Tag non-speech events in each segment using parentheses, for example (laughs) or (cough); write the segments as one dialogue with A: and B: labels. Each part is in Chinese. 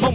A: 蹦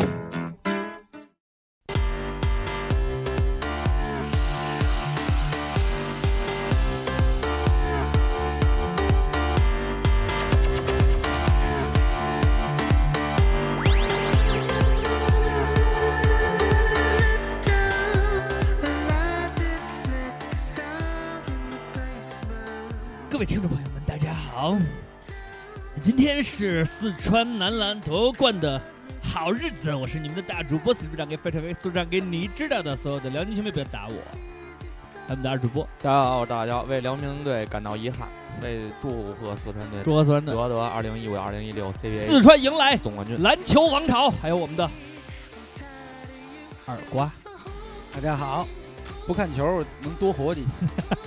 B: 各位听众朋友们，大家好！今天是四川男篮夺冠的好日子，我是你们的大主播四部长给非常给速长给你知道的所有的辽宁兄弟，不要打我，他们的二主播
C: 大家好，我是大家为辽宁队感到遗憾，为祝贺四川队
B: 祝贺四川队
C: 夺得二零一五二零一六 CBA
B: 四川迎来
C: 总冠军。
B: 篮球王朝，还有我们的耳瓜。
D: 大家好，不看球能多活几天。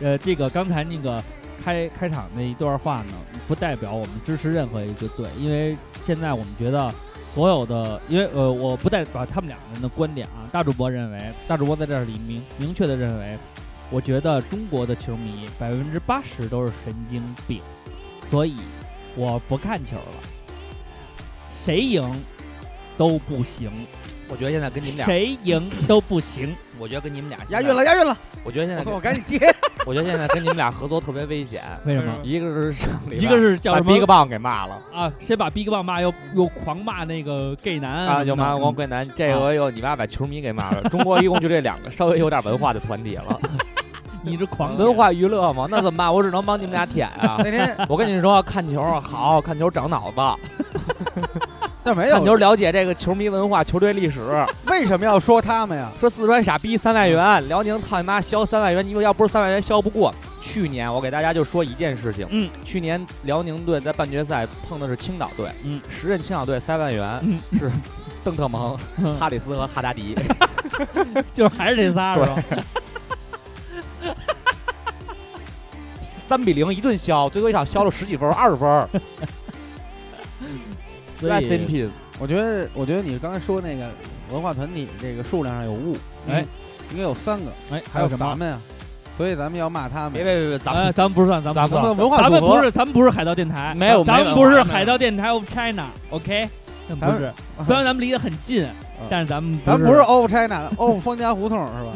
B: (laughs) 呃，这个刚才那个开开场那一段话呢，不代表我们支持任何一个队，因为现在我们觉得所有的，因为呃，我不代表他们两个人的观点啊。大主播认为，大主播在这里明明确的认为，我觉得中国的球迷百分之八十都是神经病，所以我不看球了，谁赢都不行，
C: 我觉得现在跟你们俩，
B: 谁赢都不行。
C: 我觉得跟你们俩现
D: 押
C: 在 (laughs)
D: 韵了，。押韵 (laughs) 了，
C: 我觉得现在
D: 我
C: 跟，
D: 我赶紧接。
C: 我觉得现在跟你们俩合作特别危险。
B: (clears throat)
C: (laughs)
B: 为什么？
C: 一个是上礼拜
B: 一个是叫
C: 嗯把
B: 什么
C: Big Bang 给骂了
B: 啊，先把 Big Bang 骂，又又狂骂那个 gay 男
C: 啊，就骂王
B: 我
C: 桂南，这
B: 嗯
C: 回又你妈把球迷给骂
B: (laughs)
C: 了。中国一共就这两个稍微有点文化的团体了，
B: 你这狂
C: 文化娱乐嘛， (laughs) 那怎么办？我只能帮你们俩舔
B: (laughs)
C: 啊。
D: 那天
C: 我跟你说，看球好看球长脑子，
D: 但
B: 哎
D: 没
C: (laughs) 看球
D: 有，
C: 了解这个球迷文化、球队历史。
D: 为什么要说他们呀？
C: 说四川傻逼三万元，辽宁操你妈削三万元，你说要不是三万元削不过。去年我给大家就说一件事情，
B: 嗯，
C: 去年辽宁队在半决赛碰的是青岛队，
B: 嗯，
C: 时任青岛队三万元、
B: 嗯
C: 是邓特蒙、
B: 嗯
C: 哈里斯和哈达迪，
B: 就是还是这仨是吧？
C: 三比零一顿削，最后一场削了十几分，二十分。
B: (laughs) 所
C: Rest in
B: 以
C: peace
D: 我觉得，我觉得你刚才说那个文化团体这个数量上有误，
B: 哎
D: 嗯，应该有三个，
B: 哎，
D: 还有咱？们呀，所以咱们要骂他
C: 别
D: 们。
C: 别别别，咱们、
B: 呃，咱们不算，咱们不
D: 咱
B: 算
D: 们文化
B: 咱
D: 组
B: 们不
D: 合，
B: 是，咱们不是海盗电台，
C: 没有
B: 咱们
C: 没文
B: 不
C: 化
B: 是
C: 没有
B: 海盗电台 of China，OK，咱们不是。虽然咱们离得很近，
C: 嗯
B: 但是咱们
D: 咱
B: 不
D: 不
B: (laughs)
D: 是 o f (laughs) China o f 方家胡同是吧？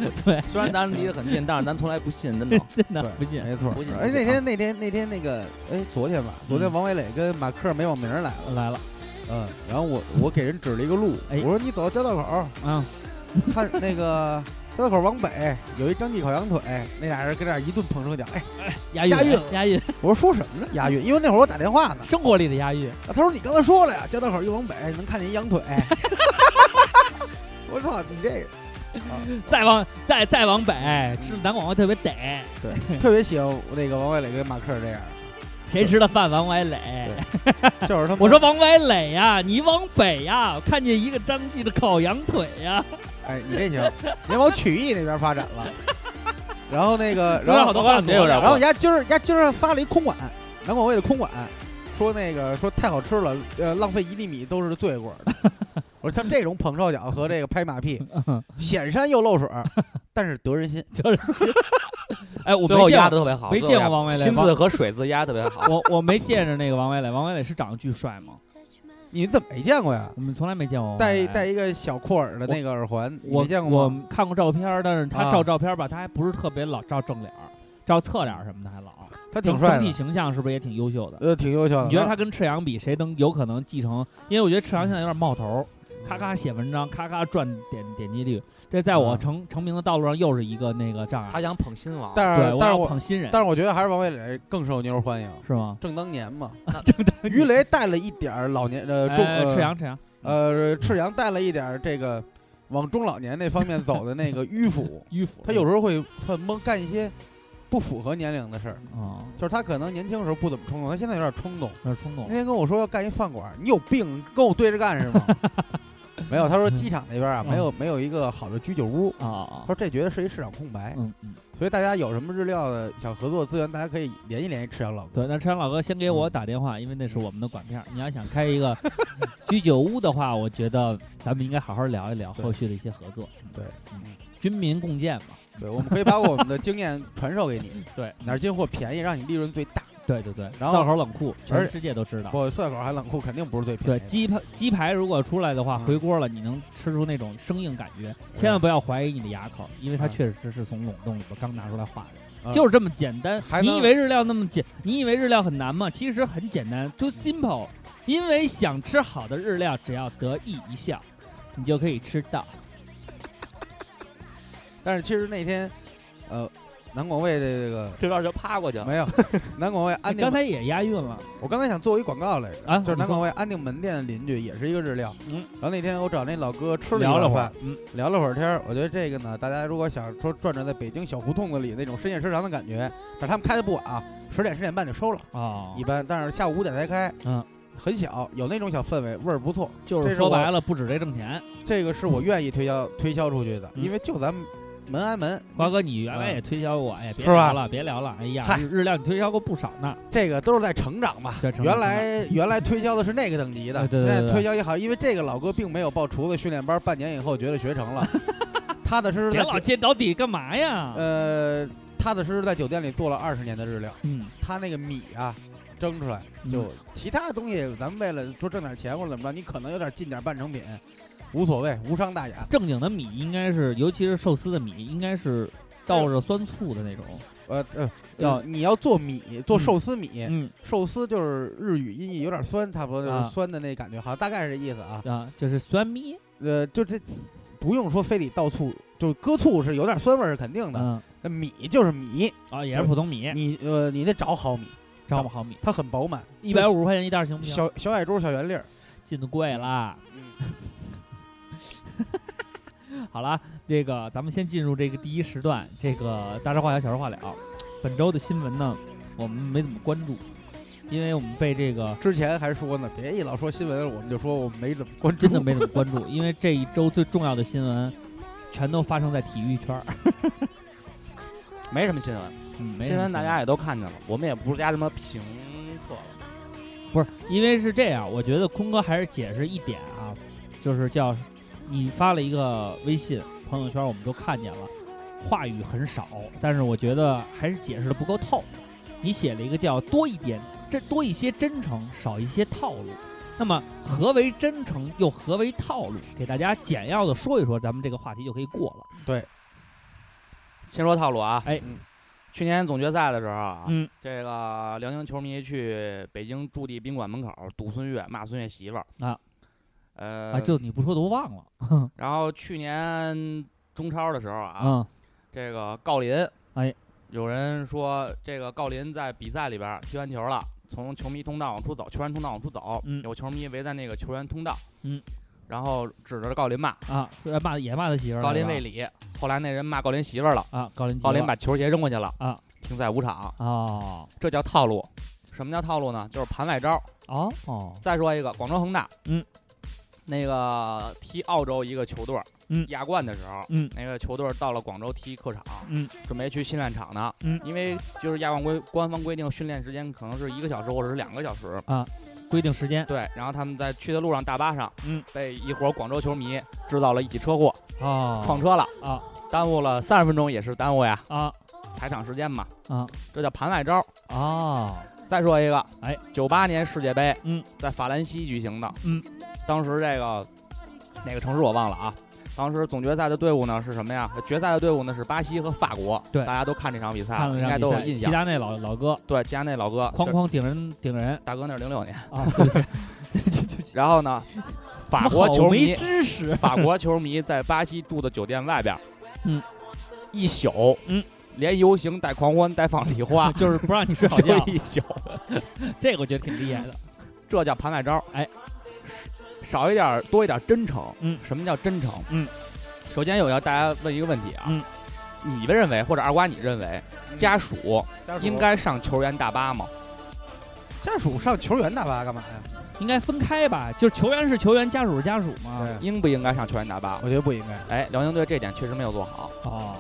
C: 虽然咱离得很近，但是咱从来不信，真的。
B: 真的
D: 对
B: 不信。
D: 没错
C: 不信。
D: 哎，
C: 不信
D: 那
C: 啊
D: 天那天那天那个，哎，昨天吧，昨天
B: 嗯
D: 王伟磊跟马克没网名儿来了，
B: 来了，
D: 嗯，然后我我给人指了一个路，
B: 哎
D: 我说你走到交道口儿，
B: 嗯，
D: 看那个交道口往北有一张记烤羊腿，那俩人跟那儿一顿捧手脚。哎，
B: 押韵，
D: 押韵
B: 押韵，
D: 我说说什么呢？押韵，因为那会儿我打电话呢。
B: 生活里的押韵。
D: 他说你刚才说了呀，交道口一往北能看见一羊腿。 (laughs) 我操，你这个
B: 再往再再往北，
C: 嗯
B: 吃南广告特别得，
D: 特别喜欢那个王伟磊跟马克这样，
B: 谁吃的饭王歪磊？
D: 就是他们。
B: 我说，王歪磊呀，你往北呀，看见一个张记的烤羊腿呀，
D: 哎，你这行，你往曲艺那边发展了。然后那个，然
B: 说了
D: 后
B: 好多话
C: 你这有点
D: 然后家今儿家今儿发了一空碗，南广味的空碗，说那个说太好吃了，呃，浪费一粒米都是罪过的。 (laughs) 我说像这种捧臭脚和这个拍马
B: (laughs)
D: 屁，显山又露水儿，但是得人心。
B: 就是，哎，我
C: 最
B: 没
C: 后
B: 见
C: 压
B: 过
C: 的特别好，
B: 没
C: 最后压
B: 见过王威磊
C: 心
B: 王
C: 字和水字压得特别好。
B: 我我没见着那个王伟磊，王伟磊是长得巨帅吗？
D: 你怎么没见过呀？
B: 我们从来没见过王
D: 戴
B: 伟
D: 一
B: 磊
D: 戴一个小阔耳的那个耳环，你
B: 哎我
D: 没见过
B: 我
D: 吗？
B: 看过照片儿，但是他
D: 啊
B: 照照片儿吧，他还不是特别老照正脸儿，照侧脸儿什么的还老。
D: 他挺
B: 整
D: 帅
B: 整体
D: 的，
B: 形象是不是也挺优秀的？
D: 呃，挺优秀的。
B: 你觉得他跟赤阳比，谁能有可能继承？因为我觉得赤阳现在有点冒头儿，
D: 嗯
B: 咔咔写文章，咔咔赚点点击率，这在我
D: 啊
B: 成成名的道路上又是一个那个障
C: 他
B: 碍。
C: 想捧新王，
D: 但
B: 对
D: 是，
B: 我
D: 但是
B: 要
D: 我
B: 捧新人，
D: 但是我觉得还是王伟磊更受妞儿欢迎。
B: 是吗？
D: 正当年嘛， (laughs) 于雷带了一点儿老年呃中
B: 哎，
D: 呃
B: 赤阳赤阳，
D: 呃，赤阳带了一点儿这个往中老年那方面走的那个迂腐
B: (laughs) 迂腐，
D: 他有时候会很懵，干一些不符合年龄的事儿。
B: 啊，
D: 就是他可能年轻时候不怎么冲动，他现在有点冲动。
B: 有点冲动
D: 那。天跟我说要干一饭馆，你有病，跟我对着干是
B: (laughs)
D: 吗？没有，他说机场那边啊，
B: 嗯
D: 没有没有一个好的居酒屋。
B: 啊啊
D: 他，说这绝对是一市场空白，
B: 嗯嗯，
D: 所以大家有什么日料的想合作资源，大家可以联系联系赤阳老哥。
B: 对，那陈阳老哥先给
D: 嗯
B: 我打电话，因为那是我们的管片儿。你要想开一
D: (laughs)
B: 个居酒屋的话，我觉得咱们应该好好聊一聊
D: 对
B: 后续的一些合作。嗯
D: 对
B: 嗯，军民共建嘛，，
D: 对，我们可以把我们的经验传授给你
B: 对
D: 哪儿进货便宜，让你利润最大。
B: 对对对，
D: 然后
B: 道口冷库，全
D: 而
B: 世界都知道。
D: 不，蒜口还冷库肯定不是最便
B: 啊对
D: 宜的。
B: 鸡排鸡排如果出来的话，
D: 嗯
B: 回锅了，你能吃出那种生硬感觉，千万不要怀疑你的牙口，因为它
D: 嗯
B: 确实是从冷冻里边刚拿出来化的，
D: 嗯
B: 就是这么简单
D: 还。能
B: 你以为日料那么简，你以为日料很难吗？其实很简单，too simple。因为想吃好的日料，只要得意一笑，你就可以吃
D: 啊
B: 到。
D: 但是其实那天，呃，南广卫的这个
C: 这段就趴过去了。
D: 没有，南广卫安定
B: 啊哎
D: 门，
B: 刚才也押韵了
D: 我刚才想做一广告来着，
B: 啊，
D: 就是
B: 你
D: 南
B: 说
D: 广卫安定门店的邻居，也是一个日料。
B: 嗯，
D: 然后那天我找那老哥吃了一
B: 聊了
D: 碗
B: 会
D: 饭
B: 儿，，嗯，
D: 聊了会儿天儿，我觉得这个呢，大家如果想说转转在北京小胡同子里那种深夜食堂的感觉，但是他们开的不晚啊，十点十点半就收了，
B: 哦
D: 一，般，但是下午五点才开，
B: 嗯，
D: 很小，有那种小氛围，味儿不错。
B: 就
D: 这
B: 是
D: 是
B: 说
D: 我嗯
B: 白了，不止这挣钱。
D: 这个是我愿意推销推销出去的，
B: 嗯
D: 因为就咱们门挨门，
B: 瓜哥，你原来也推销过，哎，别
D: 是吧
B: 聊了，别聊了，哎呀，
D: 嗨
B: 日日料你推销过不少呢。
D: 这个都是在成长嘛
B: 对。成长
D: 原来原来推销的是那个等级
B: 哎
D: 的，
B: 对对
D: 现
B: 对
D: 在推销也好，因为这个老哥并没有报厨子训练班，半年以后觉得学成
B: (laughs)
D: 了，踏踏实实
B: 别
D: 在
B: 老接到底干嘛呀？
D: 呃踏踏实实在酒店里做了二十年的日料，
B: 嗯，
D: 他那个米啊蒸出来
B: 嗯
D: 就其他东西，咱们为了说挣点钱或者怎么着，你可能有点进点半成品，无所谓，无伤大雅。
B: 正经的米应该是，尤其是寿司的米，应该是倒着酸醋的那种。
D: 呃呃，
B: 要
D: 你要做米，做寿司米，
B: 嗯
D: 寿司就是日语音译有点酸，差不多就
B: 啊
D: 是酸的那感觉，好像大概是这意思啊。
B: 啊，就是酸米。
D: 呃，就这不用说非得倒醋，就是搁醋是有点酸味儿是肯定的。
B: 嗯，
D: 那米就是米，
B: 啊，也是普通米，
D: 你呃你得找好米，
B: 招不好米，
D: 它很饱满，
B: 一百五十块钱一袋行不行？
D: 小小矮珠、小圆粒儿。
B: 进的贵啦。
D: 嗯
B: (laughs) 好了，这个咱们先进入这个第一时段，这个大事化小，小事化了。本周的新闻呢，我们没怎么关注，因为我们被这个
D: 之前还说呢，别一老说新闻，我们就说我们没怎么关注。
B: 真的没怎么关注，因为这一周最重要的新闻全都发生在体育 (laughs) 圈儿。
C: 没什么新闻，
B: 嗯，没什
C: 新
B: 么
C: 闻大
B: 新
C: 家也都看见了，我们也不加什么评测了。
B: 不是，因为是这样，我觉得坤哥还是解释一点啊，就是叫你发了一个微信朋友圈，我们都看见了，话语很少，但是我觉得还是解释的不够透。你写了一个叫多一点真多一些真诚，少一些套路。那么何为真诚，又何为套路？给大家简要的说一说，咱们这个话题就可以过了。
C: 先说套路啊，
B: 哎
D: 嗯
C: 去年总决赛的时候啊，
B: 嗯，
C: 这个辽宁球迷去北京驻地宾馆门口堵孙悦，骂孙悦媳妇儿
B: 啊，
C: 呃，
B: 啊，就你不说都忘了。
C: 然后去年中超的时候啊，
B: 嗯，
C: 这个郜林，
B: 哎，
C: 有人说这个郜林在比赛里边儿踢完球了，从球迷通道往出走，球员通道往出走，
B: 嗯
C: 有球迷围在那个球员通道，
B: 嗯，
C: 然后指着郜林骂，
B: 啊，骂也骂他媳妇儿了。
C: 郜林
B: 是吧
C: 卫理，后来那人骂郜林媳妇儿了，
B: 啊，高林
C: 郜林把球鞋扔过去了，
B: 啊，
C: 停赛五场，
B: 哦
C: 这叫套路。什么叫套路呢？就是盘外招。
B: 哦哦，
C: 再说一个，广州恒大，
B: 嗯，
C: 那个踢澳洲一个球队，
B: 嗯
C: 亚冠的时候，
B: 嗯
C: 那个球队到了广州踢客场，
B: 嗯，
C: 准备去训练场呢，
B: 嗯
C: 因为就是亚冠规官方规定训练时间可能是一个小时或者是两个小时，
B: 规定时间
C: 对，然后他们在去的路上大巴上，
B: 嗯，
C: 被一伙广州球迷制造了一起车祸，
B: 哦，
C: 撞车了
B: 啊，
C: 耽误了三十分钟也是耽误呀，
B: 啊
C: 踩场时间嘛，
B: 啊
C: 这叫盘外招。
B: 哦，
C: 再说一个，
B: 哎，
C: 九八年世界杯，
B: 嗯，
C: 在法兰西举行的，
B: 嗯，
C: 当时这个哪个城市我忘了啊。当时总决赛的队伍呢是什么呀？决赛的队伍呢是巴西和法国，
B: 对
C: 大家都看这场比赛
B: 看
C: 了，
B: 了
C: 应该
B: 场
C: 都有
B: 比
C: 印
B: 赛，齐
C: 象。
B: 达内老老哥
C: 对，加内老哥，
B: 哐
C: 这
B: 哐顶人顶人
C: 大哥那是零六年。 (laughs)
B: 啊，对不起对不起，对不起，
C: 然
B: (laughs)
C: 后呢，法
B: 我
C: 国
B: 好
C: 球迷
B: (laughs) 没，知识
C: 法国球迷在巴西住的酒店外边，
B: 嗯，
C: 一宿，
B: 嗯，，
C: 连游行带狂欢带放礼花
B: (laughs) 就是不让你
C: (laughs)
B: 睡好
C: 就
B: 觉，
C: 一宿，
B: 这个我觉得挺厉害的。
C: 这叫盘外招。
B: 哎，
C: 少一点儿多一点儿真诚。
B: 嗯
C: 什么叫真诚？
B: 嗯，
C: 首先有要大家问一个问题啊，
B: 嗯
C: 你们认为或者二瓜你认为家属
D: 家属
C: 应该上球员大巴吗？
D: 家属上球员大巴干嘛呀？
B: 应该分开吧，就是球员是球员，家属是家属嘛。
D: 对，嗯
C: 应不应该上球员大巴？
D: 我觉得不应该。
C: 哎，辽宁队这点确实没有做好。
B: 哦，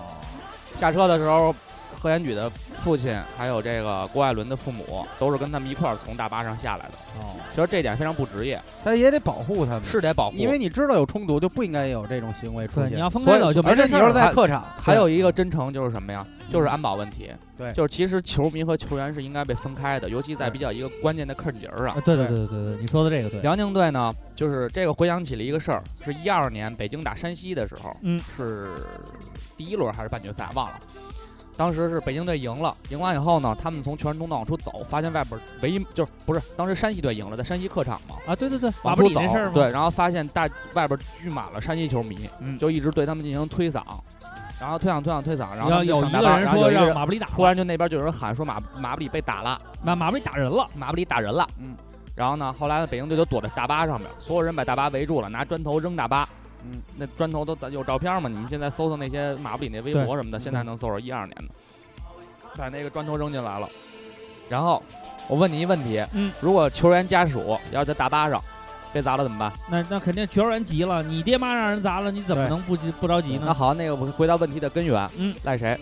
C: 下车的时候，贺贤举的父亲还有这个郭艾伦的父母都是跟他们一块儿从大巴上下来的，
B: 哦，
C: 其实这点非常不职业，
D: 但也得保护他们，
C: 是得保护。
D: 因为你知道有冲突，就不应该有这种行为出
B: 对，
D: 现
B: 你。要分开
C: 所
B: 了
C: 以
B: 就没
D: 而且
B: 这
D: 你
B: 事
D: 又
B: 儿
D: 是在
B: 了。
D: 客场，
C: 还有一个真诚就是什么呀？就是安保问题。
D: 嗯对
C: 就是其实球迷和球员是应该被分开的，尤其在
D: 对呃
C: 比较一个关键的坎儿节儿上
B: 啊。对对对对对，你说的这个对，
C: 辽宁队呢，就是这个回想起了一个事儿，是一二年北京打山西的时候，
B: 嗯，
C: 是第一轮还是半决赛忘了。当时是北京队赢了，赢完以后呢，他们从全人通道往出走，发现外边唯一就是不是当时山西队赢了，在山西客场嘛，
B: 啊，对对对，马
C: 往
B: 布
C: 出
B: 里
C: 走
B: 那事儿吗？
C: 对，，然后发现大外边聚满了山西球迷，
B: 嗯
C: 就一直对他们进行推搡，然后推搡推搿推搿，然后他
B: 要有
C: 们就上
B: 一
C: 大
B: 个
C: 巴
B: 人
C: 然后有
B: 说
C: 一个
B: 让
C: 人
B: 马布里打了，
C: 突然就那边就有人喊说马马布里被打了，
B: 马马布里打人了，
C: 马布里打人了。
D: 嗯，
C: 然后呢，后来北京队就躲在大巴上面，所有人把大巴围住了，拿砖头扔大巴。
D: 嗯，
C: 那砖头都咱有照片吗？你们现在搜搜那些马布里那微博什么的，现在能搜着一二年的，
D: 嗯
C: 把那个砖头扔进来了。然后我问你一问题，
B: 嗯，
C: 如果球员家属要是在大巴上被砸了怎么办？
B: 那那肯定球员急了，你爹妈让人砸了，你怎么
D: 对
B: 能不急不着急
C: 那
B: 呢？
C: 好，那个我回到问题的根源，
B: 嗯，
C: 赖谁？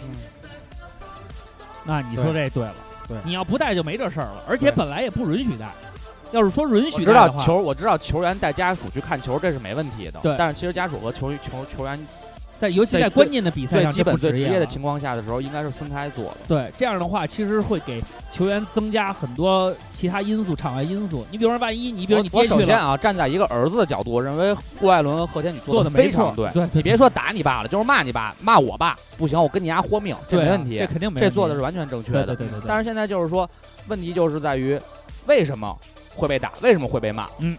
B: 那你说这对了，
D: 对
B: 你要不带就没这事儿了，而且
D: 对
B: 本来也不允许带，要是说允
C: 我
B: 许
C: 知
B: 带
C: 道
B: 的话，
C: 球，我知道球员带家属去看球，这是没问题的。
B: 对
C: 但是其实家属和球球球员
B: 在尤其
C: 在
B: 在
C: 最
B: 关键的比赛
C: 最
B: 上
C: 基
B: 就不
C: 本最
B: 职
C: 职业的
B: 了
C: 情况下的时候，应该是分开做的。
B: 对，这样的话其实会给球员增加很多其他因素，场外因素。你比如说，万一你比如
C: 我
B: 你
C: 我
B: 跌去
C: 首先
B: 了，
C: 啊，站在一个儿子的角度，我认为郭艾伦和贺天宇
B: 做
C: 的
B: 的
C: 非
B: 没错
C: 常，对。
B: 对，
C: 你别说打你爸了，就是骂你爸，骂我爸不行，我跟你丫豁命，这
B: 对啊
C: 没问题
B: 这，肯定没
C: 这
B: 问题
C: 做的是完全正确
B: 对
C: 的
B: 对。对对对。
C: 但是现在就是说，问题就是在于为什么会被打，为什么会被骂？
B: 嗯，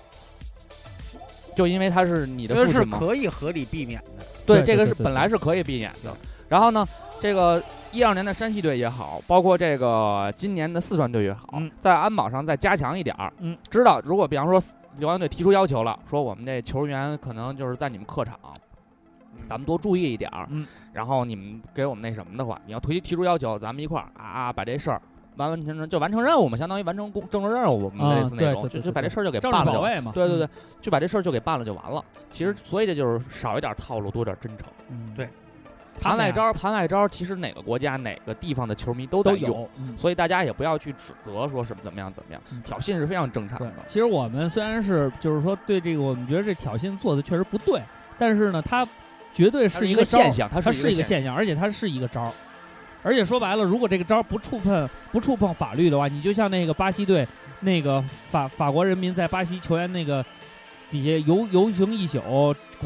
C: 就因为他是你的
D: 这
C: 父
D: 是
C: 亲嘛。
D: 可以合理避免的。
C: 对，
B: 对
C: 这个
B: 对
C: 是
B: 对
C: 本
B: 对
C: 来是可以避免的。然后呢，这个一二年的山西队也好，包括这个今年的四川队也好，
B: 嗯
C: 在安保上再加强一点儿。
B: 嗯，
C: 知道如果比方说辽阳队提出要求了，说我们这球员可能就是在你们客场，咱们多注意一点儿。
B: 嗯，
C: 然后你们给我们那什么的话，你要提提出要求，咱们一块儿啊啊把这事儿。完完全全就完成任务嘛，相当于完成工政治任务嘛，
B: 啊
C: 类似那
B: 对
C: 种，
B: 对
C: 就
B: 对
C: 就
B: 对
C: 把这
B: 对
C: 事儿就给
B: 正
C: 办
B: 是
C: 了
B: 保
C: 就。
B: 卫嘛，
C: 对对对，
B: 嗯
C: 就把这事儿就给办了就完了。其实，所以这就是少一点套路，多点真诚。
B: 嗯，
D: 对
C: 盘
B: 他们
C: 外
B: 俩
C: 招，盘外招，其实哪个国家、哪个地方的球迷都在
B: 都
C: 用，
B: 有。嗯
C: 所以大家也不要去指责说什么怎么样怎么样，
B: 嗯
C: 挑衅是非常正常
B: 对
C: 的，。
B: 其实我们虽然是就是说对这个，我们觉得这挑衅做的确实不对，但是呢，它绝对
C: 它是
B: 一
C: 一个
B: 招儿
C: 现象它
B: 它
C: 是一个
B: 一个现象，而且它是一个招儿。而且说白了，如果这个招儿不触碰不触碰法律的话，你就像那个巴西队那个法法国人民在巴西球员那个底下游游行一宿，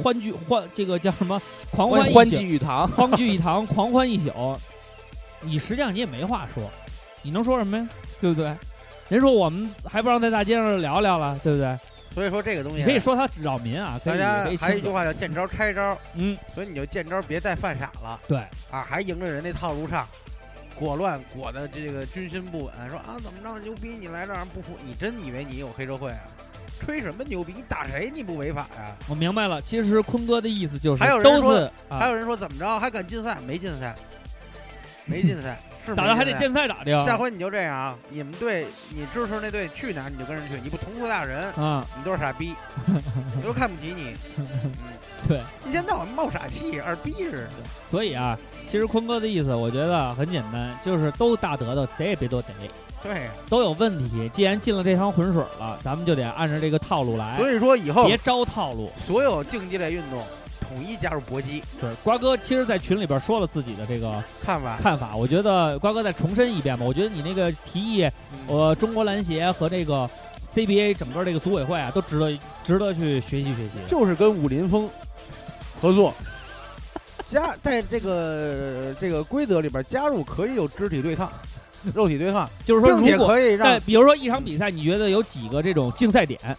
B: 欢聚欢这个叫什么狂欢一
C: 欢
B: 宿
C: 聚
D: (laughs)
C: 一堂，
B: 欢聚一堂，狂欢一宿，啊你实际上你也没话说，你能说什么呀？对不对？人说我们还不让在大街上聊聊了，对不对？
D: 所以说这个东西
B: 你可以说他扰民啊，可
D: 大
B: 以
D: 家
B: 可以
D: 还有一
B: 清
D: 句
B: 楚
D: 话叫见招拆招，
B: 嗯，
D: 所以你就见招别再犯傻了
B: 对，
D: 啊！还迎着人那套路上，裹乱裹的这个军心不稳，说啊怎么着牛逼你来这儿不服，你真以为你有黑社会啊？吹什么牛逼？你打谁你不违法呀、
B: 我明白了。其实坤哥的意思就是，
D: 还有人
B: 都
D: 说
B: 是
D: 还
B: 啊，
D: 有人说怎么着还敢禁赛？没禁赛，没禁
B: (laughs)
D: 赛，是
B: 打
D: 没
B: 的还得
D: 禁赛
B: 见赛打的呀。
D: 下回你就这样啊！你们队你支持那队去哪儿你就跟着去，你不同族大人，
B: 啊，
D: 你都是傻逼，你都看不起你。嗯
B: 对，
D: 一天到晚冒傻气，二逼似的。
B: 所以啊，其实坤哥的意思我觉得很简单，就是都大德的，谁也别多逮，
D: 对，
B: 都有问题。既然进了这趟浑水了，咱们就得按照这个套路来，
D: 所以哦说以后
B: 哎别招套路。
D: 所有竞技类运动统一加入搏击
B: 对，瓜哥其实，在群里边说了自己的这个
D: 看法。
B: 看法，我觉得瓜哥再重申一遍吧。我觉得你那个提议，
D: 嗯
B: 呃，中国篮协和这个 CBA 整个这个组委会啊，都值得值得去学习学习。
D: 就是跟武林风合作， (laughs) 加在这个这个规则里边加入可以有肢体对抗、肉体对抗，
B: 就是说，
D: 并且
B: 如果
D: 可以
B: 但
D: 让
B: 比如说一场比赛，你觉得有几个这种竞赛点啊、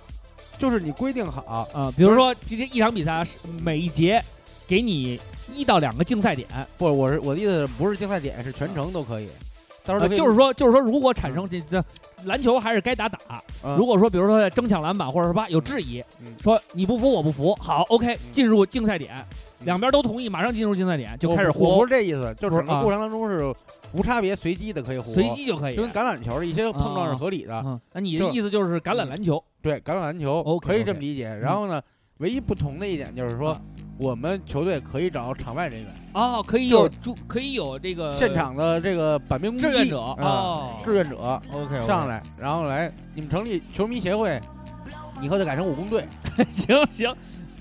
D: 就是你规定好，
B: 比如说这一场比赛啊是每一节给你一到两个竞赛点，
D: 不，我是我的意思是不是竞赛点是全程都可以，到时候
B: 呃
D: 可以
B: 就是说就是说，如果产生这这篮球还是该打打。啊
D: 嗯
B: 如果说比如说在争抢篮板或者是吧有质疑，
D: 嗯
B: 说你不服我不服，好 OK 进入竞赛点，两边都同意，马上进入竞赛点就开
D: 嗯
B: 始
D: 我不我
B: 互
D: 不是这意思，就是
B: 不是啊
D: 整个过程当中是无差别随机的可以互殴
B: 随，机啊就可以
D: 就。跟橄榄球的一些碰啊撞是合理的，
B: 嗯，那你的意思就是橄榄篮球
D: 对橄榄篮球
B: ，OK，嗯
D: 可以这么理解。然后呢，唯一不同的一点就是说
B: 啊，
D: 我们球队可以找场外人员，
B: 哦，可以有助，可以有这个
D: 现场的这个板兵工
B: 呃志愿
D: 地
B: 者
D: 啊，
B: 哦
D: 志愿者
B: OK，
D: 上来，然后来你们成立球迷协会，以后就改成武工队。
B: (laughs) 行行，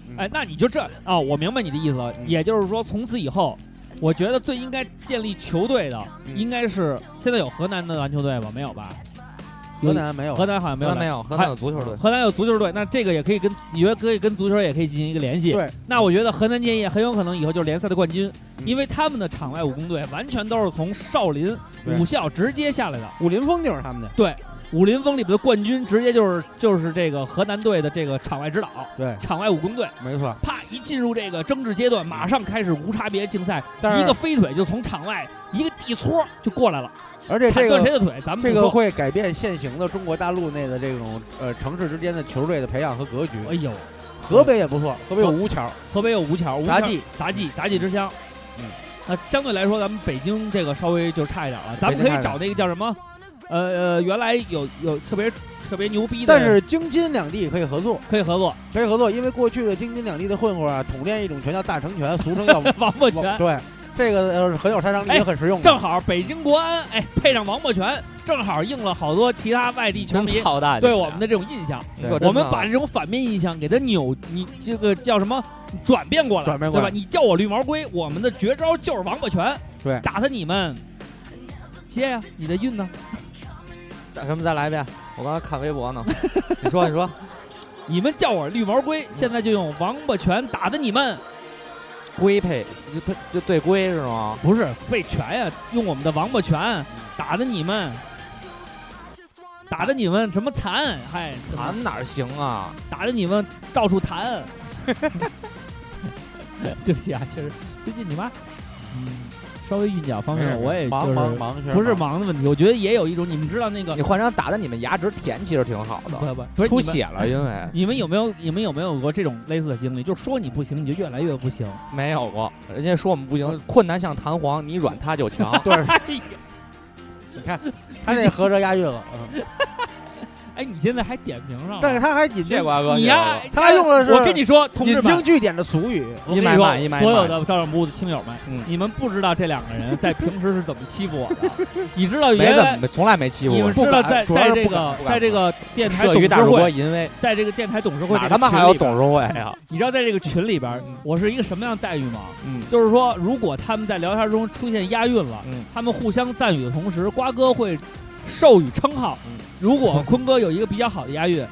D: 嗯
B: 哎，那你就这啊、我明白你的意思了。
D: 嗯
B: 也就是说，从此以后，我觉得最应该建立球队的，
D: 嗯
B: 应该是现在有河南的篮球队吧？没有吧？
D: 河南没有，
B: 河南好像没
C: 没
B: 有嗯
C: 有
B: 篮，
C: 没有，河南有足球队，
B: 河南有足球队，那这个也可以跟你觉得可以跟足球也可以进行一个联系。
D: 对，
B: 那我觉得河南建业很有可能以后就是联赛的冠军，
D: 嗯
B: 因为他们的场外武工队完全都是从少林
D: 对
B: 武校直接下来的。
D: 武林风就是他们的。
B: 武林风里边的冠军直接就是就是这个河南队的这个场外指导、
D: 对，
B: 场外武工队，
D: 没错。
B: 啪一进入这个争执阶段，马上开始无差别竞赛，
D: 嗯但
B: 一个
D: 是，
B: 飞腿就从场外一个地搓就过来了，
D: 而且
B: 铲
D: 这
B: 断谁
D: 个
B: 的腿，咱们
D: 这
B: 不
D: 个
B: 说。
D: 会改变现行的中国大陆内的这种呃城市之间的球队的培养和格局。
B: 哎呦，
D: 河北也不错，河北有吴桥、
B: 河北有吴桥，吴桥
D: 杂技，
B: 杂技，杂技之乡。
D: 嗯，
B: 那相对来说，咱们北京这个稍微就差一点了。咱们可
D: 北京差一点
B: 以找那个叫什么？呃呃，原来有有特别特别牛逼的，
D: 但是京津两地可以合作，
B: 可以合作。
D: 可以合作，因为过去的京津两地的混混啊，统练一种拳叫大成拳，俗称叫
B: 王八拳
D: 王。对，这个呃很有杀伤力，
B: 哎
D: 也很实用的。
B: 正好北京国安，哎，配上王八拳，正好应了好多其他外地球迷
C: 操蛋！
B: 对我们的这种印象。
D: 对
C: 说真的啊
B: 我们把这种反面印象给它扭，你这个叫什么？转变过来，
D: 转变过来
B: 对吧？你叫我绿毛龟，我们的绝招就是王八拳，
D: 对
B: 打他你们接呀、你的运呢？
C: 咱们再来一遍。我刚才看
B: (laughs)
C: 微博呢，你说你说，
B: 你们叫我绿毛龟，现在就用王八拳打的你们，
C: 龟配就配就对龟是吗？
B: 不是被拳呀、用我们的王八拳打的你们，打的你们什么残？嗨，
C: 咱哪儿行啊？
B: 打的你们到处弹。 (laughs) 对不起啊，确实最近你妈，嗯，稍微韵脚方
D: 没事
B: 面我也
D: 忙
B: 就是
D: 忙忙，确实
B: 不是
D: 忙。
B: 忙的问题，我觉得也有一种，你们知道那个
C: 你换成打的你们牙齿甜，其实挺好
B: 不
C: 的。
B: 不不是
C: 出。
B: 你们
C: 血了，因为
B: 你们有没有你们有没有过这种类似的经历？就说你不行，你就越来越不行。
C: 没有过，人家说我们不行，困难像弹簧，你软它就强
B: (laughs)
D: 对，
B: 哎呀，
D: 你看他这合着押韵了，嗯
B: 哎，你现在还点评上了？
D: 但是他还引
C: 谢谢
D: 经
C: 瓜哥，
B: 你
C: 谢谢
B: 呀哎
C: 瓜哥，
D: 他用的是
B: 我跟你说，同志
D: 引
B: 们
D: 经，据典的俗语，
B: 我跟你
C: 一买满一
B: 说，
C: 买满
B: 所有的照相部的听友们
C: 嗯，
B: 你们不知道这两个人在平时是怎么欺负我的。你知道
C: 没
B: 原
C: 怎
B: 来
C: 么从来没欺负
B: 你
C: 我
B: 们。知道在
D: 不敢
B: 在这
D: 主要
B: 个
D: 是不敢不敢
B: 在这个电台
C: 社
B: 董
C: 鱼
B: 事
C: 大主播
B: 会，
C: 淫威，
B: 在这个电台董事会这
C: 哪
B: 个
C: 他妈还
B: 群
C: 有
B: 里边
C: 董事会呀？
B: 你知道在这个群里边，
D: 嗯
B: 我是一个什么样的待遇吗？
C: 嗯，
B: 就是说，如果他们在聊天中出现押韵了，
C: 嗯
B: 他们互相赞誉的同时，瓜哥会授予称号。
C: 嗯
B: 如果坤哥有一个比较好的押韵，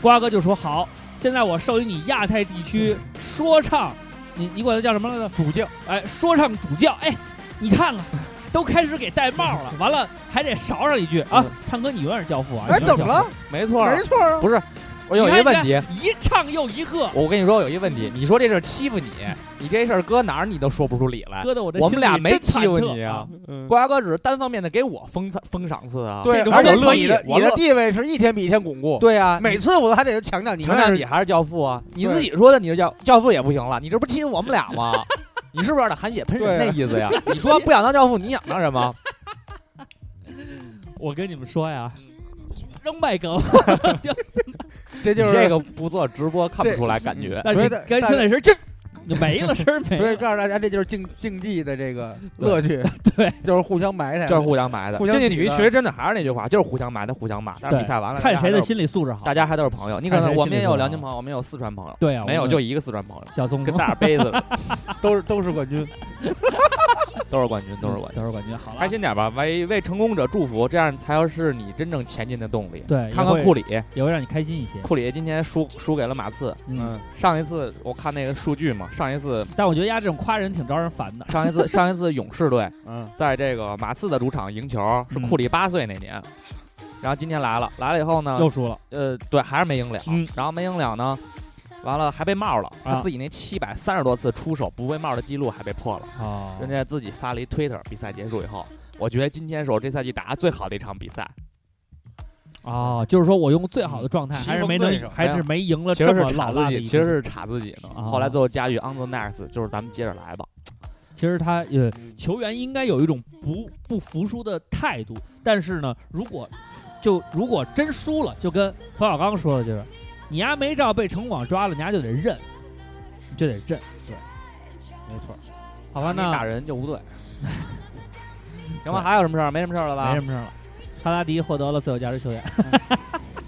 B: 瓜哥就说好，现在我授予你亚太地区
C: 嗯
B: 说唱，你你管它叫什么来着？
D: 主教
B: 哎，说唱主教，哎，你看
C: (laughs)
B: 看。都开始给戴帽了，完了还得勺上一句啊
C: 嗯！
B: 唱歌你永远是教父啊！
D: 哎
B: 你
D: 怎
B: 永远是
D: 么
B: 教
D: 了
B: 父？？
C: 没错儿
D: 没。错啊，
C: 不是，我有一个问题，
B: 你看，你看一唱又一和，
C: 我跟你说，我有一个问题，你说这事儿欺负你，你这事儿搁哪儿你都说不出理来。
B: 搁得我这
C: 我
B: 心
C: 们俩
B: 里
C: 没
B: 真
C: 欺
B: 忐
C: 负
B: 忑
C: 你
B: 啊
C: 啊！，瓜哥只是单方面的给我封封赏赐啊。
D: 对
B: 这，种
D: 而且
B: 我乐
D: 你
C: 意
D: 的
C: 我
D: 你的
C: 乐
D: 地位是一天比一天巩固，
C: 对啊，
D: 每次我还得强调你
C: 强
D: 们
C: 调
D: 俩
C: 你
D: 是
C: 还是教父啊？你
D: 对
C: 自己说的你是教教父也不行了，你这不欺负我们俩吗？ (laughs) 你是不是有点含血喷人
D: 对
C: 那意思呀？你说不想当教父，你想当什么？
B: 我跟你们说呀，
C: 嗯
B: 扔麦
C: (laughs)
B: 克风，
D: 这就是
C: 你这个不做直播看不出来感觉。
B: (laughs) 但
D: 所
B: 是你
D: 以大
B: 跟
D: 大
B: 听那声，这就没了声儿没
D: 所以
B: 了。
D: 告诉大家，这就是竞竞技的这个乐趣，
B: 对，
D: 就是互相埋汰，
C: 就是互相埋汰，
D: 互相
C: 竞技体
D: 挤
C: 育
D: 的
C: 其实真的还是那句话，就是互相埋汰，互相骂。但是
B: 对
C: 比赛完了，
B: 看
C: 大家
B: 谁的
C: 还是
B: 心理素质好。
C: 大家还都是朋友。你可
B: 看
C: 能
B: 谁
C: 我们
B: 心
C: 也
B: 里
C: 有
B: 头
C: 辽
B: 好
C: 宁朋友，我们也有四川朋友，
B: 对啊，
C: 没有
B: 我们
C: 就一个四川朋友，
B: 小松
C: 跟 (laughs) 大杯子了
D: 都是都是冠军，
C: 都是冠军，都是冠军
B: 都。是冠军。好了，
C: (laughs) 开心点吧，为为成功者祝福，这样才是你真正前进的动力。
B: 对，
C: 看
B: 也
C: 看
B: 会
C: 库里，
B: 也会让你开心一些。
C: 库里今天输输给了马刺。
B: 嗯，，
C: 上一次我看那个数
B: (laughs)
C: 据嘛，上一次
B: 但我觉得丫这种夸人挺招人烦的。
C: 上一次上一次勇
B: (laughs)
C: 士队
D: 嗯，
C: 在这个马刺的主场赢球，是
B: 嗯
C: 库里八岁那年，然后今天来了，来了以后呢，
B: 又输了，
C: 呃，对，还是没赢了，
B: 嗯
C: 然后没赢了呢，完了还被帽了，
B: 啊
C: 他自己那七百三十多次出手不被帽的记录还被破了，
B: 哦
C: 人家自己发了一推特，比赛结束以后。我觉得今天是我这赛季打得最好的一场比赛，
B: 哦，就是说我用最好的状态，
D: 嗯
B: 还是
D: 棋逢
B: 没
D: 对手
B: 能，还是没赢了
C: 其
B: 呃这
C: 实
B: 么
C: 是
B: 老
C: 查
B: 辣
C: 自
B: 的一局。
C: 己，其实是查自己呢。
B: 啊
C: 后来最后加一句 on the next，就是咱们接着来吧。
B: 其实他呃，球员应该有一种不不服输的态度，但是呢，如果就如果真输了，就跟冯小刚说的，就是你丫没照被城管抓了，你丫就得认，你就得震。
D: 没错，
B: 好吧，
C: 你
B: 那
C: 打人就不对。啊 (laughs) 行吧，还有什么事儿？没什么事儿了吧？
B: 没什么事儿了。哈拉迪获得了最有价值球员，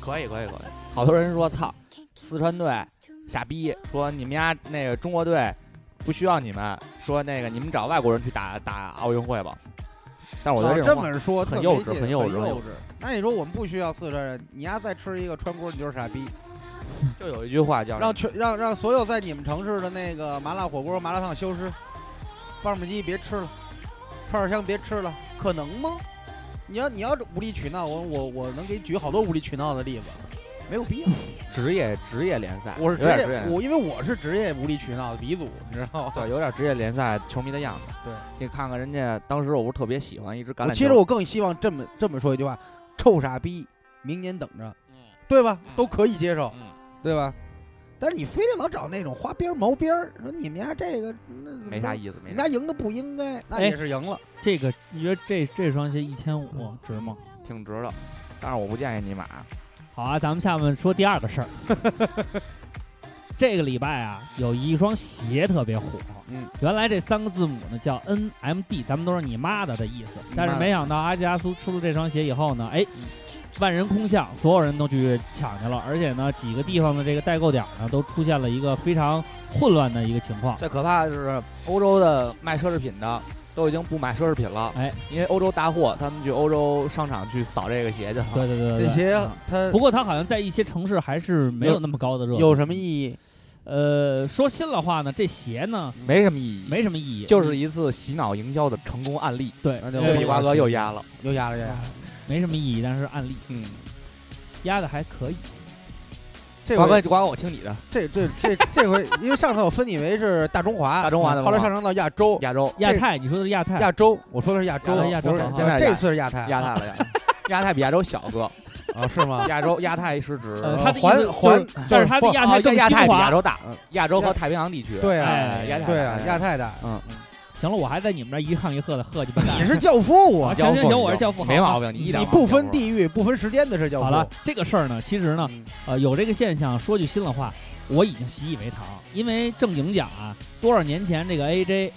C: 可以，可以，可以。好多人说，操，四川队傻逼，说你们家那个中国队不需要你们，说那个你们找外国人去打打奥运会吧。但是我觉
D: 老
C: 得这
D: 啊这
C: 种话
D: 么说
C: 很
D: 特
C: 幼
D: 没
C: 稚
D: 劲
C: 很
D: 很
C: 幼稚很幼
D: 稚。那你说我们不需要四川人，你丫再吃一个川锅，你就是傻逼。
C: 就有一句话叫
D: 让全让让所有在你们城市的那个麻辣火锅、麻辣烫消失，棒棒鸡别吃了，串串香别吃了，可能吗？你要你要这无理取闹，我我我能给你举好多无理取闹的例子，没有必要。
C: 职业职业联赛，
D: 我是职
C: 有点
D: 业，我因为我是职业无理取闹的鼻祖，你知道吗？
C: 对，有点职业联赛球迷的样子。
D: 对，
C: 你看看人家当时我不是特别喜欢一支橄
D: 我
C: 榄球，
D: 其实我更希望这么这么说一句话：臭傻逼，明年等着，
C: 嗯
D: 对吧
C: 嗯？
D: 都可以接受，
C: 嗯
D: 对吧？但是你非得老找那种花边儿毛边儿，说你们家这个那
C: 没啥意思，
D: 你们
C: 没啥
D: 家赢的不应该，那
B: 哎
D: 也是赢了。
B: 这个你觉得这这双鞋一千五值吗？
C: 挺值的。但是我不建议你买，
B: 好啊，咱们下面说第二个
D: (laughs)
B: 事儿。这个礼拜啊，有一双鞋特别火。
D: 嗯，
B: 原来这三个字母呢叫 NMD，咱们都是你妈的的意思。
D: 你妈
B: 但
D: 的嗯
B: 是没想到阿迪达斯出了这双鞋以后呢，哎，万人空巷，所有人都去抢去了。而且呢，几个地方的这个代购点儿呢，都出现了一个非常混乱的一个情况。
C: 最可怕的是欧洲的卖奢侈品的都已经不买奢侈品了，
B: 哎，
C: 因为欧洲大货，他们去欧洲商场去扫这个啊鞋去了。
B: 对对对对
D: 这
B: 对
D: 些
B: 嗯
D: 它
B: 不过它好像在一些城市还是没有那么高的热度。
D: 有什么意义？
B: 呃，说心里话呢，这鞋呢
D: 嗯
C: 没什么意义，
B: 没什么意义，嗯
C: 就是一次洗脑营销的成功案例。
B: 对，
D: 那就
B: 呃
D: 对
C: 易瓜哥又压了，
D: 又压了压了，
B: 没什么意义，但是案例
C: 嗯，
B: 压的还可以。
D: 这
C: 嗯瓜哥，
D: 回
C: 瓜哥，我听你的，
D: 这这这这回，因为上次我分你为是大中华，
C: 大中华的
D: 后来
C: 文化
D: 上升到亚洲，
C: 亚洲
B: 亚太，你说的是亚太，
D: 亚洲，我说的是亚洲，
B: 亚洲
D: 不是
B: 亚洲
C: 好好
D: 这次是亚太
C: 亚太了，亚 (laughs) 太亚太比亚洲小哥，
D: 啊，是吗？
C: 亚洲亚太是指
B: 呃
D: 呃
B: 他的意思
D: 环
B: 就是
D: 环，
B: 但是它的
D: 不
B: 亚
C: 哦
B: 太更
C: 亚
B: 精
C: 太比亚
B: 华。
C: 洲大，嗯亚洲和太平洋地区。
D: 对啊，
B: 哎，
C: 亚太
D: 对啊，亚太的，
C: 嗯，
B: 行了，我还在你们这儿一抗一喝的喝你们
D: 你 (laughs)
B: 蛋。
D: 是教父
C: (laughs)
D: 啊，
B: 行行行，我是教父，
C: 没
B: 好
C: 毛病，你一点
D: 你
C: 毛病
D: 不分
C: 都没有。
D: 地域、不分时间的是教
B: 好了
D: 父，，
B: 这个事儿呢，其实呢，
D: 嗯
B: 呃，有这个现象，说句心里话，我已经习以为常。因为正经讲啊，多少年前这个 AJ，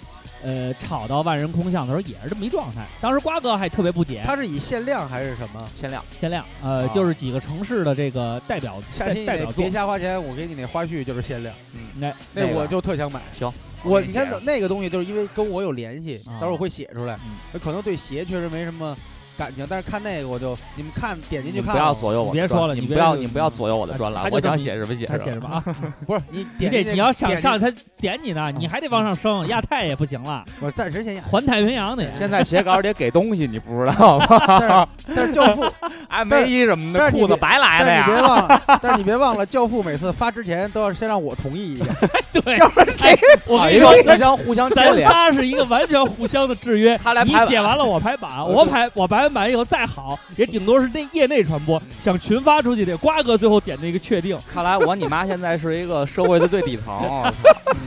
B: 呃，炒到万人空巷的时候也是这么一状态。当时瓜哥还特别不解，
D: 它是以限量还是什么？
C: 限量，
B: 限量，呃，
C: 啊
B: 就是几个城市的这个代表
D: 下
B: 代
D: 期你
B: 代表
D: 得
B: 作
D: 别，瞎花钱，我给你那花絮就是限量，
C: 嗯，
B: 那
D: 那
C: 那个
D: 我就特想买。
C: 行，
D: 我
C: 给
D: 你看
C: 写上
D: 那个东西，就是因为跟我有联系，
B: 啊
D: 到时候我会写出来
B: 嗯。
D: 那可能对鞋确实没什么感情，但是看那个我就你们看点进
C: 你
D: 去
C: 们
D: 看啊
C: 不要
D: 吧，
C: 左右我的
B: 别
C: 专，
B: 说了
C: 你
B: 你
C: 们
B: 别
C: 不要，
B: 就
C: 你们不要左右我的专栏
B: 他，就
C: 我
B: 这
C: 想
B: 么
C: 写什么写
B: 他写
C: 什
B: 什
C: 么。
B: 么啊？
D: 不是你 (laughs)
B: 你
D: 点
B: 得
D: 进去
B: 你要想
D: 点
B: 上
D: 进
B: 他点你呢，你还得往
D: (laughs)
B: 上升，亚太也不行了，
D: 去，我暂时先压。
B: 环太平洋得。
C: 现在写稿得给东西，你不知 (laughs) 道吗？
D: 但是但是教父，
C: 哎，
D: 但是
C: 没衣什么
D: 但
C: 的，
D: 是你
C: 裤子
D: 别
C: 白来的
D: 但是你
C: 呀。
D: 别忘了，但是你别忘了，教父每次发之前都要先让我同意一下。
B: (laughs) 对，要不然谁？
C: (laughs)
B: 我
C: 好
B: 跟
C: 啊一
B: 你说，
C: 个互相互相牵
B: 咱
C: 连，
B: 仨是一个完全互相的制约。
C: 他来
B: 你
C: 排
B: 写
C: 版
B: 完了我排版，我排我排完版以后再好，也顶多是那业内传播，想群发出去得瓜哥最后点那个确定。
C: 看来我你妈现在是一个社会的最底 (laughs) 层。我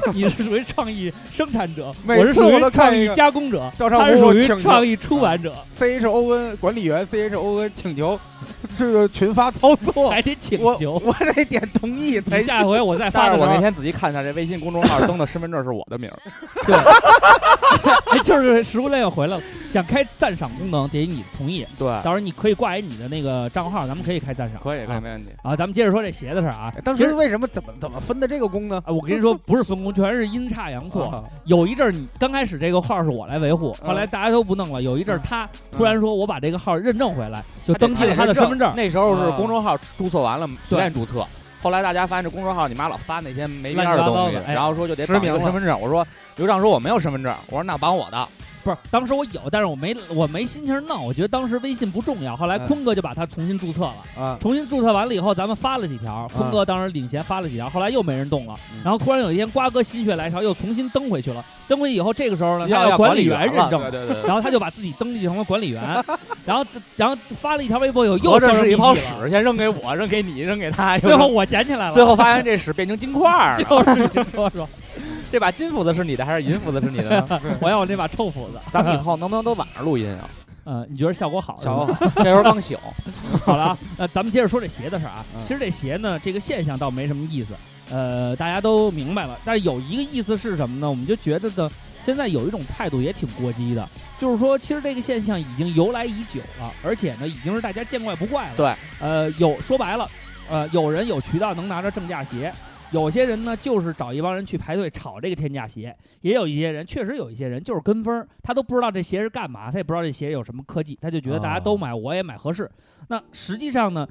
C: 操
B: 你是属于创意生产者，
D: 每
B: 我是
D: 次
B: 属
D: 我
B: 于
D: 都
B: 创
D: 看
B: 意
D: 一个
B: 加工者，
D: 赵尚
B: 他
D: 武
B: 是属于
D: 请求
B: 创意出版者，
D: C H O N 管理员 C H O N 请求这个群发操作，
B: 还得 (laughs) 请
D: 哦我
B: 求。
D: 我得点同
B: (laughs)
D: 意才行。
B: 你下回我再发
C: 但
B: 的时
C: 是我那
B: 候，
C: 天仔细看一下，这微信公众号登的身份证是我的名儿。
B: 哎就是食物链又回来了，想开赞赏功能得你同意，
C: 对，
B: 到时候你可以挂一你的那个账号，咱们可以开赞赏。
C: (laughs) 可以，可以，
B: 啊
C: 没问题。
B: 啊，咱们接着说这鞋的事儿啊。
D: 哎当
B: 其
D: 时
B: 实
D: 为什么怎么怎么分的这个工呢？
B: 啊，我跟你说，不是分工，全是阴差阳错。
D: (laughs) 啊
B: 有一阵儿，你刚开始这个号是我来维护，
D: 嗯
B: 后
C: 啊
B: 来大家都不弄了。有一阵儿，他突然说我把这个号认证回来，就
C: 就
B: 登记了他的身份证。
C: 那时候是
D: 啊
C: 公众号注册完了，随便注册。后来大家发现这公众号你妈老发那些没边儿
B: 乱七八
C: 东
B: 糟
C: 西，
B: 的哎
C: 然后说就得
D: 实
C: 绑一
D: 名
C: 个
D: 了
C: 身份证。我说刘畅说我没有身份证，我说那绑我的。
B: 不是，当时我有，但是我没我没心情弄。我觉得当时微信不重要。后来
D: 嗯
B: 坤哥就把它重新注册了。
D: 啊，
B: 重新注册完了以后，咱们发了几条，坤哥当时领衔发了几条，后来又没人动了。
C: 嗯
B: 然后突然有一天，瓜哥心血来潮又重新登回去了。登回去以后，这个时候呢，他
C: 要
B: 有管
C: 管
B: 理
C: 员
B: 员认证
C: 了
B: 了，
C: 对 (laughs) 对对。
B: 然后他就把自己登记成了管理员， (laughs) 然后然后发了一条微博以后又
C: 合着
B: 销声
C: 是一
B: 匿
C: 泡
B: 迹了
C: 屎，先扔给我，扔给你，扔给他。
B: (laughs) 最后我捡起来了， (laughs)
C: 最后发现这屎变成金块儿了。
B: 就是你说
C: (laughs)
B: 说，
C: 这把金斧子是你的还是银斧子是你的呢？
B: 我要我那把臭斧子。
C: 咱们以后能不能都晚上录音啊？
B: (laughs) 嗯，你觉得效果好是吧？
C: 小伙 (laughs) 这时候刚醒，
B: (laughs) 好了啊，那咱们接着说这鞋的事儿啊。
C: 嗯
B: 其实这鞋呢，这个现象倒没什么意思，呃，大家都明白了。但是有一个意思是什么呢？我们就觉得呢，现在有一种态度也挺过激的，就是说，其实这个现象已经由来已久了，而且呢，已经是大家见怪不怪了。
C: 对，
B: 呃，有说白了，呃，有人有渠道能拿着正价鞋。有些人呢，就是找一帮人去排队炒这个天价鞋，也有一些人，确实有一些人就是跟风儿，他都不知道这鞋是干嘛，他也不知道这鞋有什么科技，他就觉得大家都买，我也买合适。那实际上呢，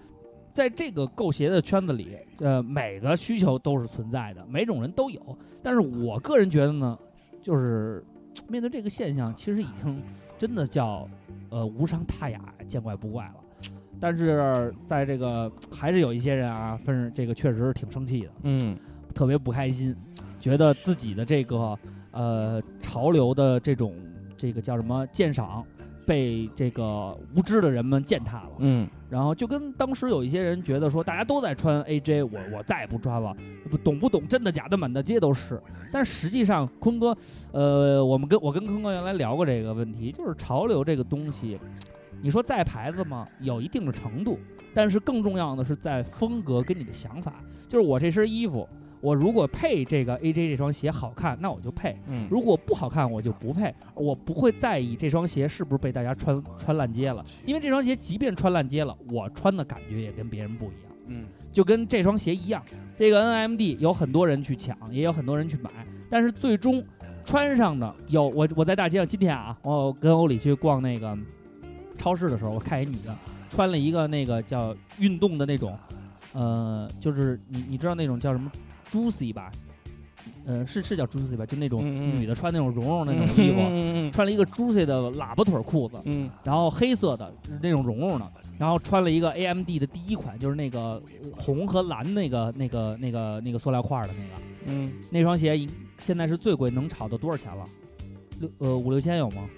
B: 在这个购鞋的圈子里，呃，每个需求都是存在的，每种人都有。但是我个人觉得呢，就是嘖面对这个现象，其实已经真的叫呃无伤大雅，见怪不怪了。但是在这个还是有一些人啊，分是这个确实是挺生气的。
C: 嗯，
B: 特别不开心，觉得自己的这个呃潮流的这种这个叫什么鉴赏被这个无知的人们践踏了。
C: 嗯，
B: 然后就跟当时有一些人觉得说，大家都在穿 AJ，我我再也不穿了，不懂不懂，真的假的，满大街都是。但实际上，坤哥，呃，我们跟我跟坤哥原来聊过这个问题，就是潮流这个东西，你说在牌子嘛，有一定的程度，但是更重要的是在风格跟你的想法，就是我这身衣服。我如果配这个 AJ 这双鞋好看，那我就配；
C: 嗯
B: 如果不好看，我就不配。我不会在意这双鞋是不是被大家穿穿烂街了，因为这双鞋即便穿烂街了，我穿的感觉也跟别人不一样。
D: 嗯，
B: 就跟这双鞋一样，这个 NMD 有很多人去抢，也有很多人去买，但是最终穿上的有我我在大街上今天啊，我跟欧里去逛那个超市的时候，我看一女的穿了一个那个叫运动的那种，呃，就是你你知道那种叫什么 Juicy 吧？呃，是是叫 Juicy 吧？就那种
C: 嗯嗯
B: 女的穿那种绒绒的那种衣服，
C: 嗯
B: 穿了一个 Juicy 的喇叭腿裤子，
C: 嗯
B: 然后黑色的那种绒绒的，然后穿了一个 AMD 的第一款，就是那个呃红和蓝那个那个那个那个塑料块儿的那个
C: 嗯，
B: 那双鞋一，现在是最贵，能炒到多少钱了？六呃五六千有吗？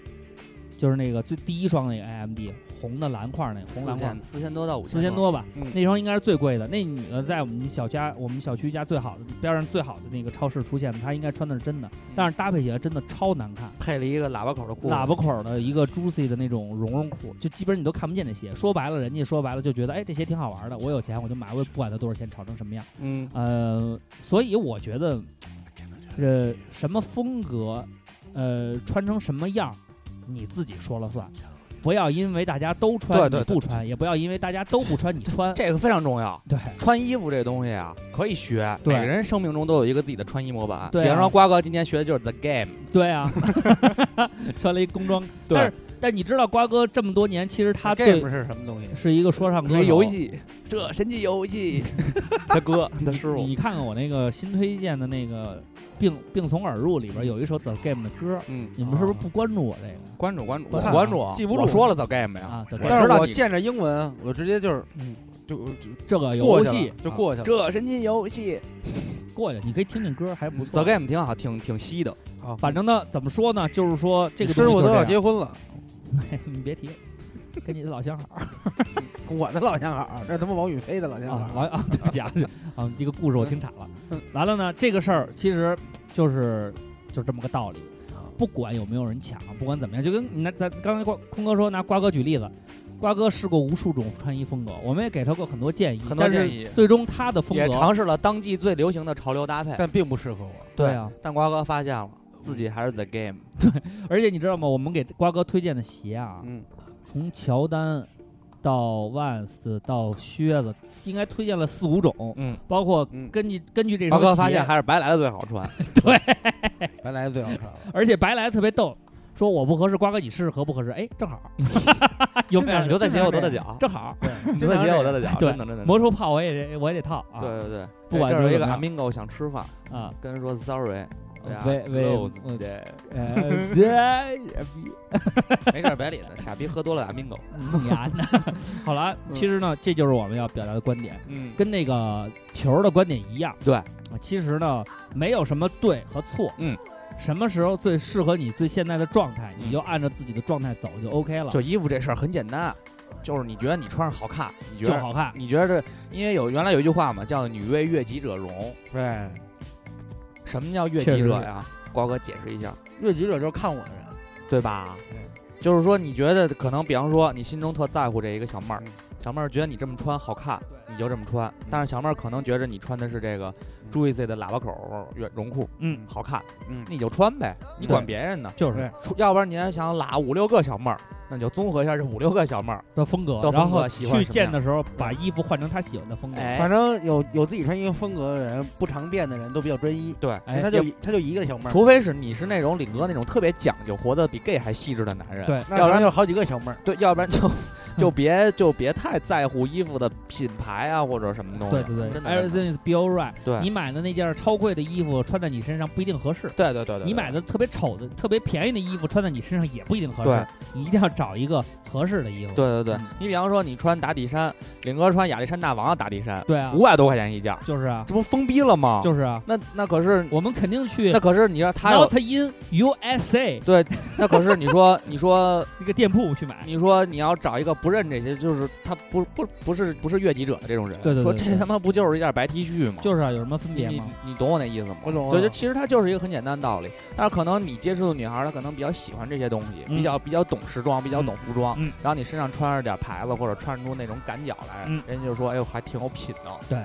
B: 就是那个最第一双那个 AMD 红的蓝块儿那个红蓝块儿
C: 四千多到五
B: 四千，多吧，
C: 嗯
B: 那双应该是最贵的。那女的在我们小家我们小区一家最好的边上最好的那个超市出现的，她应该穿的是真
C: 嗯
B: 的，但是搭配起来真的超难看。
C: 配了一个喇叭口的裤子，
B: 喇叭口儿的一个 juicy 的那种绒绒裤，就基本你都看不见这鞋。说白了，人家说白了就觉得，哎，这鞋挺好玩的，我有钱我就买，我也不管它多少钱，炒成什么样。
C: 嗯
B: 呃，所以我觉得，呃，什么风格，呃，穿成什么样儿，你自己说了算。不要因为大家都穿
C: 对对
B: 你不穿，也不要因为大家都不穿你穿。
C: 这个非常重要。
B: 对 (laughs)
C: 穿衣服这东西啊，可以学，
B: 对
C: 每个人生命中都有一个自己的穿衣模板。
B: 对啊
C: 比方说瓜哥今天学的就是 The Game，
B: 对啊， (laughs) 穿了一工装。
C: 对
B: 但是但你知道瓜哥这么多年，其实他对
D: game 哎是什么东西？
B: 是一个说唱歌手。
C: 戏，这神奇游戏，他哥他师傅，
B: 你看看我那个新推荐的那个《病病从耳入》里边有一首 The Game 的歌，
C: 嗯，
B: 你们是不是不关注我这个
C: 关注关注，
B: 我
C: 我
B: 看
C: 关注，啊
D: 记不住
C: 我说了 The Game 呀，
B: 啊？The
C: 我
B: Game
D: 但
C: 知
D: 是
C: 道
D: 我
C: 你
D: 见着英文，我直接就是
B: 嗯，
D: 就
B: 这个
D: 就
B: 游啊
D: 过去
B: 戏
D: 了，就过去了。
C: 这神奇游戏
B: 过去，你可以听听歌，还不
C: ，The
B: 错。
C: Game 挺好，挺挺稀的。
D: 好
B: 反正呢，怎么说呢，就是说这个
D: 啊师
B: 东
D: 傅
B: 西
D: 都
B: 就是
D: 要
B: 这样
D: 结婚了，
B: 你 (laughs) 别提，跟你的老相好
D: 我的老相好，这他妈王宇飞的老相
B: 啊，
D: 好。
B: 王啊，对不起啊，对不起啊，这个故事我听岔了。 (laughs) 完了呢，这个事儿其实就是就这么个道理，不管有没有人抢，不管怎么样，就跟你拿咱刚才瓜空哥说拿瓜哥举例子，瓜哥试过无数种穿衣风格，我们也给他过很多建议，
C: 很多
B: 但是
C: 建议
B: 最终他的风
C: 也
B: 格
C: 尝试了当季最流行的潮流搭配。
D: 但并不适合我，
B: 对啊，
C: 但瓜哥发现了自己还是 The Game，
B: 而且你知道吗？我们给瓜哥推荐的鞋啊，
D: 嗯，
B: 从乔丹到万斯到靴子，应该推荐了四五种，
C: 嗯，
B: 包括
D: 嗯
B: 根据根据这
C: 瓜
B: 双
C: 哥
B: 鞋
C: 发现还是白来的最好穿。
D: 白来最好穿了。
B: 而且白来特别逗，说我不合适，瓜哥你试试合不合适？哎，正好，有没有
C: 留在鞋 (laughs) 有得的 (laughs) 脚，
B: 正好，
C: 留在鞋有得的脚，
B: 对
C: 真的真的。
B: 魔术炮我也得我也得套啊，
C: 对对对，
B: 不管
C: 这儿有一个
B: 怎么样
C: Amigo 想吃饭，
B: 啊，
C: 跟人说 sorry，哎
B: 喂喂嗯
C: 对，
B: 呃，对，
C: 没事儿别理他，傻逼喝多了 Amigo，
B: 弄牙呢。好了，其实呢，这就是我们要表达的观点，
C: 嗯，
B: 跟那个球儿的观点一样。
C: 对
B: 啊，其实呢，没有什么对和错，
C: 嗯。
B: 什么时候最适合你最现在的状态，
C: 嗯
B: 你就按照自己的状态走就 OK 了，
C: 就衣服这事儿很简单，就是你觉得你穿上好看，你觉
B: 就
C: 得
B: 好看。
C: 你觉得这，因为有原来有一句话嘛，叫“女为悦己者容
D: 对，”，
C: 什么叫悦
B: 确
C: 己
B: 实
C: 者
B: 是
C: 呀？瓜哥解释一下，
D: 越级者就是看我的人，
C: 对吧
D: 嗯？
C: 就是说，你觉得可能，比方说，你心中特在乎这一个小妹儿
D: 嗯，
C: 小妹儿觉得你这么穿好看，你就这么穿；但是小妹儿可能觉着你穿的是这个
D: 嗯
C: Juicy 的喇叭口羽绒裤
B: 嗯，
C: 好看，
D: 嗯
C: 你就穿呗，你管别人呢？
B: 就是
D: 对
C: 出要不然你要想拉五六个小妹儿，那你就综合一下这五六个小妹儿，
B: 的风格
C: 的，风格
B: 然后
C: 喜欢什么
B: 去
C: 样嗯
B: 见的时候把衣服换成他喜欢的风格，
C: 哎
D: 反正有有自己穿衣服风格的人，不常变的人都比较专一，
C: 对，
B: 哎
D: 他就一他就一个小妹儿，
C: 除非是你是那种领哥那种特别讲究、活得比 gay 还细致的男人，
B: 对
D: 那
C: 要不
D: 咱
C: 然
D: 就好几个小妹儿。
C: 对，要不
B: (laughs)
C: 然就就别就别太在乎衣服的品牌啊或者什么东西，
B: 对对对
C: 真的真的
B: ，everything is be alright。
C: 对
B: 你买的那件超贵的衣服穿在你身上不一定合适，
C: 对对对对，
B: 你买的特别丑的、特别便宜的衣服穿在你身上也不一定合
C: 对
B: 适。你一定要找一个合适的衣服。
C: 对对对
B: 嗯，
C: 你比方说你穿打底衫，领哥穿亚历山大王的打底衫，
B: 对啊
C: 五，百多块钱一件，
B: 就是啊，
C: 这不疯逼了吗？
B: 就是啊，
C: 那那可是
B: 我们肯定去
C: 那可是你让他有
B: Not in USA
C: 对，那可是你说你说
B: 那个店铺去买。
C: 你说你要找一个不认这些，就是他不不不是不是越级者的这种人，
B: 对对对
C: 说
B: 对
C: 这他妈不就是一件白 T 恤吗？
B: 就是啊，有什么分
C: 你
B: 别
C: 你
B: 吗？
C: 你懂我那意思吗？
D: 我懂我
C: 对，就
D: 懂
C: 其实它就是一个很简单的道理，但是可能你接触的女孩儿，她可能比较喜欢这些东西，
B: 嗯
C: 比较比较懂时装，比较懂服装，
B: 嗯
C: 然后你身上穿着点牌子或者穿出那种赶脚来，
B: 嗯
C: 人家就说哎呦还挺有品的，
B: 对，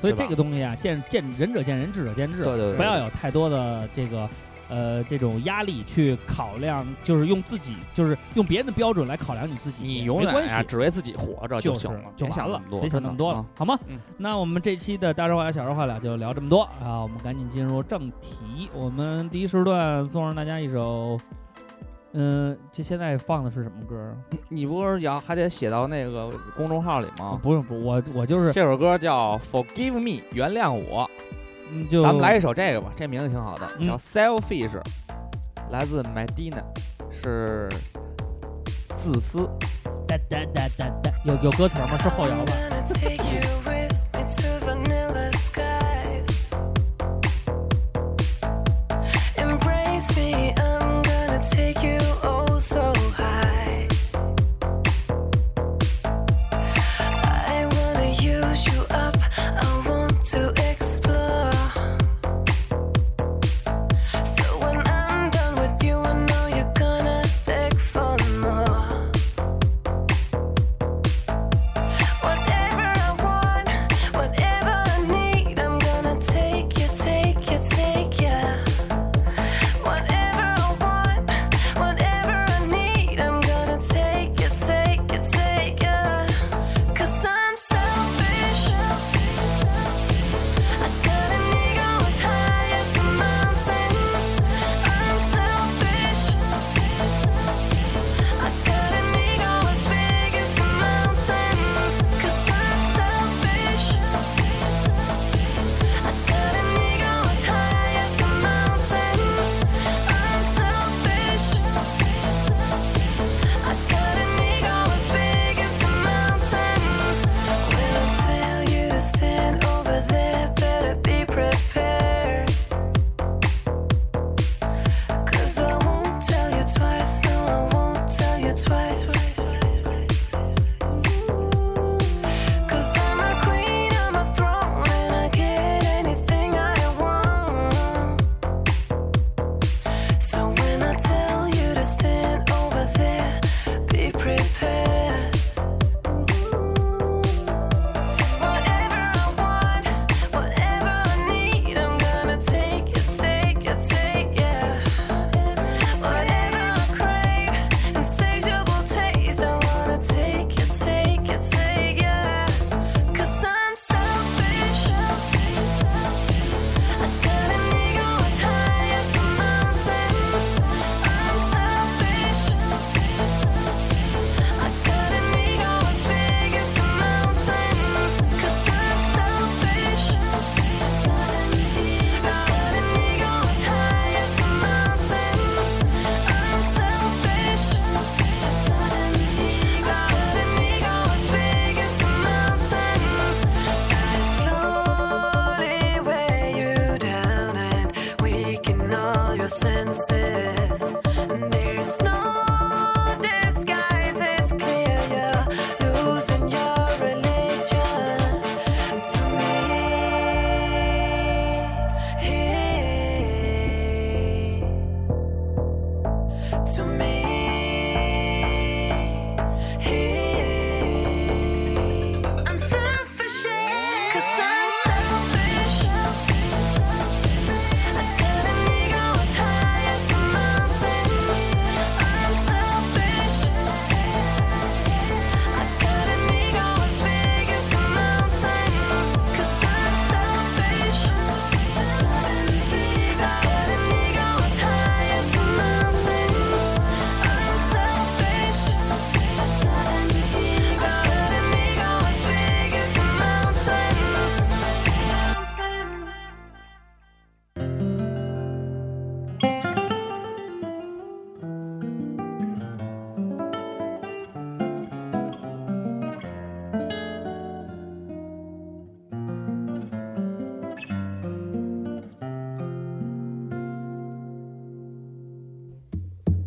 B: 所以
C: 对吧
B: 这个东西啊，见见仁者见仁，智者见智，啊
C: 对对对
B: 不要有太多的这个。呃，这种压力去考量，就是用自己，就是用别人的标准来考量你自己，
C: 你
B: 也
C: 永
B: 没
C: 远
B: 关系
C: 啊，只为自己活着
B: 就是
C: 行了，
B: 就
C: 别
B: 完
C: 想那
B: 了
C: 么，多，
B: 别想那么多
C: 真的
B: 了，好吗
C: 嗯？
B: 那我们这期的大事化小，小事化了就聊这么多啊，我们赶紧进入正题。我们第一时段送上大家一首，嗯，这现在放的是什么歌儿？
C: 啊你不是也要还得写到那个公众号里吗？
B: 不是，不，我我就是，
C: 啊这首歌叫《Forgive Me》，原谅我。
B: 嗯就
C: 咱们来一首这个吧，这名字挺好的，
B: 嗯
C: 叫《Selfish》，来自 Medina，是自私。
B: 哒哒哒哒哒，有有歌词吗？是后摇吧？
E: Embrace me, I'm gonna take you oh so high. I wanna use you up, I want to explore. So when I'm done with you, I know you're gonna beg for more. Whatever I want, whatever I need.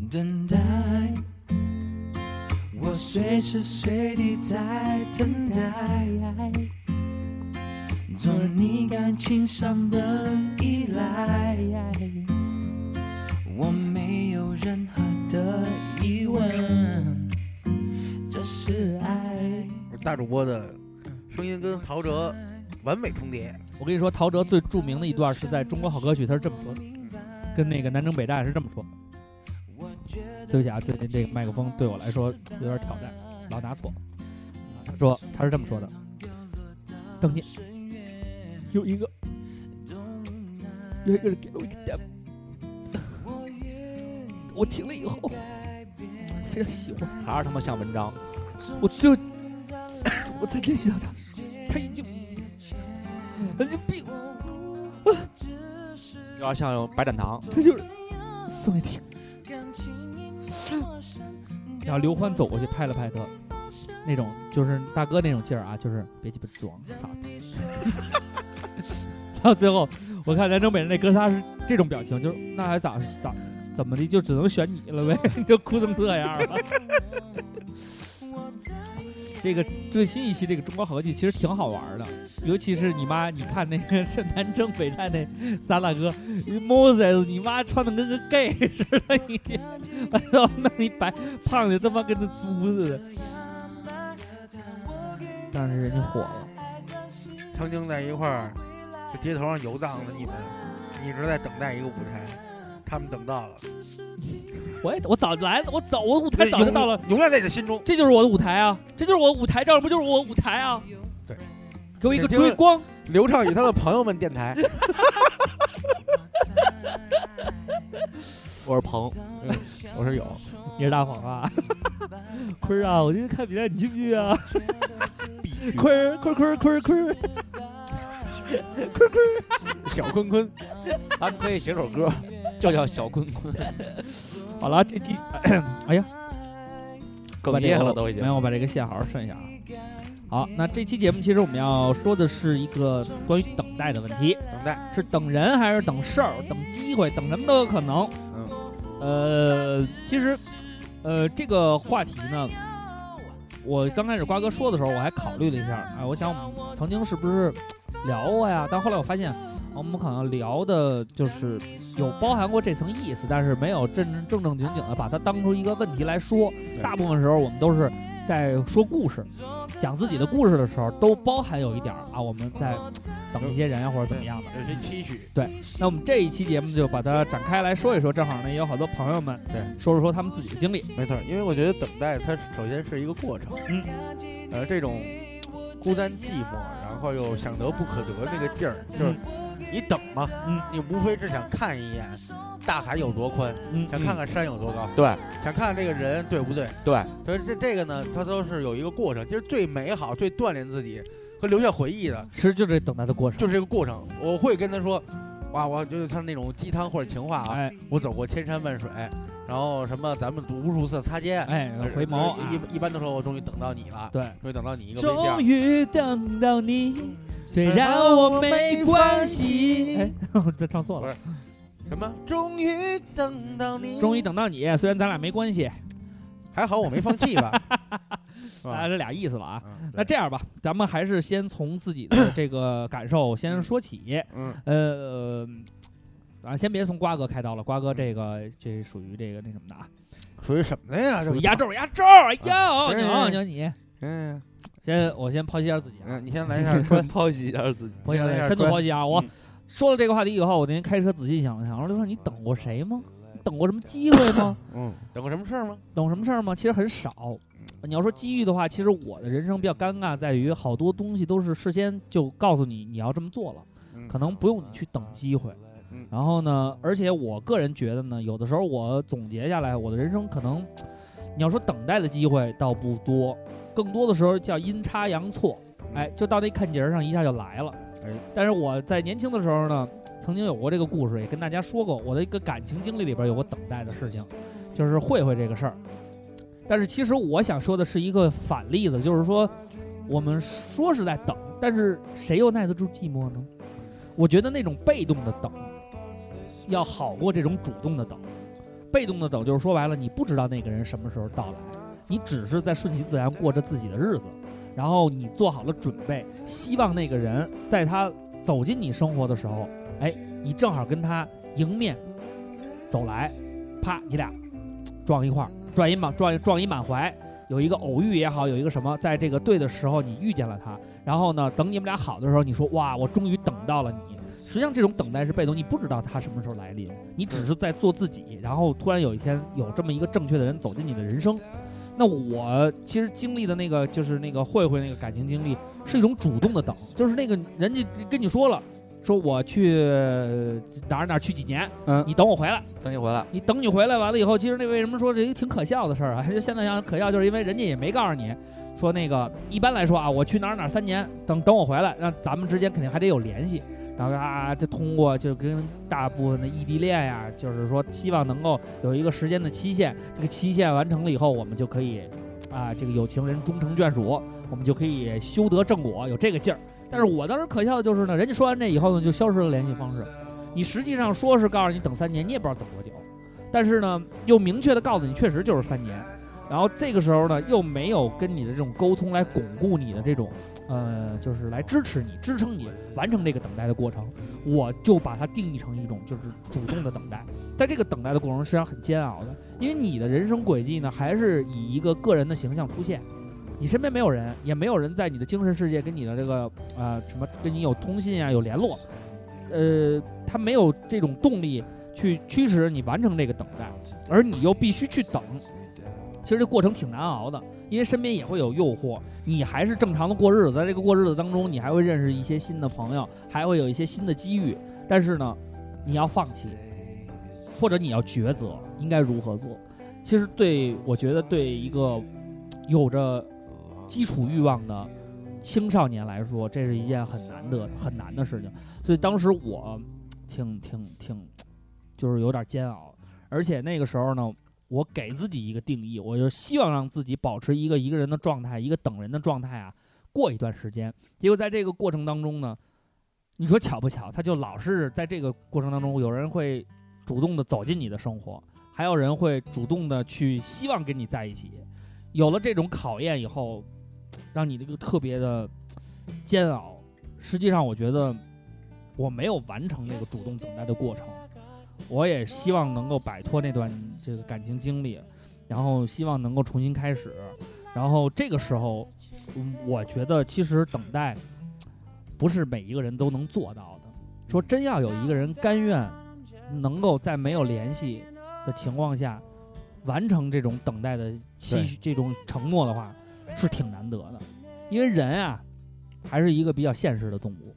F: 等待，我随时随地在等待，做你感情上的依赖，我没有任何的疑问，这是爱。
D: 大主播的声音跟陶喆完美重叠，
B: 我跟你说，陶喆最著名的一段是在中国好歌曲，他是这么说的，跟那个南征北战是这么说。对不起啊，最近这个麦克风对我来说有点挑战，老拿错。啊他说他是这么说的：当年有一个有一个人给了我一个 demo，我听了以后非常喜欢。
C: 还是他妈像文章，
B: 我就我在联系到他，他已经他已经病，
C: 有点像白展堂。
B: 他就是宋伟霆。然后刘欢走过去拍了拍他，那种就是大哥那种劲儿啊，就是别鸡巴装傻逼。 (laughs) 然后最后我看南征北战那哥仨是这种表情，就是那还咋咋怎么的，就只能选你了呗， (laughs) 你就哭成这样了。这个最新一期这个中国好歌剧其实挺好玩的，尤其是你妈，你看那个 (laughs) 这南征北战那仨大哥，Moses，你妈穿的跟个 gay 似的，你完了那一白胖的他妈跟那猪似的，但是人家火了，
D: 曾经在一块儿在街头上游荡的你们，你一直在等待一个舞台，他们等到了，
B: 我也我早来，我早我舞台早就到了，
D: 永，永远在你的心中。
B: 这就是我的舞台啊，这就是我的舞台，照样不就是我的舞台啊？
D: 对，
B: 给我一个
D: 你听了
B: 追光，
D: 刘畅与他的朋友们电台，
C: 我是鹏，
D: 嗯我是有，
B: 你是大黄啊，坤儿啊，我今天看比赛，你去不去啊？坤儿坤儿坤儿坤儿坤儿，
D: 小坤坤，
C: (laughs) 咱们可以写首歌，就叫小坤 (laughs) 坤。
B: 好了，这期
C: 哽咽了都已经
B: 没。有，我把这个线好好顺一下啊。好，那这期节目其实我们要说的是一个关于等待的问题，
D: 等待，
B: 是等人还是等事儿、等机会、等什么都有可能。
D: 嗯，
B: 呃，其实，呃，这个话题呢，我刚开始瓜哥说的时候，我还考虑了一下，啊、我想我们曾经是不是聊过呀？但后来我发现，我们可能聊的就是有包含过这层意思，但是没有正正正经经的把它当出一个问题来说。大部分时候我们都是在说故事，讲自己的故事的时候，都包含有一点儿啊，我们在等一些人啊，或者怎么样的。
D: 有些期许，
B: 那我们这一期节目就把它展开来说一说，正好呢也有好多朋友们
D: 对
B: 说一说他们自己的经历。
D: 没错，因为我觉得等待它首先是一个过程，
B: 嗯，
D: 呃，这种孤单寂寞，然后又想得不可得那个劲儿，就是
B: 嗯
D: 你等嘛，
B: 嗯，
D: 你无非是想看一眼大海有多宽，
B: 嗯
D: 想看看山有多高，
C: 对，
D: 想看看这个人对不对，
C: 对，
D: 所以这这个呢，它都是有一个过程，就是最美好、最锻炼自己和留下回忆的，
B: 其实就这等待的过程，
D: 就是这个过程。我会跟他说，哇，我就是他那种鸡汤或者情话啊，
B: 哎
D: 我走过千山万水，然后什么咱们无数次擦肩，呃
B: 哎回眸啊，
D: 一一般都说我终于等到你了，
B: 对，
D: 终于等到你一个嗯对
B: 终
D: 象。
B: 于等到你，虽然我没关系。
D: 嗯
B: 哎， (laughs) 我这唱错
D: 不
B: 了。
D: 是什么？终于等到你，
B: 终于等到你，虽然咱俩没关系，
D: 还好我没放弃吧？
B: (laughs)
D: 是
B: 大家
D: 吧
B: 这俩意思了啊。
D: 嗯
B: 那
D: 对
B: 这样吧，咱们还是先从自
D: (coughs)
B: 己的这个感受先说起。
D: 嗯，
B: 呃，啊，先别从瓜哥开刀了，瓜哥这个这属于这个那什么的啊，
D: 属于什么呀？这
B: 属
D: 嗯不
B: 于压轴压轴，哎
D: 啊
B: 呦，牛牛你！
D: 嗯
B: 先我先剖析一下自己啊，
D: 嗯，你先来一下穿
C: 剖析一下自己。
B: (laughs) 剖析一下自己
D: 嗯
B: 深度
D: 嗯
B: 剖析啊。我说了这个话题以后，我那天开车仔细想了想，我就说你等过谁吗？等过什么机会吗？
D: 嗯，等过什么事儿吗？
B: 懂什么事儿吗？其实很少。
D: 嗯
B: 你要说机遇的话，其实我的人生比较尴尬，在于好多东西都是事先就告诉你你要这么做了，
D: 嗯
B: 可能不用你去等机会
D: 嗯。
B: 然后呢，而且我个人觉得呢，有的时候我总结下来，我的人生可能，你要说等待的机会倒不多，更多的时候叫阴差阳错，哎，就到那坎节儿上一下就来了。
D: 嗯哎
B: 但是我在年轻的时候呢，曾经有过这个故事，也跟大家说过，我的一个感情经历里边有过等待的事情，就是慧慧这个事儿。但是其实我想说的是一个反例子，就是说我们说是在等，但是谁又耐得住寂寞呢？我觉得那种被动的等，要好过这种主动的等。被动的等就是说白了，你不知道那个人什么时候到来，你只是在顺其自然过着自己的日子，然后你做好了准备，希望那个人在他走进你生活的时候，哎，你正好跟他迎面走来，啪，你俩撞一块儿，撞一满撞撞一满怀，有一个偶遇也好，有一个什么，在这个对的时候你遇见了他，然后呢，等你们俩好的时候，你说哇，我终于等到了你。实际上，这种等待是被动，你不知道他什么时候来临，你只是在做自己。然后突然有一天，有这么一个正确的人走进你的人生。那我其实经历的那个就是那个慧慧那个感情经历，是一种主动的等，就是那个人家跟你说了，说我去呃哪儿哪儿去几年，
D: 嗯
B: 你等我回来。
C: 等你回来，
B: 你等你回来完了以后，其实那为什么说这一个挺可笑的事儿啊？就现在想想可笑，就是因为人家也没告诉你说那个一般来说啊，我去哪儿哪儿三年，等等我回来，那咱们之间肯定还得有联系。然后啊，这通过就跟大部分的异地恋呀、就是说希望能够有一个时间的期限，这个期限完成了以后，我们就可以啊，这个有情人终成眷属，我们就可以修得正果，有这个劲儿。但是我当时可笑的就是呢，人家说完这以后呢，就消失了联系方式。你实际上说是告诉你等三年，你也不知道等多久。但是呢，又明确的告诉你，确实就是三年。然后这个时候呢，又没有跟你的这种沟通来巩固你的这种，呃，就是来支持你、支撑你完成这个等待的过程。我就把它定义成一种就是主动的等待，在这个等待的过程实际上很煎熬的，因为你的人生轨迹呢，还是以一个个人的形象出现。你身边没有人，也没有人在你的精神世界跟你的这个呃什么跟你有通信啊有联络，呃，他没有这种动力去驱使你完成这个等待，而你又必须去等。其实这过程挺难熬的，因为身边也会有诱惑，你还是正常的过日子，在这个过日子当中，你还会认识一些新的朋友，还会有一些新的机遇，但是呢，你要放弃，或者你要抉择应该如何做。其实对我觉得对一个有着基础欲望的青少年来说，这是一件很难的很难的事情。所以当时我挺挺挺，就是有点煎熬。而且那个时候呢，我给自己一个定义，我就希望让自己保持一个一个人的状态，一个等人的状态啊，过一段时间。结果在这个过程当中呢，你说巧不巧，他就老是在这个过程当中，有人会主动的走进你的生活，还有人会主动的去希望跟你在一起。有了这种考验以后，让你这个特别的煎熬。实际上，我觉得我没有完成那个主动等待的过程，我也希望能够摆脱那段这个感情经历，然后希望能够重新开始。然后这个时候，嗯我觉得其实等待不是每一个人都能做到的。说真要有一个人甘愿能够在没有联系的情况下完成这种等待的期许、这种承诺的话，是挺难得的。因为人啊，还是一个比较现实的动物，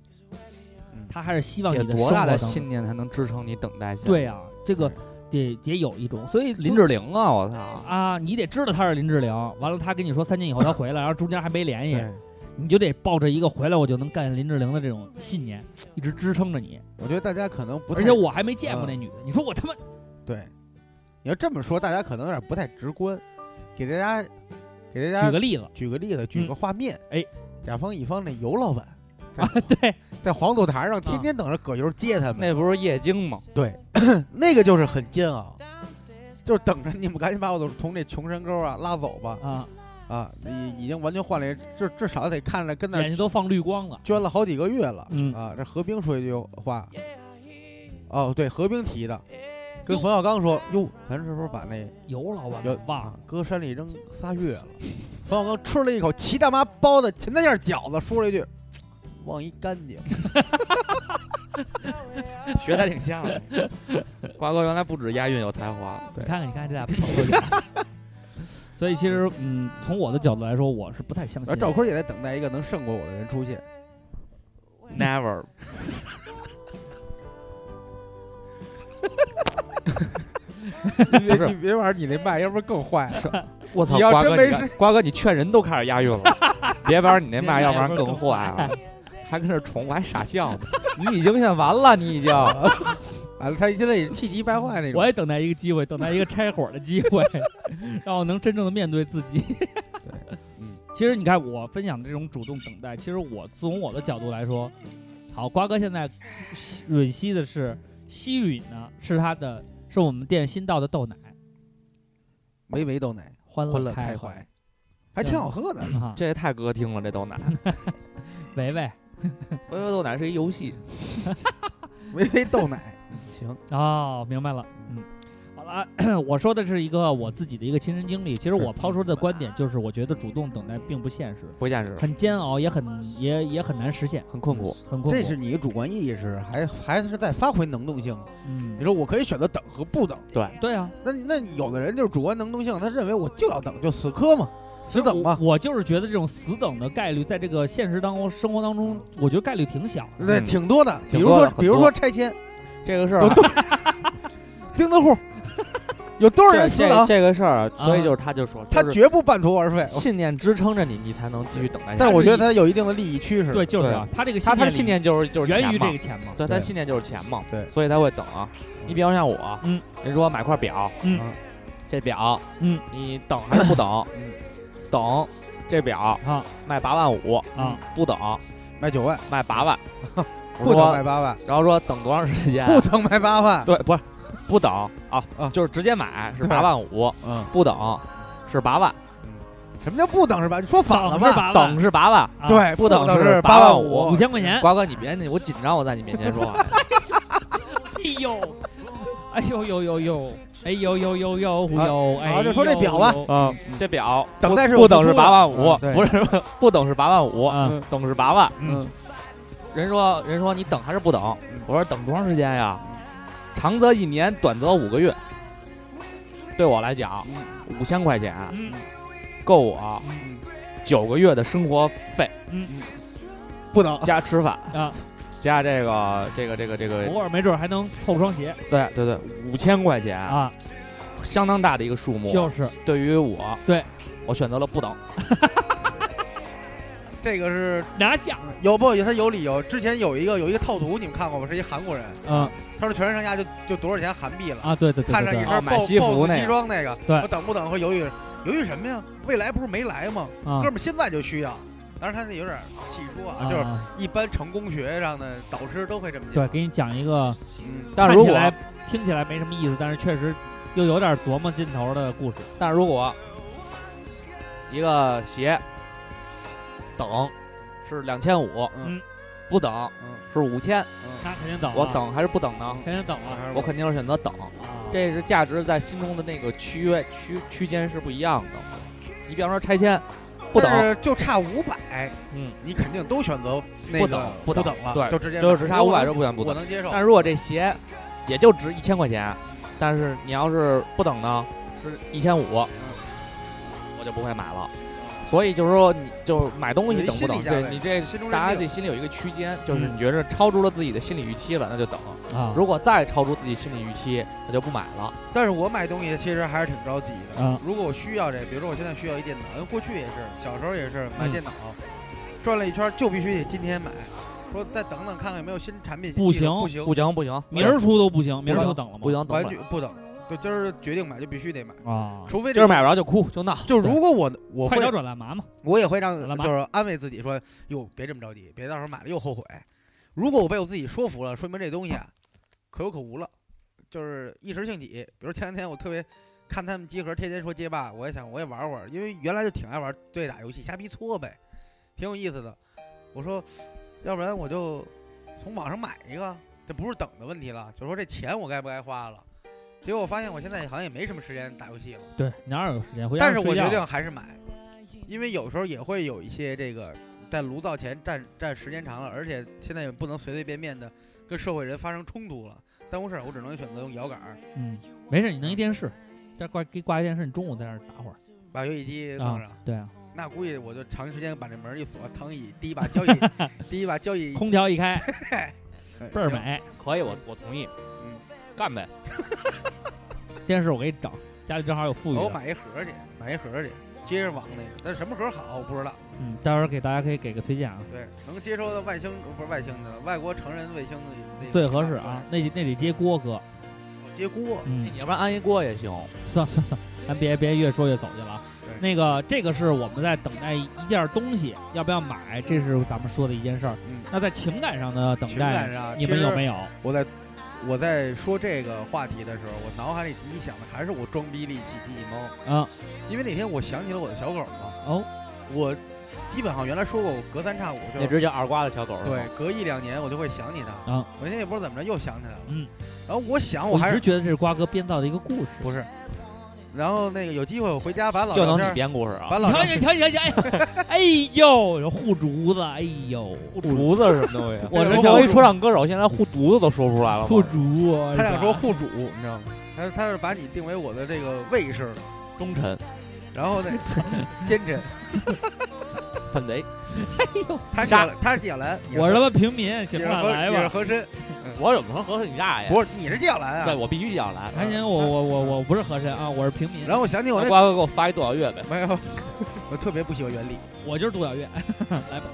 C: 嗯
B: 他还是希望你
C: 得
B: 的生
C: 多
B: 活
C: 大的
B: 当中
C: 信念才能支撑你等待下？
B: 对，啊，这个得得有一种，所以
C: 林志玲啊，我操！
B: 啊，你得知道他是林志玲，完了他跟你说三年以后他回来，然后中间还没联系，你就得抱着一个回来我就能干林志玲的这种信念，一直支撑着你。
D: 我觉得大家可能不太，
B: 而且我还没见过那女的，你说我他妈
D: 对，你要这么说，大家可能有点不太直观。给大家，给大
B: 举
D: 家
B: 个例子，
D: 举个例子，举个画面。
B: 哎，
D: 甲方乙方那尤老
B: (laughs)
D: 板
B: 对，
D: 在黄土台上天天等着葛优接他们，
C: (laughs) 那不是叶京吗？
D: 那个就是很煎熬，就是等着你们赶紧把我从这穷山沟啊拉走吧
B: 啊，
D: 啊！已已经完全换了一，至至少得看着跟那儿
B: (laughs) 眼睛都放绿光了，
D: 捐了好几个月了。
B: 嗯
D: 啊，这何冰说一句话，哦，对，何冰提的，跟冯小刚说，哟，咱是不是把那
B: 有老板
D: 有
B: 忘
D: 啊
B: 了，
D: 搁山里扔仨月 (laughs) 了？冯小刚吃了一口齐大妈包的芹菜馅饺子，说了一句。忘一干净，
C: 学的挺像的。 (laughs) 瓜哥原来不止押韵有才华，
B: 你
C: 对，
B: 看看你看看这俩朋友。所以其实，嗯，从我的角度来说，我是不太相
D: (laughs) 而
B: 信。
D: 赵坤也在等待一个能胜过我的人出现。
C: Never。
D: (laughs) 你别
C: 不是
D: 你别玩你那麦，要不然更坏了。
C: 我
D: 操瓜
C: 操，瓜
D: 哥
C: 哥，
D: 你
C: 你
D: 看
C: 瓜哥，你劝人都开始押韵了，别玩你那
B: 麦
C: 麦，
B: 要
C: 要
B: 不
C: 不
B: 然
C: 然
B: 更
C: 更
B: 坏
C: 坏
B: 了
C: (laughs) 了，还跟这宠，我还傻笑呢。你已经现完了，你已经。
D: 完了，啊他现在也气急败坏那种
B: 我。也等待一个机会，等待一个拆伙的机会，让我能真正的面对自己。
D: 嗯
B: 其实你看我分享的这种主动等待，其实我从我的角度来说，好，瓜哥现在吮吸的是吸允呢，是他的，是我们店新到的豆奶。
D: 没围兜奶，
B: 欢
D: 欢乐
B: 乐
D: 开
B: 怀
D: 怀，嗯还挺好喝的。
B: 啊！
C: (laughs) 这也太歌厅了，这豆奶，
B: 维维
C: 微微豆奶是一游戏，
D: 维维豆 (laughs) 奶，行，
B: 哦，明白了，嗯，好了啊，我说的是一个我自己的一个亲身经历。其实我抛出的观点就是，我觉得主动等待并不现实，
C: 不现实，
B: 很煎熬，也很也也很难实现，
C: 很困苦。
B: 很困苦。
D: 这是你主观意识，还还是在发挥能动性。你
B: 嗯，
D: 说我可以选择等和不等，
B: 对啊，
D: 那那有的人就是主观能动性，他认为我就要等，就死磕嘛，死等
B: 我
D: 嘛。
B: 我就是觉得这种死等的概率，在这个现实当中生活当中，我觉得概率挺小的。
D: 对，
C: 嗯
D: 挺多的，比
C: 挺
D: 如
C: 多
D: 说
C: 的很多
D: 比如说拆迁，
C: 这个事儿啊
D: 有，多钉子户， (laughs) 有多少人
C: 对
D: 死
C: (laughs) 这个
D: 等？
C: 这个事儿，啊所以就是他就说，
D: 他
C: 就是
D: 绝不半途而废。
C: (laughs) 信念支撑着你，你才能继续等待下去。
D: 但是我觉得他有一定的利益驱使。
B: 对，就是啊，他这个
C: 他他的
B: 里
C: 信念就是就是
B: 源
C: 钱
B: 于
C: 嘛
B: 这个钱嘛。
C: 对，他
D: 对
C: 信念就是钱嘛，
D: 对
C: 所以他会等。啊你比方像我，
B: 嗯，
C: 人说买块表，
B: 嗯，
C: 这表，
B: 嗯，
C: 你等还是不等？
D: 嗯
C: 等，这表
B: 啊
C: 卖八万五
B: 啊，
C: 不等，
D: 卖九万，
C: 卖
D: (laughs)
C: 八万，我
D: 嗯不等
C: 说
D: 卖八万，
C: 然后说等多长时间？
D: 不等卖八万。
C: 哎对，
D: (laughs)
C: 不是不等啊
D: 啊，
C: 就是直接买是
D: 对
C: 八万五，
D: 嗯，
C: 不等是八万，
D: 什么叫不等是吧？你说反了
B: 等是
D: 吧？
B: 八万
C: 等是八万。
B: 啊
D: 对，
C: 不等
D: 等
C: 是
D: 八
C: 8万
D: 五
B: 五，千块钱。
C: 瓜哥，你别那，我紧张，我在你面
D: (laughs)
C: 前说话。
B: 哎呦，哎呦呦呦呦，哎呦呦呦呦
D: 啊
B: 呦，哎
D: 好
B: 呦，
D: 就说这表吧
C: 嗯，这表
D: 等待是有
C: 不等
D: 付
C: 是
D: 出的
C: 八万五
D: 嗯，对
C: 不是不等是八万五，
B: 啊，
C: 等是八万。
D: 嗯，
C: 人说人说你等还是不等？
B: 嗯
C: 我说等多长时间呀？长则一年，短则五个月。对我来讲，五千块钱
B: 嗯
C: 够我九个月的生活
B: (laughs)
C: 费，
D: 嗯不等。
C: 加吃饭，
B: 嗯啊，
C: 加这个这个这个这个，
B: 偶尔没准还能凑双鞋
C: 对对对，五千块钱，
B: 啊，
C: 相当大的一个数目。
B: 就是
C: 对于我，
B: 对
C: 我选择了不等。
D: 这个是
B: 拿下，
D: 有不有他有理由。之前有一个有一个套图，你们看过吗？是一韩国人，
B: 嗯
D: 他说全身上下就就多少钱韩币了，
B: 啊，对对对
D: 看上一
B: 对
D: 身
B: 对，
C: 哦
D: BOSS
C: 买西服那个
D: 西装那个，
B: 对
D: 我等不等会犹豫，犹豫什么呀？未来不是没来吗？
B: 啊
D: 哥们儿现在就需要。当然他那有点气说啊，就是
B: 啊
D: 一般成功学上的导师都会这么讲。
B: 对，给你讲一个，
D: 嗯，
C: 但是如
B: 看起
C: 果
B: 来听起来没什么意思，但是确实又有点琢磨劲头的故事，
C: 但是如果一个鞋等是两千五，
B: 嗯，
C: 不等
D: 嗯
C: 是五千，
B: 那肯定等啊，
C: 我等还是不等呢？
B: 肯定等了，
C: 我肯定是选择等，
B: 啊
C: 这是价值在心中的那个区约区区间是不一样的。你比方说拆迁，不
D: 但
C: 等，
D: 是就差五百，
C: 嗯，
D: 你肯定都选择那
C: 不
D: 个
C: 等
D: 不
C: 不等
D: 了，
C: 对
D: 就直接
C: 就
D: 买
C: 是只差五百就不
D: 我能
C: 选不
D: 我
C: 等。
D: 能接受
C: 但。是如果这鞋也就值一千块钱，但是你要是不等呢，是一千五，
D: 嗯
C: 我就不会买了。所以就是说，你就是买东西等不
D: 有一心理
C: 等，
D: 价位
C: 对你这
D: 心中
C: 大家
D: 认
C: 得
D: 定
C: 心里有一个区间，就是
B: 嗯
C: 你觉得超出了自己的心理预期了，那就等；
B: 啊
C: 如果再超出自己心理预期，那就不买了。
D: 但是我买东西其实还是挺着急的。
C: 嗯
B: 啊
D: 如果我需要这，比如说我现在需要一电脑，因为过去也是，小时候也是买
B: 嗯
D: 电脑，转了一圈就必须得今天买，说再等等看看有没有新产品。新
B: 不
D: 技术
B: 行
D: 不行，
C: 不行不行，
B: 明儿出都不行，明儿
C: 不
B: 就
C: 行
B: 等了吗？
C: 不行，等
D: 完
C: 会儿
D: 全不等，对，今儿决定买就必须得买，
B: 啊，
D: 除非
C: 今
D: 这
C: 儿
D: 个。
C: 买不着就哭就闹，
D: 就如果我我
B: 快
D: 会
B: 脚转烂麻嘛，
D: 我也会让
B: 来吧
D: 就是安慰自己说，哟，别这么着急，别到时候买了又后悔。如果我被我自己说服了，说明这东西啊可有可无了，就是一时兴起。比如前两天我特别看他们集合，天天说街霸，我也想我也玩会儿，因为原来就挺爱玩对打游戏，瞎逼搓呗，挺有意思的。我说，要不然我就从网上买一个，这不是等的问题了，就是说这钱我该不该花了。结果我发现我现在好像也没什么时间打游戏了。
B: 对，哪有时间回家
D: 但是我
B: 睡觉
D: 决定还是买，因为有时候也会有一些这个在炉灶前站站时间长了，而且现在也不能随随便便的跟社会人发生冲突了，耽误事儿，我只能选择用摇杆儿
B: 嗯，没事，你弄一电视，再挂给挂一电视，你中午在那儿打会儿
D: 把游戏机弄上
B: 啊，，对啊，
D: 那估计我就长时间把这门儿一锁，躺椅第一把
B: (laughs)
D: 交易第一把交易
B: 空调一开
D: 哎
B: 倍儿
D: 行
B: 美，
C: 可以，我我同意，
D: 嗯，
C: 干呗。
B: 电视我给你找，家里正好有富裕
C: Oh
D: 我
B: 的，
D: 买一盒儿去，买一盒儿去。接上网那个，但是什么盒儿好我不知道。
B: 嗯，到时候给大家可以给个推荐啊，
D: 对，能接收的外星不是外星的，外国成人卫星的那个
B: 最合适啊，，那那得接郭哥，
D: 接锅，
B: 嗯
C: 你，要不然安一锅也行，
B: (laughs) 算了算了，咱别别越说越走去了啊。
D: 对
B: 那个，这个是我们在等待一件东西要不要买，这是咱们说的一件事儿。
D: 嗯
B: 那在情感上的等
D: 情感
B: 待，
D: 上
B: 你们有啊
D: 有？
B: 没有？
D: 我在我在说这个话题的时候，我脑海里第一想的还是我装逼力气第一猫，
B: 啊
D: 因为那天我想起了我的小狗了。
B: 哦，
D: 我基本上原来说过，我隔三差五就
C: 那只叫二瓜的小狗是吗
D: 对，隔一两年我就会想起它。
B: 啊
D: 我那天也不知道怎么着又想起来了。
B: 嗯，
D: 然后我想我
B: 我
D: 还
B: 一直
D: 是
B: 觉得这是瓜哥编造的一个故事。
D: 不是，然后那个有机会我回家把老
C: 就
D: 照
C: 能你
D: 片，
C: 编故事啊
D: 把？老
B: 瞧
D: 照
B: 瞧瞧瞧瞧，哎呦，这护竹子，哎呦，
C: 护犊子是什么东西？
B: 我这
C: 这作为说唱歌手，现在护犊子都说不出来了吗。
B: 护竹，我
D: 他想说
B: 操
D: 护主，你知道吗？
B: (laughs)
D: 他他是把你定为我的这个卫士，
C: 忠臣、
D: 然后
B: (laughs)
D: 那奸臣，
C: 反贼，
B: 哎呦，
D: 他是
C: 杀
D: 小他是纪晓岚，你
B: 我
D: 是
B: 是他
D: 和
B: 妈平民，
D: 你
B: 行
D: 是
B: 吧，
D: 和
B: 来
D: 你是
B: 吧。
D: 和珅，
C: 我有什么合适你大爷？
D: 不是你是纪晓岚
C: 对，
D: 啊。
C: 我必须要来。
B: 还行，我我我我不是和珅啊，我是平民，
D: 然后我想起我
C: 那
D: 那
C: 瓜哥给我发一多少月呗？
D: (laughs) 没有，我特别不喜欢袁立。
B: 我就是杜小月，来吧。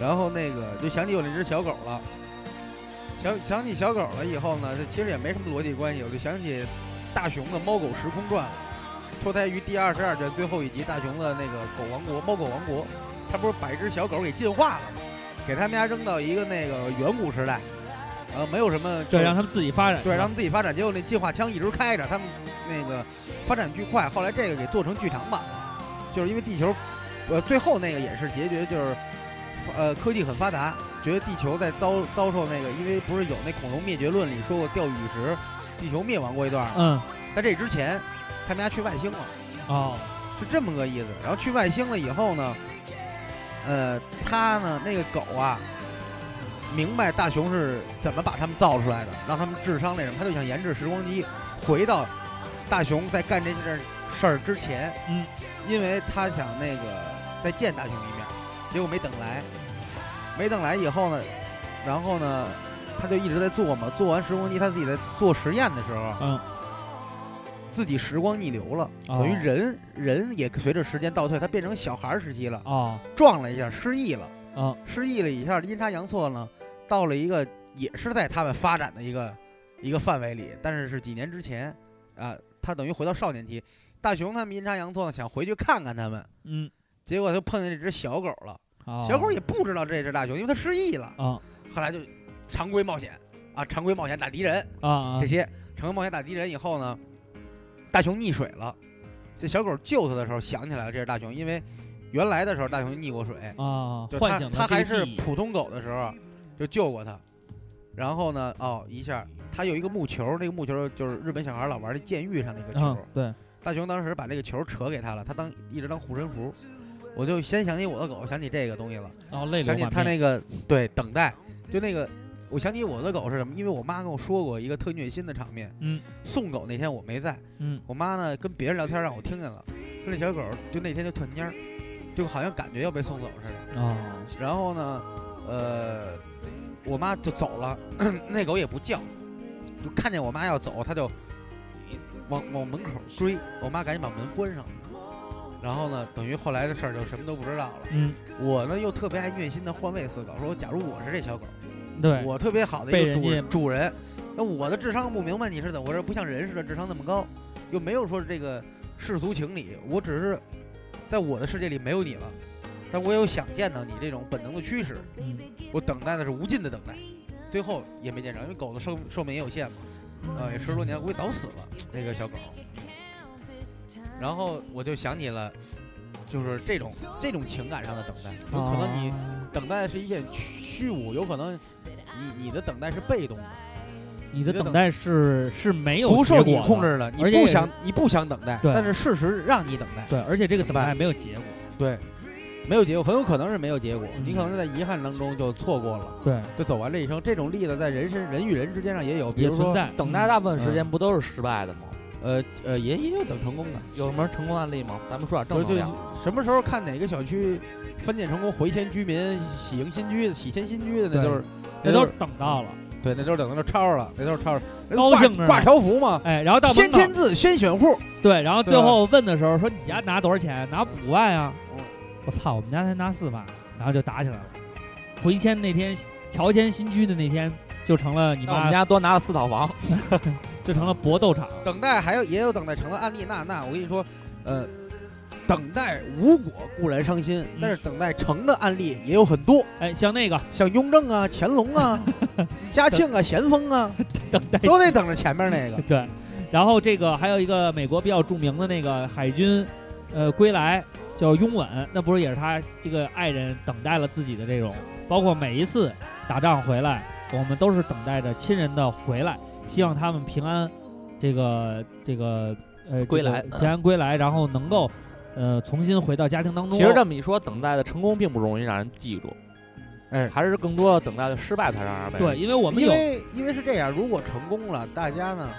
D: 然后那个就想起我那只小狗了，想想起小狗了以后呢，这其实也没什么逻辑关系，我就想起大雄的《猫狗时空传》了，脱胎于第二十二卷最后一集大雄的那个狗王国，猫狗王国，他不是把一只小狗给进化了吗？给他们家扔到一个那个远古时代，呃，没有什么
B: 对，让他们自己发展。
D: 对让他们自己发展，结果那进化枪一直开着，他们那个发展巨快，后来这个给做成剧场版了，就是因为地球，呃，最后那个也是结局就是，呃，科技很发达，觉得地球在遭遭受那个，因为不是有那恐龙灭绝论里说过掉陨石，地球灭亡过一段吗，
B: 嗯，
D: 在这之前，他们家去外星了。
B: 哦，
D: 是这么个意思。然后去外星了以后呢，呃，他呢那个狗啊，明白大雄是怎么把他们造出来的，让他们智商那什么，他就想研制时光机，回到大雄在干这件事儿之前，
B: 嗯，
D: 因为他想那个再见大雄一面，结果没等来，没等来以后呢，然后呢，他就一直在做嘛，做完时光机，他自己在做实验的时候，
B: 嗯，
D: 自己时光逆流了。
B: 哦
D: 等于人人也随着时间倒退，他变成小孩儿时期了，
B: 哦
D: 撞了一下，失忆了，
B: 哦
D: 失忆了一下，阴差阳错呢，到了一个也是在他们发展的一个一个范围里，但是是几年之前啊、他等于回到少年期。大雄他们阴差阳错想回去看看他们，
B: 嗯，
D: 结果就碰见这只小狗了。
B: 哦
D: 小狗也不知道这只大雄，因为它失忆了。
B: 啊
D: 后来就常规冒险啊，常规冒险打敌人，
B: 啊啊
D: 这些成功冒险打敌人以后呢，大雄溺水了。这小狗救他的时候想起来了，这是大雄，因为原来的时候大雄溺过水，
B: 啊
D: 就，
B: 唤
D: 他
B: 醒
D: 他
B: 了这
D: 还
B: 个
D: 是
B: 记忆
D: 普通狗的时候就救过他。然后呢，哦，一下他有一个木球，那个木球就是日本小孩老玩的监狱上那个球。
B: 嗯，对，
D: 大雄当时把这个球扯给他了，他当一直当护身符。我就先想起我的狗，想起这个东西了。
B: 哦，泪流
D: 想起
B: 满
D: 他
B: 面
D: 那个对等待，就那个，我想起我的狗是什么？因为我妈跟我说过一个特虐心的场面。
B: 嗯，
D: 送狗那天我没在，
B: 嗯
D: 我妈呢跟别人聊天让我听见了，说那小狗就那天就特蔫儿，就好像感觉要被送走似的。
B: 哦
D: 然后呢，呃，我妈就走了， (clears throat) 那狗也不叫，就看见我妈要走，它就往往门口追，我妈赶紧把门关上。然后呢，等于后来的事儿就什么都不知道了。
B: 嗯，
D: 我呢又特别爱虐心的换位思考，说假如我是这小狗，
B: 对，
D: 我特别好的
B: 被
D: 一个
B: 人
D: 主
B: 家
D: 主人，那我的智商不明白你是怎么回事，不像人似的智商那么高，又没有说这个世俗情理，我只是在我的世界里没有你了，但我有想见到你这种本能的驱使，
B: 嗯
D: 我等待的是无尽的等待，最后也没见着，因为狗的寿寿命也有限嘛，啊、也十多年，估计早死了那个小狗。然后我就想起了，就是这种这种情感上的等待，有可能你
B: 哦
D: 等待是一片虚虚无，有可能你你的等待是被动的，
B: 你
D: 你
B: 的
D: 的
B: 等
D: 等
B: 待是是没有
D: 不受你
B: 结果的
D: 控，制的，你
B: 而且
D: 不
B: 也
D: 想你不想等待，
B: 对
D: 但是事实让你等待，
B: 对，而且这个等
D: 怎么
B: 待
D: 办
B: 没有结果，
D: 对，没有结果，很有可能是没有结果，
B: 嗯
D: 你可能在遗憾当中就错过了，
B: 对，
D: 就走完这一生。这种例子在人身人与人之间上也有，比
B: 也
D: 如
B: 存
D: 说
B: 在
C: (laughs) 等待大部分时间不都是失败的吗？
D: 呃呃，也也有等成功的。
C: 有什么成功案例吗？咱们说点
D: 对对
C: 正能量。，
D: 什么时候看哪个小区翻建成功回迁居民喜迎新居、喜迁新居的，那
B: 对
D: 就是那
B: 那嗯都
D: 都
B: 是
D: 是
B: 等到了，
D: 对，那都是等到那超了，那都是超了，那
B: 高
D: 挂
B: 兴着呢
D: 挂条幅嘛，
B: 哎，然后到
D: 先
B: 门口
D: 签字先选户，
B: 对，然后最
D: 对吧
B: 后问的时候说你家拿多少钱？拿五万呀、
C: 嗯
B: 我操，我们家才拿四万，然后就打起来了。回迁那天，乔迁新居的那天，就成了你
C: 那我们
B: 妈
C: 家多拿了四套房，
B: 就成了搏斗场。
D: 等待还有也有等待成了案例。那那我跟你说，呃，等待无果固然伤心，
B: 嗯
D: 但是等待成的案例也有很多，
B: 哎，像那个
D: 像雍正
B: (laughs)
D: 啊、乾隆啊、嘉庆啊、咸丰啊，
B: 等待
D: 都得等着前面那个。
B: 对，然后这个还有一个美国比较著名的那个海军，呃，归来叫拥吻，那不是也是他这个爱人等待了自己的这种，包括每一次打仗回来，我们都是等待着亲人的回来，希望他们平安，这个这个呃
C: 归来
B: 这个平安归来，然后能够呃重新回到家庭当中。
C: 其实这么一说，等待的成功并不容易让人记住，
D: 哎
C: 还是更多等待的失败才让人
B: (laughs)
C: 被
B: 对，因为我们
D: 因
B: 有
D: 为因为是这样，如果成功了，大家呢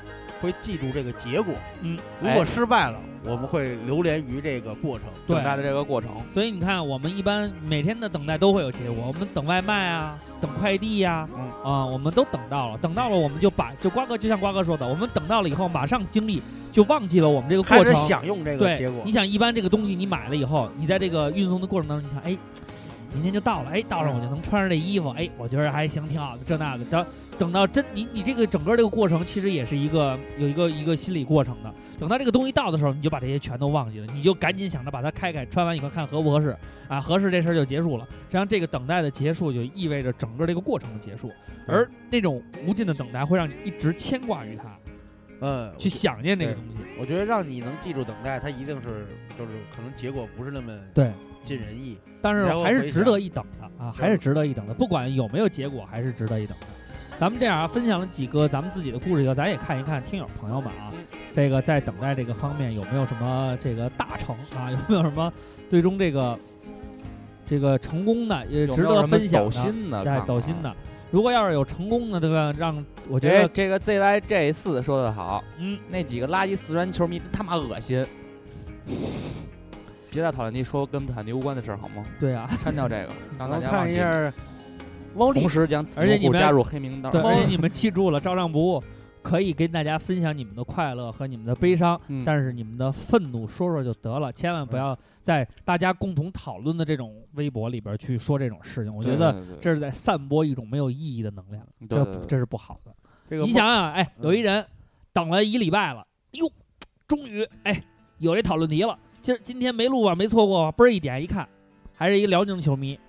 D: 会记住这个结果；
B: 嗯，
D: 如果失败了，我们会流连于这个过程。
B: 对
C: 等待的这个过程。
B: 所以你看，我们一般每天的等待都会有结果。我们等外卖啊，等快递呀、啊，
D: 嗯
B: 我们都等到了，等到了我们就把就瓜哥就像瓜哥说的，我们等到了以后，马上经历就忘记了我们这个
D: 开
B: 过
D: 始
B: 程。
D: 享用这个
B: 对
D: 结果
B: 你，想一般这个东西你买了以后，你在这个运送的过程当中，你想，哎，明天就到了，哎，到上我
D: 嗯
B: 就能穿上这衣服，哎，我觉得还行，挺好的，这那个。等等到真你你这个整个这个过程，其实也是一个有一个一个心理过程的。等到这个东西到的时候，你就把这些全都忘记了，你就赶紧想着把它开开，穿完以后看合不合适啊，合适这事儿就结束了。实际上，这个等待的结束就意味着整个这个过程的结束，而那种无尽的等待会让你一直牵挂于它，
D: 嗯，
B: 去想念这个东西。
D: 我觉得让你能记住等待，它一定是就是可能结果不是那么
B: 对，
D: 尽人意。
B: 但是
D: 然后
B: 还
D: 回
B: 是值得
D: 想
B: 一等的啊，
C: 嗯
B: 还是值得一等的，不管有没有结果，还是值得一等的。咱们这样啊，分享了几个咱们自己的故事以后，咱也看一看听友朋友们啊，
C: 嗯
B: 这个在等待这个方面有没有什么这个大成啊，有没有什么最终这个这个成功的，也
C: 有
B: 值
C: 没
B: 得
C: 有什么
B: 分享
C: 走
B: 的，
C: 心的，
B: 在
C: 看
B: 走
C: 看
B: 心
C: 啊。哎
B: 的。如果要是有成功的，对吧？让我觉
C: 这
B: 得，
C: 这个 ZYJ 四说的好，
B: 嗯，
C: 那几个垃圾四川球迷真他妈恶心。别再讨论你说跟坦尼无关的事儿好吗？
B: 对啊，
C: 删掉这个，让大
D: 我
C: 家
D: 看
C: 忘
D: 一
C: 记。
D: 下汪丽
C: 同时将此
B: 而且
C: 用
B: 你
C: 户
B: 们
C: 加入黑名单。
B: 对，
D: 猫
B: 而且你们记住了，照让不误，可以跟大家分享你们的快乐和你们的悲伤，
C: 嗯
B: 但是你们的愤怒说说就得了，千万不要在大家共同讨论的这种微博里边去说这种事情。我
C: 我
B: 觉得这是在散播一种没有意义的能量，
C: 对对
B: 这
C: 对
B: 这是不好的。
D: 这个嗯汪
B: 你想想，哎，有一人等了一礼拜了，哟，终于哎有这讨论题了，今儿今天没录吧，啊没错过吧，嘣儿一点一看，还是一个辽宁球迷，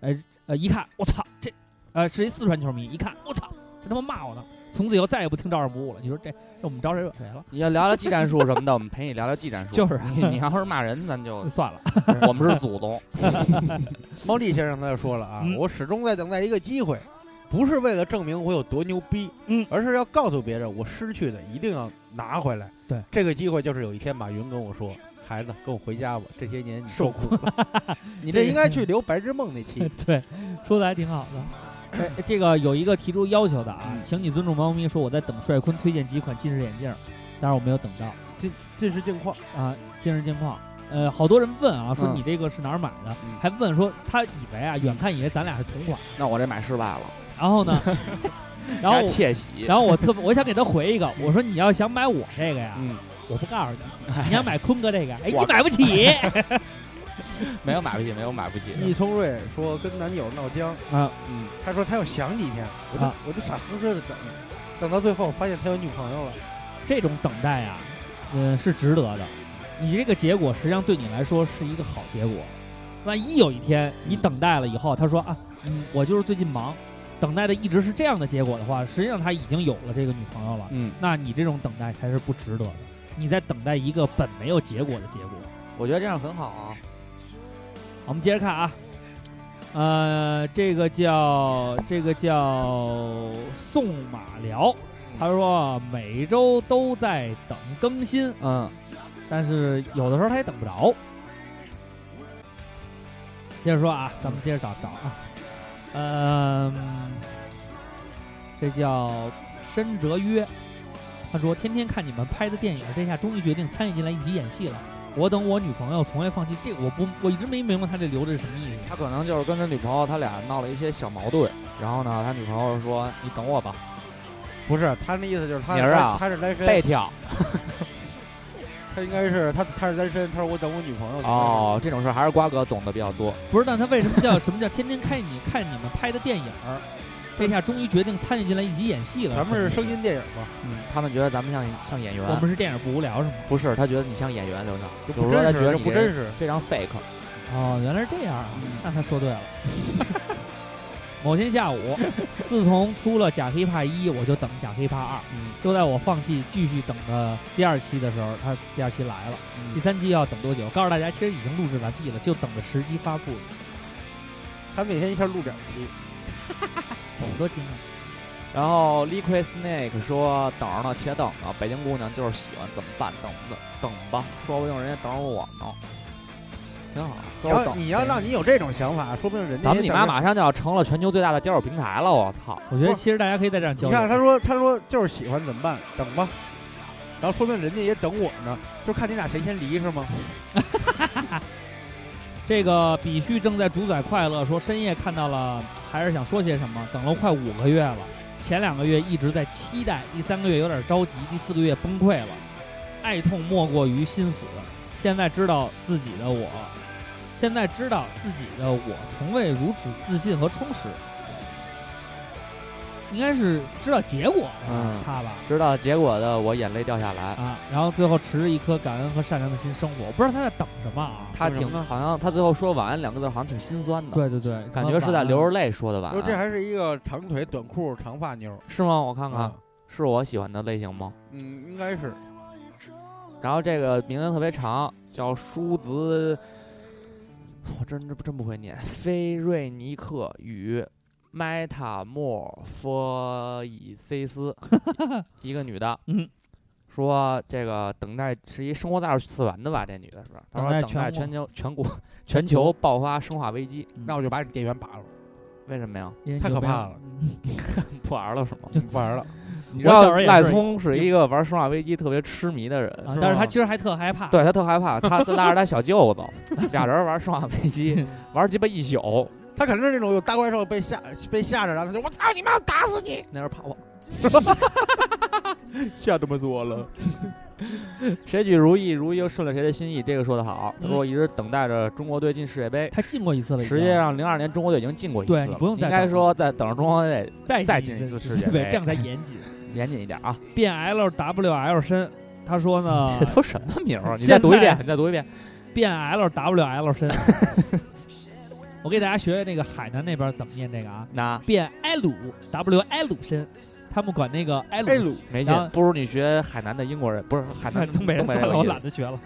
B: 哎呃一看，我操，这呃是一四川球迷，一看，我操，这他妈骂我呢，从此以后再也不听照样不误了。你说这这我们招谁惹谁了？
C: 你要聊聊技战术什么的，我们陪你聊聊技战术。
B: 就是啊
C: 你你要是骂人，咱就
B: 算了， (laughs)
C: 我们是祖宗。
D: 猫力先生他就说了啊，
B: 嗯
D: 我始终在等待一个机会，不是为了证明我有多牛逼，
B: 嗯
D: 而是要告诉别人我失去的一定要拿回来。
B: 对，
D: 这个机会就是有一天马云跟我说：“孩子，跟我回家吧，这些年你受苦了。你这应该去留《白日梦》那期。
B: 对，说的还挺好的。哎，这个有一个提出要求的
D: 嗯
B: 啊，请你尊重猫咪说我在等帅坤推荐几款近视眼镜，但是我没有等到。”
D: 近近视镜框，
B: 啊，近视镜框。呃，好多人问啊，说
C: 嗯
B: 你这个是哪儿买的？
D: 嗯
B: 还问说他以为啊，远看以为咱俩是同款。
C: 那我这买失败了，
B: 然后
C: (laughs)
B: 呢，然后
C: 大家
B: 我
C: 窃喜。
B: 然后我特别，我想给他回一个，我说你要想买我这个呀，
C: 嗯，哎
B: 我不告诉你，你要买坤哥这个，哎，
C: 我
B: 你买不
C: (laughs)
B: 起
C: 没有买不起，没有买不起。
D: 易聪瑞说跟男友闹僵，
B: 啊。
D: 嗯，他说他要想几天，我就、
B: 啊
D: 我就傻呵呵的等，等到最后发现他有女朋友了。
B: 这种等待啊，嗯，是值得的。你这个结果实际上对你来说是一个好结果。万一有一天
C: 嗯
B: 你等待了以后，他说啊，嗯，我就是最近忙，等待的一直是这样的结果的话，实际上他已经有了这个女朋友了。
C: 嗯，
B: 那你这种等待才是不值得的。你在等待一个本没有结果的结果。
C: 我觉得这样很好啊。
B: 我们接着看啊，呃，这个叫这个叫宋马辽，他说每周都在等更新，
C: 嗯，
B: 但是有的时候他也等不着。接着说啊，咱们接着找找啊，嗯，这叫申哲约，他说天天看你们拍的电影，这下终于决定参与进来一起演戏了。我等我女朋友从未放弃，这个我不我一直没明白他这留着是什么意思。
C: 他可能就是跟他女朋友，他俩闹了一些小矛盾。然后呢，他女朋友说：“你等我吧，
D: 不是，他那意思就是他
C: 妮儿啊
D: 他是单身，
C: 被跳。
D: 他应该是他他是单身，他说我等我女朋友”的
C: 哦，这种事儿还是瓜哥懂得比较多。
D: (laughs)
B: 不是，那他为什么叫什么叫天天看你看你们拍的电影儿？这下终于决定参与进来一起演戏了。
D: 咱们是声
B: 音，
D: 音电影嘛，
C: 嗯，他们觉得咱们像像演员，
B: 我们是电影不无聊是吗？
C: 不是，他觉得你像演员，刘畅，
D: 就
C: 有
D: 不
C: 时候他
D: 真实，
C: 觉得
D: 就
C: 你
D: 不
C: 这
D: 真
C: 人
D: 实。
C: 非常 fake。
B: 哦，原来是这样啊！
D: 嗯
B: 那他说对了。某天下午，自从出了假黑怕一，我就等假黑怕二。
D: 嗯
B: 就在我放弃继续等的第二期的时候，他第二期来了。
D: 嗯
B: 第三期要等多久？告诉大家，其实已经录制完毕了，就等着时机发布。
D: 他每天一下录两期，
B: 我们多精啊！
C: 然后 Liquid Snake 说等着呢，且等呢，北京姑娘就是喜欢，怎么办？等着等吧，说不定人家等着我呢，挺好。啊都
D: 然
C: 是
D: 后
C: 等。嗯
D: 你要让你有这种想法，说不定人家
C: 咱们
D: 也
C: 你
D: 等
C: 妈
D: 着
C: 马上就要成了全球最大的交友平台了，我操！
B: 我觉得其实大家可以再这样交
D: 你
B: 流。
D: 看，他说他说就是喜欢怎么办？等吧。然后说明人家也等我呢，就看你俩谁先离是吗？
B: 这个比旭正在主宰快乐，说深夜看到了，呃还是想说些什么。等了快五个月了，前两个月一直在期待，第三个月有点着急，第四个月崩溃了。爱痛莫过于心死，现在知道自己的我，现在知道自己的我从未如此自信和充实。应该是知道结果了
C: 嗯，
B: 他吧？
C: 知道结果的我眼泪掉下来。
B: 啊，然后最后持着一颗感恩和善良的心生活，我不知道他在等什么啊？
C: 他
D: 为什
C: 挺
D: 么呢
C: 好像他最后说晚安两个字，好像挺心酸的，
B: 对对对，
C: 感觉是在流着泪说的晚
D: 说这
C: 安，
D: 还是一个长腿短裤长发妞，
C: 是吗？我看看
D: 啊，
C: 是我喜欢的类型吗？
D: 嗯，应该是
C: 然后这个名字特别长，叫舒兹，我真真真不会念。菲瑞尼克与麦塔莫佛伊
B: (laughs)
C: 塞斯，一个女的，
B: 嗯，
C: 说这个等待是一生活在二次元的吧？这女的是，她
B: 等待
C: 说等待
B: 全
C: 全球全国全球爆发生化危机，
D: 那我就把你店员拔了，
C: 为什么呀？
B: 因为
D: 太
B: 你就
D: 可
B: 没
D: 怕
B: 有嗯
D: 了。
C: 不玩了是吗？
D: 不玩了。
C: 你知
B: 我小
C: 道
B: 时候也
C: 赖
B: 是
C: 聪是一个玩生化危机特别痴迷的人，
B: 啊
D: 是，
B: 但是他
D: 吗
B: 其实还特害 (laughs) 怕。
C: 对他特害怕，他拉着他小舅子，俩人玩生化危机，玩鸡巴一宿，
D: 他肯定是那种有大怪兽被吓被吓着，然后他就我操你妈，我打死你！
C: 那人跑我。
D: 吓他妈死我了！
C: 谁举如意，如意又顺了谁的心意，这个说得好。他说我一直等待着中国队进世界杯，
B: 他进过一次了已经，
C: 实际上零二年中国队已经进过一次
B: 对
C: 了，
B: 你不用再
C: 应该
B: 等了
C: 说在等着中国队
B: 再
C: 再
B: 进
C: 进一次世界
B: 对，
C: 杯
B: 这样才严谨。
C: 严谨一点啊。
B: 变 L (laughs) W L 身，他说呢
C: (laughs) 这，都什么名儿啊？你
B: 现
C: 再读一遍
B: 在，
C: 你再读一遍。
B: 变 L W L 身。我给大家学学那个海南那边怎么念这个啊，
C: (laughs) 那
B: 变 L W L 身，他们管那个 L (laughs)
D: 哎鲁，
C: 没
B: 然后
C: 劲，不如你学海南的英国人，不是海南
B: (laughs) 东北人算了，
C: 的
B: 我
C: 意思
B: 懒得学了。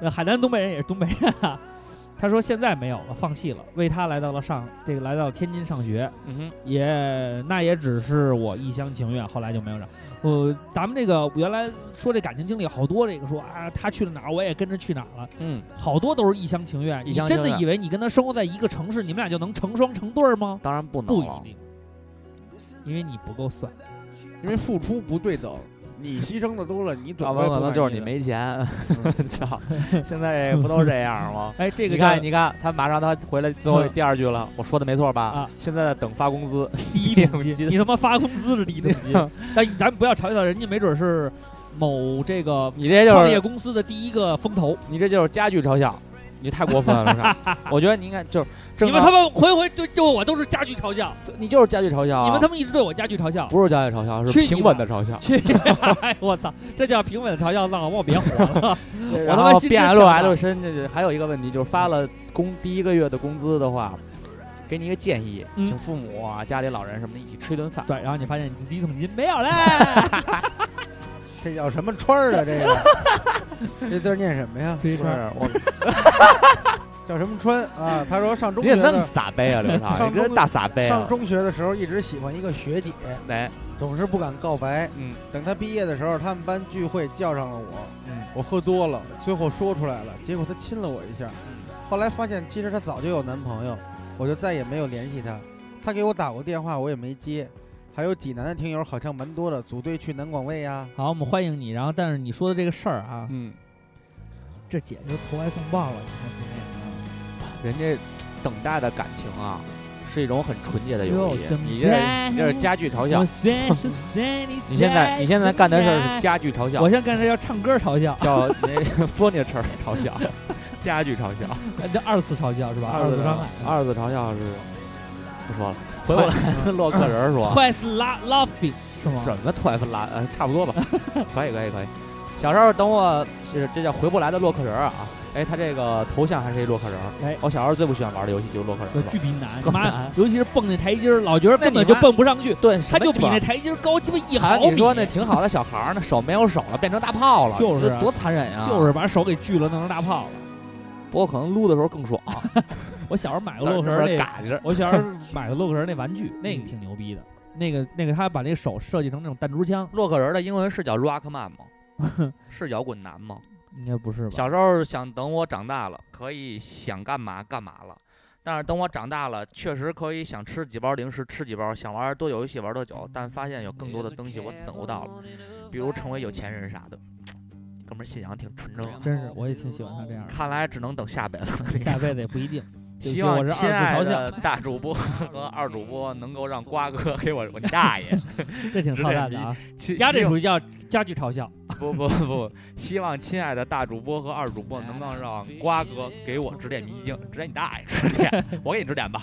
B: 呃海南东北人也是东北人、啊， (laughs) 他说现在没有了，放弃了，为他来到了上这个来到天津上学，
C: 嗯哼。
B: 也那也只是我一厢情愿，后来就没有找。呃，咱们这个原来说这感情经历好多，这个说啊，他去了哪儿，我也跟着去哪儿了，
C: 嗯，
B: 好多都是一厢情愿。
C: 一厢
B: 你
C: 情
B: 真
C: 愿
B: 的以为你跟他生活在一个城市，你们俩就能成双成对儿吗？
C: 当然不能
B: 不
C: 了
B: 一定，因为你不够算。？
D: 因为付出不对等，你牺牲的啊多了，你
C: (laughs) 要
D: 总
C: 不
D: 归
C: 可能
D: 不
C: 就是
D: 满意
C: 你
D: 的。
C: 没 (laughs) 钱。操，现在不都这样吗 (laughs)
B: 哎，这个
C: 嗯你看，
B: 叫
C: 你看，他马上他回来最后
B: 嗯
C: 第二句了，我说的没错吧？
B: 啊
C: 现在在等发工资，
B: 第
C: (laughs)
B: 一等级，你他妈发工资是第一等级。但咱不要嘲笑人家，没准是某这个
C: 你这就
B: 创业
C: 是
B: 公司的第一个风投。
C: 你这就是家具嘲笑，你太过分了。是 (laughs) 吧我觉得你应该就是正
B: 你们
C: 当
B: 他妈回回对对我都是家具嘲笑，
C: 你就是家具嘲笑啊，
B: 你们他妈一直对我家具嘲笑。
C: 不是家具嘲笑，
B: 去
C: 是
B: 你
C: 平稳的嘲笑。
B: 去， (laughs) 哎，我操，这叫平稳的嘲笑浪，我别活
C: (laughs)
B: 了。
C: 然
B: 他妈
C: 后
B: 心知
C: B
B: 巧
C: L
B: 啊
C: L 身这还有一个问题，就是发了工第一个月的工资的话，给你一个建议，
B: 嗯
C: 请父母啊、家里老人什么的一起吃一顿饭。
B: 对，然后你发现你的第一桶金没有嘞， (laughs)
D: 这叫什么川儿啊？这个
C: (laughs)
D: 这字儿念什么呀？
B: 所以
C: 不是我
D: 叫什么川啊？他说上中
C: 你
D: 学
C: 怎么那
D: 的
C: 么撒杯啊，刘畅？
D: 上
C: 你这
D: 中
C: 大撒杯
D: 上
C: 啊！
D: 中学的时候一直喜欢一个学姐，
C: 来，
D: 总是不敢告白。
C: 嗯，
D: 等他毕业的时候，他们班聚会叫上了我，
C: 嗯
D: 我喝多了，最后说出来了，结果他亲了我一下。
C: 嗯
D: 后来发现其实她早就有男朋友，我就再也没有联系她。她给我打过电话，我也没接。还有济南的听友好像蛮多的，组队去南广卫啊呀、
B: 好，我们欢迎你。然后，但是你说的这个事儿啊，
C: 嗯，
B: 这姐就投怀送抱了，你看怎么样？
C: 人家等待的感情啊，是一种很纯洁的友
B: 哟
C: 谊
B: 真。
C: 你这你这是家具嘲笑
B: 我。虽是在你
C: (laughs) 你现在你现在干的事儿是家具嘲笑
B: 我，现在干的要唱歌嘲笑，
C: 叫那 (laughs) furniture 嘲 (laughs) 笑，家具嘲笑，
B: 呃这二次嘲笑是吧？次伤害。
C: 二次嘲笑是不说了。回过来跟洛克人说，啊
B: Twice Lo- Loving 是吗？
C: 什么 twice 拉，呃差不多吧， (laughs) 可以可以可以。小时候等我是这叫回不来的洛克人儿啊，哎，他这个头像还是一洛克人儿。
B: 哎
C: 我小时候最不喜欢玩的游戏就是洛克人
B: 这
C: 了。
B: 巨逼难，
C: 更
B: 妈
C: 难，
B: 尤其是蹦那台阶儿，老觉得根
C: 那
B: 本
C: 你
B: 就
C: 妈
B: 蹦不上去，
C: 对，
B: 他就比
C: 什么鸡巴
B: 那台阶儿高鸡巴一
C: 啊
B: 毫米。
C: 你说那挺好的小孩儿，那手没有手了，变成大炮了，
B: 就是啊
C: 这多残忍
B: (laughs)
C: 呀！
B: 就是把手给锯了，弄成大炮了。
C: 不过可能撸的时候更爽，
B: 我小时候买过洛克人那，
C: 嘎吱。
B: 我小时候买过洛克人那玩具，那个挺牛逼的。那个那个，他把那个手设计成那种弹珠枪，
C: 洛克人的英文是叫 Rockman 吗？ (laughs) 是摇滚男吗？
B: 应该不是吧？
C: 小时候想等我长大了，可以想干嘛干嘛了。但是等我长大了，确实可以想吃几包零食吃几包，想玩多游戏玩多
B: 嗯
C: 久，但发现有更多的东西我等不到了，比如成为有钱人啥的。哥们儿信仰挺纯正啊，
B: 真是，我也挺喜欢他这样的。
C: 看来只能等下辈子了。 (laughs)
B: 下辈子也不一定。对不起
C: 希
B: 我
C: 望
B: 是
C: 亲
B: 二
C: 爱
B: 次
C: 的
B: 嘲
C: 大主播和二主播能够让瓜哥给我我大爷，
B: 笑，这挺操蛋的啊！ (laughs)
C: 其
B: 丫这
C: 希望
B: 属于叫家具嘲笑，
C: 不不不，希望亲爱的大主播和二主播能够让瓜哥给我指点迷津，指点你大爷，指点我给你指点吧，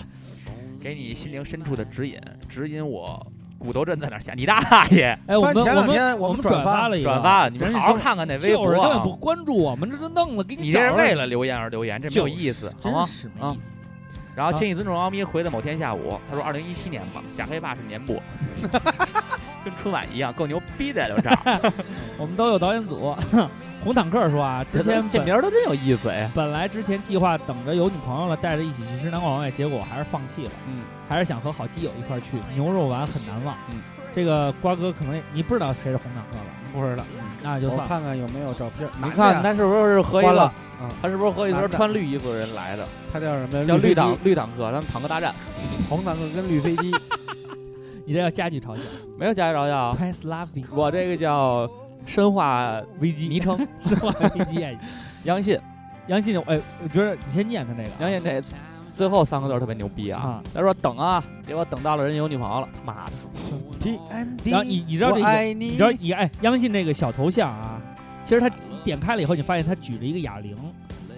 C: 给你心灵深处的指引，指引我骨头阵在哪儿下，你大爷！
B: 哎，我
D: 翻
B: 们我
D: 前两天
B: 们
D: 我们
B: 们
D: 转发
B: 发了一个，啊
C: 转发，你
B: 真
C: 们
B: 是
C: 好好
B: 真
C: 看看那微博、
B: 就是根本
C: 啊
B: 不，关注我们，这都弄了，给
C: 你
B: 找
C: 这
B: 着
C: 是
B: 了
C: 为了留言而留言，这没有意思，好
B: 真
C: 吗？
B: 是没
C: 啊
B: 意思。
C: 然后
B: 啊
C: 千亿尊重猫咪回的某天下午，他说二零一七年吧，假黑怕是年 (laughs) 播，跟春晚一样，够牛逼的，刘畅。
B: 我们都有导演组。 (laughs) 红坦克说啊，之前
C: (laughs) 这
B: 本
C: 名儿都真有意思哎，
B: 本来之前计划等着有女朋友了，带着一起去吃南广外，结果还是放弃了。
C: 嗯，
B: 还是想和好基友一块儿去牛肉丸，很难忘。
C: 嗯，
B: 这个瓜哥可能也你不知道谁是红坦克吧？
D: 不知道，
C: 嗯
B: 那就
D: 我
B: 算了。
D: 看看有没有照片。
C: 你
D: 男的呀
C: 看他是不是和一
D: 关
C: 个
D: 了，嗯，
C: 他是不是和一
D: 男
C: 堆
D: 的
C: 穿绿衣服的人来的？
D: 他叫什么呀？
C: 叫
D: 绿
C: 绿
D: 飞
C: 党
D: 机、
C: 绿坦克，他们坦克大战
D: 红坦克跟绿飞机，
B: 你这叫家具嘲笑
C: 没有加一着呀
B: t。w i c e Loving
C: 我这个叫生化危机昵 (laughs) 称
B: 生化危机爱情。
C: 杨信，
B: 杨信，哎，我觉得你先念他这个啊。
C: 杨信这最后三个字儿特别牛逼啊
B: 啊！
C: 他说等啊，结果等到了人有女朋友了，他妈的！
D: TMD
B: 然后你你知道这
D: 我
B: 个
D: 爱
B: 你
D: 你
B: 知道你哎，央信这个小头像啊，其实他点开了以后，你发现他举着一个哑铃，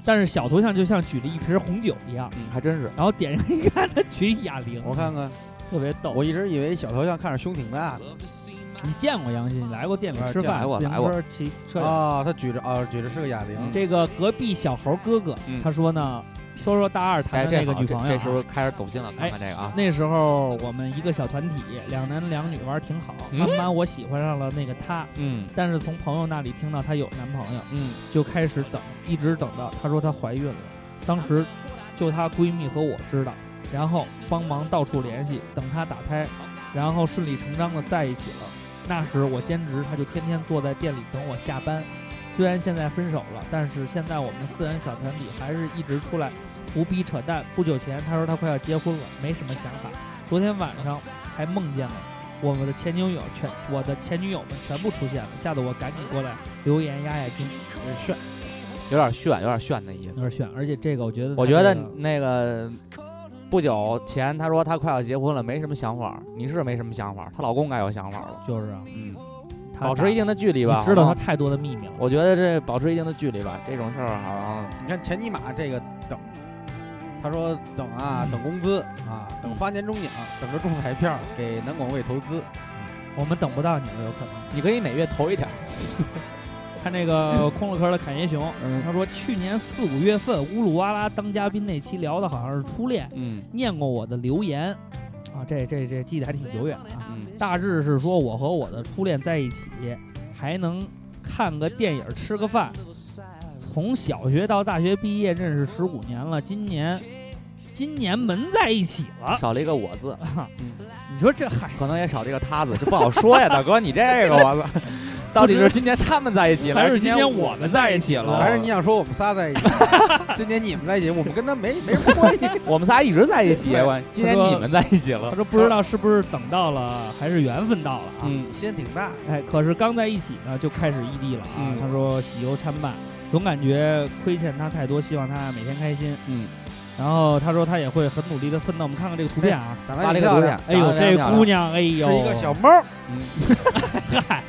B: 但是小头像就像举着一瓶红酒一样。
C: 嗯，还真是。
B: 然后点开一看，他举一哑铃，
D: 我看看，
B: 特别逗。
D: 我一直以为小头像看着胸挺大的
B: 你见过杨信？你来过店里
D: 啊
B: 吃
D: 见
B: 饭，
C: 来过
B: 自行
C: 来过
B: 车骑车里。
D: 啊，他举着啊，举着是个哑铃，
B: 这个隔壁小猴哥哥
C: 嗯
B: 他说呢，说说大二
C: 哎，
B: 谈的
C: 这
B: 那个
C: 好
B: 女
C: 这
B: 朋友
C: 这时候
B: 啊。
C: 开始走心了，看看这个啊。
B: 那时候我们一个小团体，两男两女玩儿
C: (laughs)
B: 挺好。
C: 嗯
B: 慢慢我喜欢上了那个他，
C: 嗯
B: 但是从朋友那里听到她有男朋友，
C: 嗯，
B: 就开始等，一直等到她说她怀孕了。当时就她闺蜜和我知道，然后帮忙到处联系，等她打胎，然后顺理成章的在一起了。那时我兼职，她就天天坐在店里等我下班。虽然现在分手了，但是现在我们四人小团体还是一直出来胡逼扯淡。不久前她说她快要结婚了，没什么想法。昨天晚上还梦见了我们的前女友全，我的前女友们全部出现了，吓得我赶紧过来留言压压惊。
D: 炫，
C: 有点炫，有点炫的意思。
B: 有点炫，而且这个我觉得他这个，
C: 我觉得那个不久前他说他快要结婚了，没什么想法儿。你是没什么想法儿，她老公该有想法儿了。
B: 就是啊，
C: 嗯，
B: 他
C: 保持一定的距离
B: 你
C: 吧。
B: 知道
C: 好
B: 他
C: 吗
B: 太多的秘密了。
C: 我觉得这保持一定的距离吧，这种事儿好像
D: 你看前尼玛这个等，他说等啊，等工资啊，等发年终奖，等着中彩票给南广卫投资，
B: 我们等不到你了，有可能。
C: 你可以每月投一点儿。
B: 看那个空了壳的侃爷熊，
D: 嗯
B: 他说去年四五月份乌鲁哇啦当嘉宾那期聊的好像是初恋，
C: 嗯
B: 念过我的留言，啊，这这这记得还挺久远的啊。
C: 嗯，
B: 大致是说我和我的初恋在一起，还能看个电影、吃个饭。从小学到大学毕业，认识十五年了，今年今年门在一起了。
C: 少了一个我字，
B: 你说这 (laughs) 嗨，
C: 可能也少了一个他字，这不好说呀，大哥，你这个我
B: (laughs)
C: 操，到底是今年他们在一起了，
B: 还是
C: 今
B: 今
C: 年
B: 天我们在一起
C: 哦
B: 了？
D: 还是你想说我们仨在一起，今年你们在一起，我们跟他没没什么关系。
C: 我们仨一直在一
B: (laughs)
C: 起，我今年
B: 他说
C: 你们在一起
B: 他
C: 了。
B: 说不知道是不是等到了，还是缘分到了啊？
C: 嗯，
D: 心挺大，
B: 哎，可是刚在一起呢，就开始异地了啊。
C: 嗯
B: 他说喜忧参半，总感觉亏欠他太多，希望他每天开心。
C: 嗯，
B: 然后他说他也会很努力的奋斗。我们看看这个图片啊，
D: 长
C: 嗯
D: 得
C: 发了
D: 挺
C: 一
D: 漂
C: 个图
D: 亮
C: 片，，
B: 哎呦，这姑娘，哎呦，
D: 是一个小猫，
C: 嗯
B: 嗨，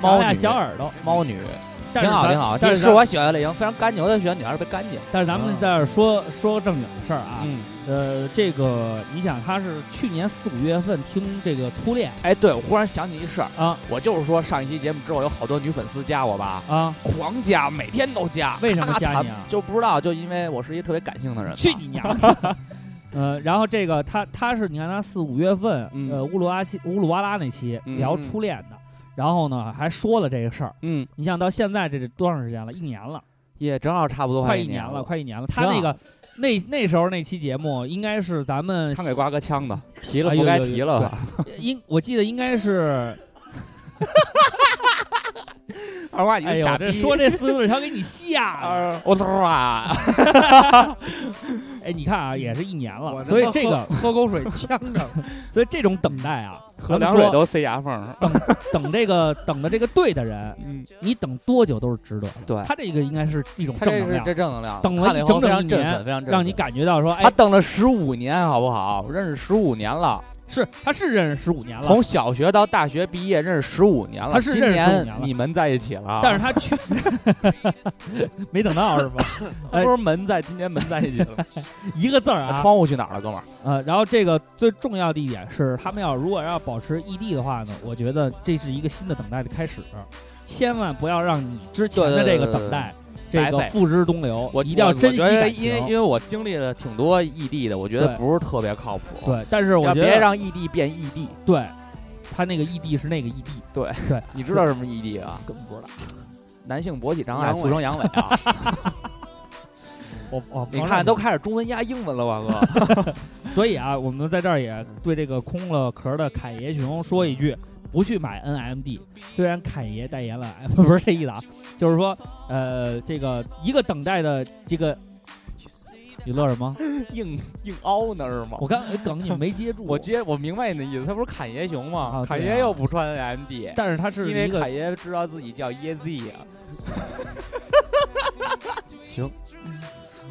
C: 猫
B: 长俩
C: 女
B: 小耳朵，
C: 猫女，
B: 但
C: 挺
B: 是
C: 好
B: 咱
C: 挺好，
B: 但
C: 这
B: 是
C: 是
B: 咱嗯
C: 我喜欢的类型，非常干净，我就喜欢女孩儿被干净。
B: 但是咱们在这儿说说正经的事儿啊，
C: 嗯，
B: 呃，这个你想，他是去年四五月份听这个初恋
C: 哎，对，我忽然想起一事儿，
B: 啊
C: 我就是说上一期节目之后有好多女粉丝加我吧，
B: 啊，
C: 狂加，每天都加，
B: 为什么
C: 咔
B: 加
C: 弹
B: 你啊
C: 就不知道，就因为我是一个特别感性的人嘛。
B: 去你娘的！ (laughs) 呃，然后这个他他是你看他四五月份，
C: 嗯
B: 呃，乌鲁阿西乌鲁哇拉那期
C: 嗯
B: 聊初恋的，然后呢还说了这个事儿。
C: 嗯，
B: 你想到现在这是多长时间了？一年了，
C: 也正好差不多
B: 快
C: 一
B: 一年
C: 了，
B: 了，快一年了。他
C: 挺好
B: 那个那那时候那期节目应该是咱们
C: 他给瓜哥呛的，提了
B: 哎
C: 不
B: 呦
C: 该
B: 呦呦
C: 提了吧？
B: 应我记得应该
C: (laughs)
B: 是
C: 二瓜，你
B: 哎
C: 是
B: 呦
C: 傻
B: 这
C: 逼！
B: 说这四个字儿全给你吓
C: (laughs)
B: 的。
C: 二，我操啊！
B: 哎，你看啊，也是一年
D: 我
B: 了，
D: 他
B: 所以
D: 妈
B: 这
D: 喝
B: 个，
D: 喝口水呛着了，
B: 所以这种等待啊，
C: 喝
B: 咱们
C: 凉水
B: 说
C: 都塞牙缝儿。
B: 等这个等的这个对的人，
C: 嗯，
B: 你等多久都是值得的。
C: 对，
B: 他这个应该是一种
C: 哎他
B: 正
C: 这
B: 能
C: 是
B: 量，
C: 这正能量，
B: 等了
C: 看以后
B: 整整
C: 非
B: 一
C: 常振
B: 年
C: 奋，非常振奋
B: 让你感觉到说，
C: 他
B: 哎，
C: 等了十五年，好不好？我认识十五年了，
B: 是他是认识十五年了，
C: 从小学到大学毕业，认识十五年了。
B: 他是
C: 今
B: 认识15年了
C: 你们在一起了，
B: 但是他去 (laughs) 没等到是吧？
C: (laughs) 他不是门在，今年门在一起了。
B: 一个字儿
C: 那
B: 哎啊，
C: 窗户去哪儿了，哥们儿？
B: 呃，然后这个最重要的一点是，他们要如果要保持异地的话呢，我觉得这是一个新的等待的开始，千万不要让你之前的这个等待，
C: 对对对对
B: 这个付之东流，
C: 我
B: 一定要珍惜
C: 我觉得
B: 感
C: 因为
B: 情。
C: 因为我经历了挺多异地的，我觉得
B: 对
C: 不是特别靠谱。，
B: 对，但是我觉
C: 别
B: 得
C: 让异地变异地。
B: 对，他那个异地是那个异地，
C: 你知道什么异地啊？根本不知道。男性勃起障碍，
D: 阳痿
C: 俗称阳痿啊！
B: 我我
C: 你看都，开始中文压英文了，吧哥。 (laughs)
B: 所以啊，我们在这儿也对这个空了壳的凯爷熊说一
C: 嗯
B: 句。不去买 NMD，虽然凯爷代言了， (laughs) 哎不是这意思啊，就是说，呃，这个一个等待的这个，你乐什么？
C: 硬硬凹那是吗？
B: 我刚才梗你没接住，
C: 我，接我明白你的意思，他不是侃爷熊
B: 啊
C: 吗？
B: 对
C: 侃
B: 啊
C: 爷又不穿 MD，
B: 但是它是
C: 因为
B: 一个
C: 侃爷知道自己叫椰 Z 啊。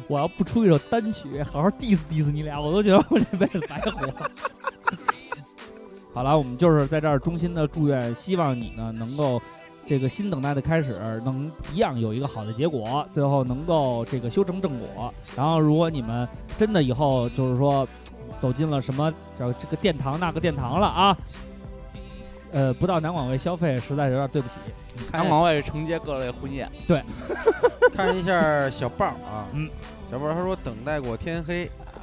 B: 我要不出一首单曲，好好 diss diss 你俩，我都觉得 (laughs) 我这辈子白活。好了，我们就是在这儿衷心的祝愿，希望你呢能够这个新等待的开始能一样有一个好的结果，最后能够这个修成正果。然后，如果你们真的以后就是说走进了什么叫这个殿堂那个殿堂了啊，呃，不到南广卫消费实在有点对不起。
C: 南广卫承接各类婚宴，
D: 看一下小豹啊，
B: 嗯，
D: 小豹他说等待过天黑，啊，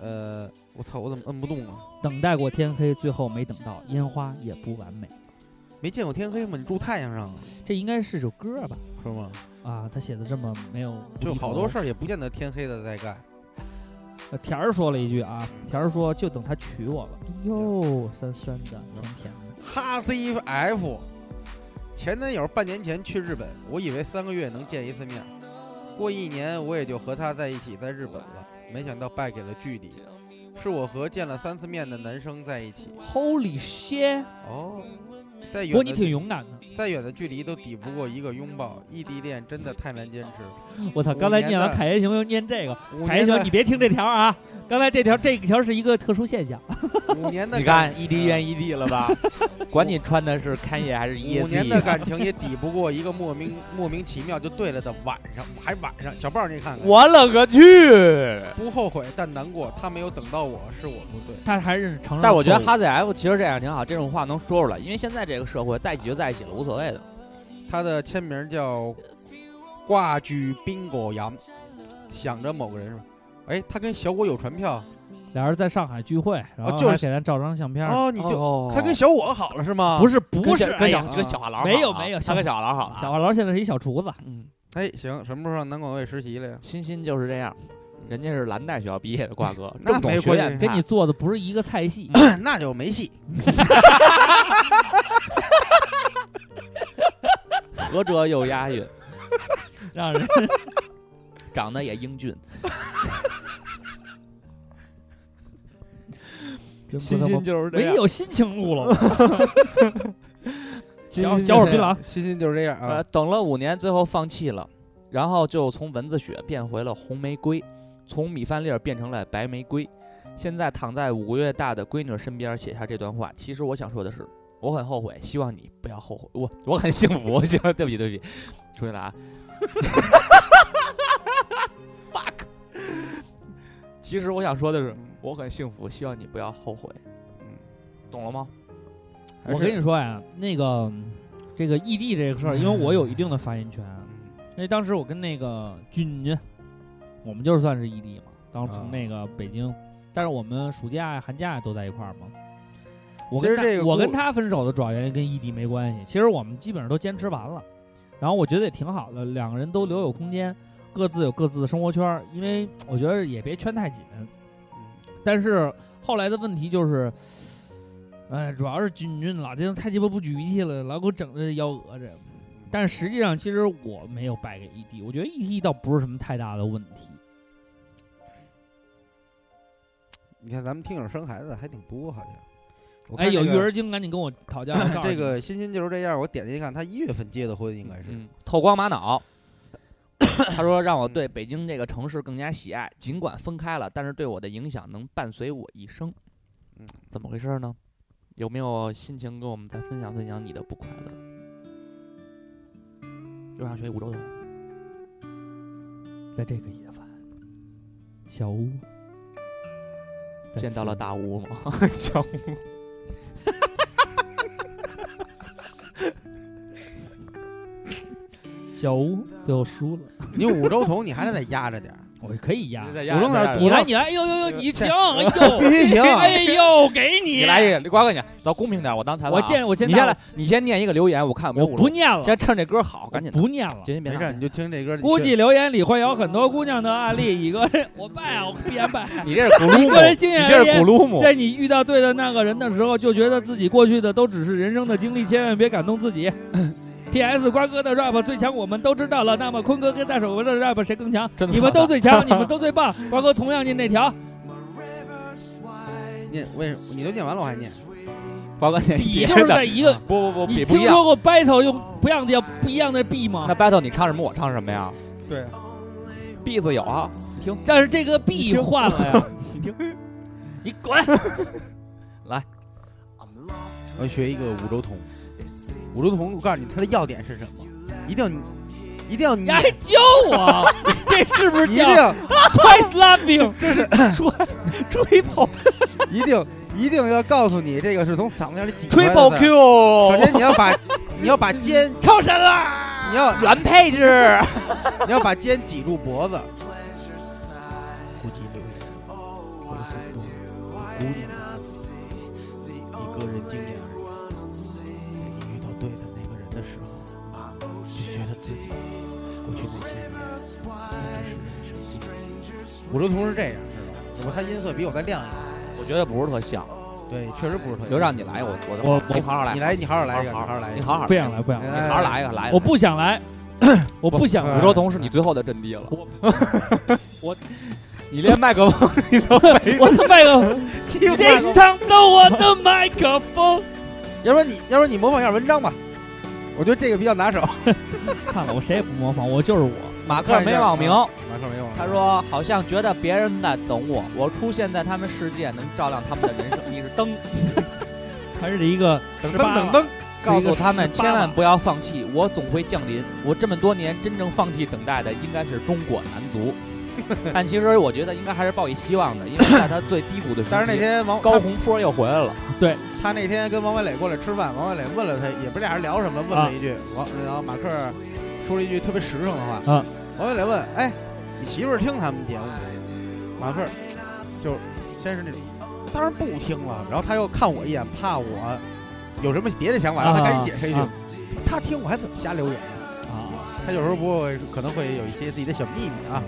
D: 呃，我操，我怎么摁不动啊？
B: 等待过天黑，最后没等到，烟花也不完美。
D: 没见过天黑吗？你住太阳上啊
B: 这应该是首歌吧？
D: 是吗？
B: 啊，他写的这么没有，
D: 就好多事。儿也不见得天黑的在干。
B: 呃田儿说了一句啊，田儿说就等他娶我了。哎呦，酸酸的，甜甜的。
D: 哈 ZF，前男友半年前去日本，我以为三个月能见一次面，过一年我也就和他在一起在日本了，没想到败给了距离，是我和见了三次面的男生在一起。
B: Holy shit！
D: 哦，再
B: 不过
D: 远
B: 你挺
D: 的
B: 勇敢的。
D: 再远的距离都抵不过一个拥抱，异地恋真的太难坚持。
B: 我操，
D: 五
B: 刚才
D: 年
B: 念完
D: 的
B: 凯爷熊又念这个，
D: 五
B: 凯爷
D: 年
B: 熊
D: 的
B: 你别听这条啊，刚才这条这一条是一个特
D: (laughs)
B: 殊现象。
D: 五年的
C: 你
D: 感
C: 看异，E 地变异地了吧？管你穿的是侃爷还是椰
D: 嗯五年的
C: Z 啊。
D: 感情也抵不过一个莫名莫名其妙就对了的晚上，还晚上。小豹，你看看，
C: 我勒个去！
D: 不后悔，但难过，他没有等到我，是我不对。
B: 他还是承认了错误，
C: 但是我觉得哈 ZF 其实这样挺好，这种话能说出来，因为现在这个社会在一起就在一起了，无所谓的。
D: 他的签名叫挂居宾狗羊，想着某个人是吧？哎，他跟小果有传票
B: 俩人在上海聚会，然后
D: 哦就是
B: 还给咱照张相片儿。
D: 哦，你就
C: 就
D: 他跟小果好了是吗？
B: 不
D: 是，
B: 是不是，
C: 跟
B: 哎
C: 小
B: 呀
C: 跟小话痨好
B: 没有
C: 啊
B: 没有
C: 他跟小话痨好了啊。
B: 小话痨现在是一小厨子，
C: 嗯，
D: 哎，行，什么时候上南广卫实习了呀？
C: 欣欣就是这样，人家是蓝带学校毕业的瓜 (laughs) 哥，
D: 那
C: 正统
D: 没
C: 学
D: 关
C: 院
D: 系
B: 跟
C: 派
B: 你做的不是一个菜系。
D: 那就没戏。
C: 何哲又押韵，
B: (laughs) 让人
C: 长得也英俊。
B: 真
C: 欣
B: 不得
C: 欣
B: 不
C: 就是
B: (laughs)
C: 这
B: 没
C: 样，
B: 有心情录 (laughs) 了我， (laughs)
C: 欣
B: 嚼
C: 欣
B: 嚼会儿
C: 就是
B: 槟
C: 这样
B: 榔。哎
D: 欣欣就是这样啊
C: 呃，，等了五年，最后放弃了，然后就从蚊子血变回了红玫瑰，从米饭粒儿变成了白玫瑰。现在躺在五个月大的闺女身边，写下这段话。其实我想说的是，我很后悔，希望你不要后悔。我我很幸福，我希望 (laughs) 对不起对不起，出去了啊。fuck。其实我想说的是，我很幸福，希望你不要后悔。嗯，懂了吗？
B: 我跟你说呀，那个这个异地这个事儿，因为我有一定的发言权，因为当时我跟那个俊，我们就是算是异地啊嘛，当时从那个北京，但是我们暑假呀、寒假呀都在一块儿嘛。我
D: 其
B: 跟
D: 实
B: 他
D: 这个
B: 我
D: 故
B: 跟他分手的主要原因跟异地没关系，其实我们基本上都坚持完了，然后我觉得也挺好的，两个人都留有空间，各自有各自的生活圈儿，因为我觉得也别圈太紧。
D: 嗯
B: 但是后来的问题就是，哎，主要是君君老这太鸡巴不举气了，老给我整这幺蛾子。但实际上，其实我没有败给 ED，我觉得 ED 倒不是什么太大的问题。
D: 你看咱们听友生孩子还挺多，好像。我
B: 哎，
D: 看
B: 有
D: 这
B: 育
D: 个。
B: 儿经，赶紧跟我讨
C: (laughs)
B: 价还价
D: 这个欣欣就是这样，我点进去看，她一月份结的婚，应该是。
C: 嗯，透光玛瑙。 (coughs) 他说让我对北京这个城市更加喜爱，尽管分开了，但是对我的影响能伴随我一生
D: 嗯。
C: 怎么回事呢？有没有心情跟我们再分享分享你的不快乐？又上学五周的我，
B: 在这个夜晚，小屋在
C: 见到了
B: 四
C: 大屋吗？ (laughs) 小屋。
B: 小屋，最后输了。
D: 你五周同，你还得再压着点儿。
B: 我可以呀，
D: 我扔点儿
B: 你
D: 我
B: 来，
D: 让
B: 你来，哎呦呦
C: 呃
B: 呦，你
D: 这
B: 行， (laughs) 哎呦
D: 必，须
C: (laughs)
D: 行。
B: 哎呦，给你，
C: 你来一个，瓜哥你咱公平点，我当裁判啊。
B: 我见我先
C: 你先
B: 到
C: 来，你先念一个留言，我看有没有
B: 我
C: 五
B: 不
C: 周。
B: 念了，
C: 先趁这歌好，赶紧的。
B: 不念了。
C: 行行，别
D: 没
C: 闹
D: 事儿，你就听这歌。你
B: 估
D: 就
B: 计留言里会有很多姑娘的案例，以个人我败啊，我必然败。
C: (laughs) 你这是古鲁姆，
B: 一个人经验
C: (laughs) 你这
B: 而言
C: 是古鲁姆。
B: 在你遇到对的那个人的时候，就觉得自己过去的都只是人生的经历，千万别感动自
C: (laughs)
B: 己。P.S. 瓜哥的 rap 最强，我们都知道了。那么坤哥跟大手哥的 rap 谁更强？
C: 真的
B: 你们都最
C: (laughs)
B: 强，你们都最棒。瓜哥同样念那条，
D: 念为什么？你都念完了，我还念。
C: 瓜哥你
B: 比
C: (laughs) 别
B: 就是
C: 的
B: 在一个。
C: 不不不，
B: 你
C: 比不一
B: 听
C: 样。
B: 说过 battle 用不一样的不一样的 B 吗
C: 那？battle 你唱什么，我唱什么呀
D: 对，
C: b 字有啊，
B: 但是这个 B 换了呀。
C: 你滚！
D: 我学一个五周同。五周同，我告诉你，它的要点是什么？一定要，一定要
B: 你
D: 你，
B: 还教
C: (laughs)
B: 我？这是不是
D: 一
B: 叫
D: 定
B: twice loving？这
C: (laughs)
B: 是
C: triple
D: 一定一定要告诉你，这个是从嗓子眼里挤出来的
C: triple
D: 字儿。首
B: 哦
C: Q，
D: 先你要把你要把肩，
B: 超神啦！
D: 你
B: (laughs)
D: 要
C: 原配置。
D: (laughs) 你要把肩挤住脖子。估计留言会很多，有姑娘，以个人经验而言，在你遇到对的那个人的时候，就觉得自己过去那些年都只是人生经历。我这同事这样，知道吧？他音色比我再亮一点，
C: 我觉得不是特像，
D: 对，确实不是特别。
C: 就让你来，我我
B: 我
C: 你好好来，
D: 你来，你好好来一个，你
C: 好
D: 好好来一
C: 你
D: 个。哎
C: 好好，
B: 不想，来，不想来，
C: 你好好来一个，来一个。
B: 我不想来， (coughs) 我不想
C: 五
B: 来。
C: 洲同是你最后的阵地了。
B: 我我
C: 你连麦克风你都没
B: 我的麦克， (laughs) 谁抢走我的麦克风？
D: 要不然你，要不然你模仿一下文章吧，我觉得这个比较拿手。
B: 看了，我谁也不模仿，我就是我。
C: (laughs) 马克没网名，
D: 马克没有，
C: 他说好像觉得别人在等我，我出现在他们世界，能照亮他们的人生。你是灯，
B: 还是一个
D: 噔噔
B: 十八
D: 噔，
C: 告诉他们千万不要放弃，我总会降临。我这么多年真正放弃等待的，应该是中国男足。但其实我觉得应该还是抱以希望的，因为在他最低谷的时期，
D: 但是那天王
C: 高洪波又回来了。
D: 他那天跟王伟磊过来吃饭，王伟磊问了他，也不是俩人聊什么，问
B: 啊
D: 了一句，王然后马克说了一句特别实诚的话，
B: 啊
D: 王伟磊问，哎，你媳妇儿听他们节目吗？马克就先是那种，当然不听了，然后他又看我一眼，怕我有什么别的想法，
B: 啊
D: 然后他赶紧解释一句，
B: 啊
D: 他听我还怎么瞎留言呀？
B: 啊！
D: 他有时候不会可能会有一些自己的小秘密啊，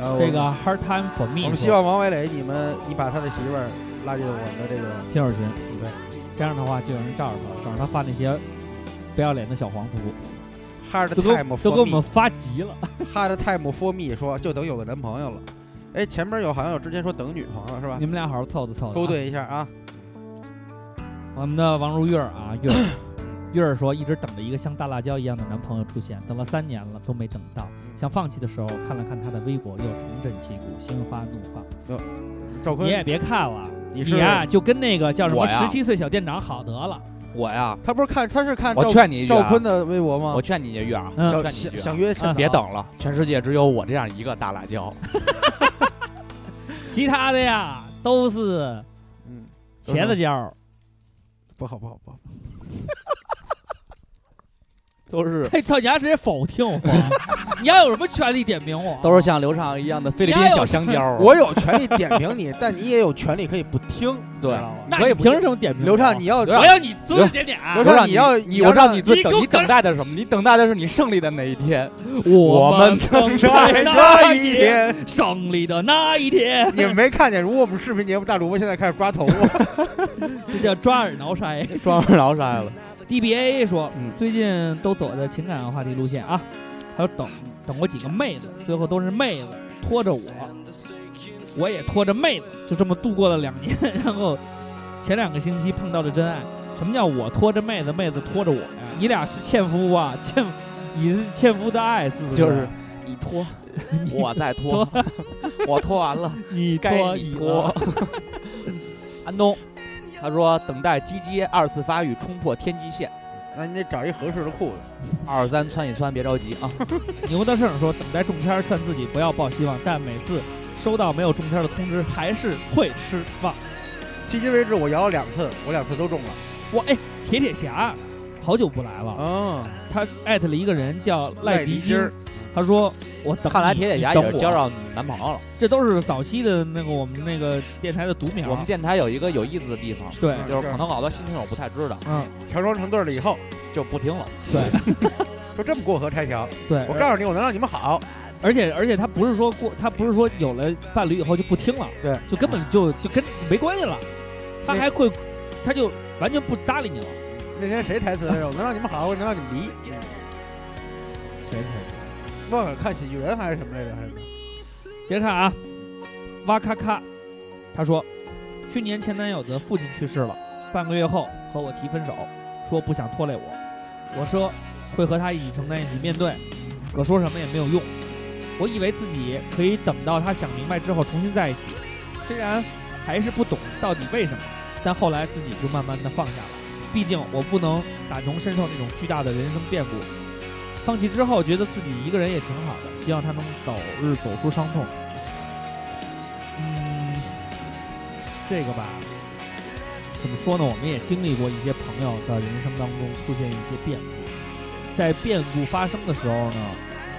D: 呃，
B: 嗯这个 hard time for
D: 我
B: me。
D: 我们希望王伟磊你们你把他的媳妇儿拉进我们的这个
B: 听友群，对，这样的话就有人罩着他，省得他发那些不要脸的小黄图，
D: hard
B: 都给
D: time
B: 我
D: for
B: 都给我
D: me
B: 们发急了。
D: Hard time for me 说，就等有个男朋友了。哎，前面有好像有之前说等女朋友是吧
B: 你？们俩好好凑合凑合啊。
D: 勾兑一下啊，
B: 我们的王如月儿啊，月儿， (clears throat) 月儿说一直等着一个像大辣椒一样的男朋友出现，等了三年了都没等到，想放弃的时候看了看他的微博，又重振旗鼓，心花怒放。
D: 赵坤
B: 你，也别看了，
D: 你
B: 你
D: 是
B: 啊呀、就跟那个叫什么
C: 我呀
B: 十七岁小店长好得了，
C: 我呀，
D: 他不是看他是看
C: 我
D: 赵
C: 劝你一句
D: 赵
C: 啊
D: 坤的微博吗
C: 我？劝你一句啊，
B: 嗯
C: 我
D: 想
C: 劝你一
D: 想想，
C: 句啊
D: 约趁早
C: 别，等了，全世界只有我这样一个大辣椒。
B: 其他的呀都是
D: 嗯，
B: 茄子椒，
D: 不好不好
C: (laughs)
D: 不好，
C: (laughs) 都
B: (laughs)
C: 是
B: 嘿，操！你还直接否定
C: (laughs)
B: 我，你还有什么权利点名我？
C: 都是像刘畅一样的菲律宾小香 (laughs) 蕉。
D: 我有权利点评你，但你也有权利可以不听，
C: 对
D: 知道吗
B: 那
C: 我
B: 你
C: 也不
B: 凭什么点评我
D: 刘畅，你要
C: 刘
B: 我
C: 畅
B: 要你指指点点。啊
D: 刘
C: 我
D: 畅
C: 让
D: 你要你
C: 你，
D: 要
C: 我让
D: 让
C: 你最
B: 你
C: 等
B: 给我
C: 你等
B: 干
C: 待的是什么？你等待的是你胜利的那一 (laughs) 天。
B: 我
C: 们
B: 等
C: 待
B: 待
C: 那
B: 那
C: 一
B: 一天，
C: 天
B: (laughs) 胜利的那一天，
D: 你们没看见？如果我们视频节目大主播现在开始抓头发，
B: 这叫抓耳挠 (laughs) 腮。
C: 双人劳晒了，
B: DBA 说
C: 嗯，
B: 最近都走的情感话题路线啊，还有等等过几个妹子，最后都是妹子拖着我，我也拖着妹子，就这么度过了两年。 (laughs) 然后前两个星期碰到了真爱。什么叫我拖着妹子，妹子拖着我呀？你俩是纤夫啊，纤，你是纤夫的爱，是不是？
C: 就是你 (laughs) 拖，我再拖，我拖完 (laughs) 了，
B: 你
C: 该
B: 拖
C: 你
B: 一
C: 拖。安东，他说等待鸡鸡二次发育冲破天际线，
D: (laughs) 那你得找一合适的裤子。
C: 二三窜一窜，别着急啊。
B: 牛大圣说：“等待中签，劝自己不要抱希望，但每次收到没有中签的通知，还是会失望。
D: 迄今为止，我摇了两次，我两次都中了。
B: 我”哎，铁铁侠好久不来了，
D: 啊，
B: 他艾特了一个人叫哦赖
D: 迪
B: 迪
D: 金
B: 金
D: 儿，
B: 他说：“我等你
C: 看来铁铁侠
B: 你
C: 也
B: 等
C: 是
B: 我
C: 交到你男朋友了。
B: 这都是早期的那个我们那个电台的独苗。
C: 我们电台有一个有意思的地方，
B: 对
D: 嗯
C: 就是可能好多新听友不太知道，
D: 乔装成对了以后，
C: 就不听了。
D: 就这么过河拆桥。
B: 对，
D: 我告诉你，我能让你们好。
B: 而且而且他不是说过，他不是说有了伴侣以后就不听了，
D: 对，
B: 就根本就就跟没关系了，他还会，他就完全不搭理你了。
D: 那天谁台词来着？我能让你们好，我能让你们离。
B: 谁
D: 忘了看喜剧人还是什么来着？还是
B: 接着看啊，哇咔咔，他说，去年前男友的父亲去世了，半个月后和我提分手，说不想拖累我。我说会和他一起承担、一起面对，可说什么也没有用。我以为自己可以等到他想明白之后重新在一起，虽然还是不懂到底为什么，但后来自己就慢慢的放下了。毕竟我不能打从身受那种巨大的人生变故。放弃之后，觉得自己一个人也挺好的，希望他能早日走出伤痛。嗯，这个吧，怎么说呢？我们也经历过一些朋友的人生当中出现一些变故，在变故发生的时候呢，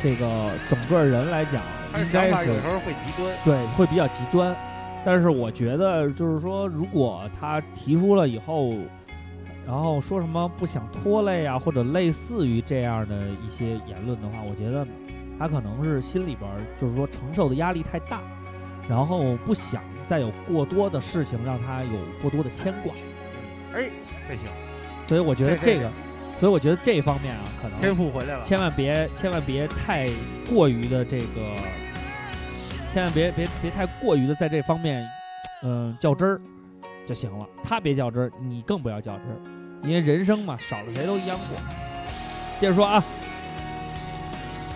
B: 这个整个人来讲应该
D: 想法
B: 是
D: 有时候会极端。
B: 对，会比较极端。但是我觉得，就是说，如果他提出了以后，然后说什么不想拖累啊，或者类似于这样的一些言论的话，我觉得他可能是心里边儿就是说承受的压力太大，然后不想再有过多的事情让他有过多的牵挂。
D: 哎，这行，
B: 所以我觉得
D: 这
B: 这个，所以我觉得这方面啊，可能
D: 天赋回来了。
B: 千万别千万别太过于的这个，千万别别别太过于的在这方面，嗯、较真儿就行了。他别较真儿，你更不要较真儿，因为人生嘛，少了谁都一样过。接着说啊，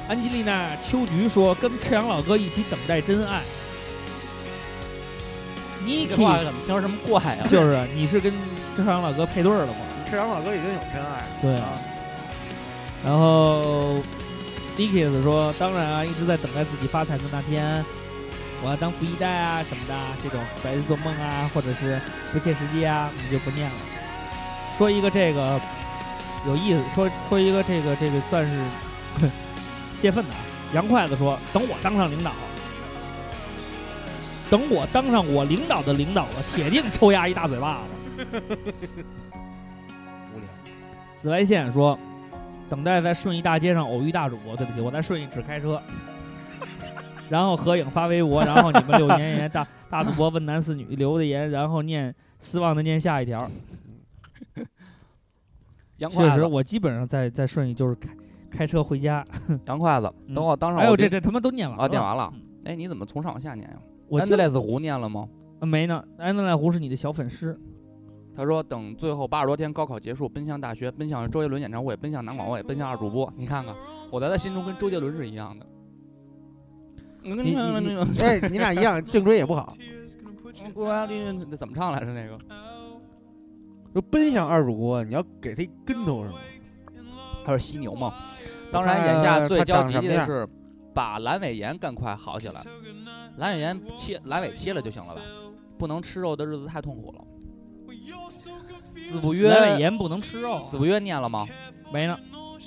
B: 安吉丽娜·秋菊说，跟赤阳老哥一起等待真爱。
C: 这话
B: Niki
C: 怎么听着这么怪啊呀？
B: 就是啊你是跟赤阳老哥配对儿了吗？
D: 赤阳老哥已经有真爱了。
B: 对啊。然后 Dickies 说：“当然啊，一直在等待自己发财的那天，我要当富一代啊什么的，这种白日做梦啊，或者是不切实际啊，我们就不念了。说一个这个有意思，说说一个这个这个算是泄愤的啊。杨筷子说：等我当上领导，等我当上我领导的领导了，铁定抽丫一大嘴巴子。”紫外线说：“等待在顺义大街上偶遇大主播，对不起，我在顺义只开车。 (laughs) 然后合影发微博，然后你们六言言大 (laughs) 大主播问男思女留的言，然后念失望的念下一条。
C: 杨
B: 确
C: 筷
B: 实，
C: 子，
B: 我基本上在在顺义就是开开车回家。
C: 杨筷子，
B: 嗯
C: 等我当上
B: 哎呦，
C: 我
B: 这
C: 领
B: 这他妈都念完了，
C: 啊，念完了
B: 嗯。
C: 哎，你怎么从上往下念呀？
B: 我
C: 安德
B: 就
C: 烈斯湖念了吗？
B: 啊没呢。安德烈湖是你的小粉丝，
C: 他说等最后八十多天高考结束，奔向大学，奔向周杰伦演唱会，奔向南广卫，奔向二主播。你看看，我在他心中跟周杰伦是一样的。你
D: 你你你，哎，你俩一样，颈椎也不好。
C: 嗯怎么唱来着那个？
D: 就奔向二主国，你要给他一跟头是吗？
C: 他是犀牛嘛。当然，眼下最焦急的是把阑尾炎赶快好起来。阑尾炎切阑尾切了就行了吧，不能吃肉的日子太痛苦了。子不曰，
B: 阑尾炎不能吃肉啊，
C: 子不曰念了吗？
B: 没呢。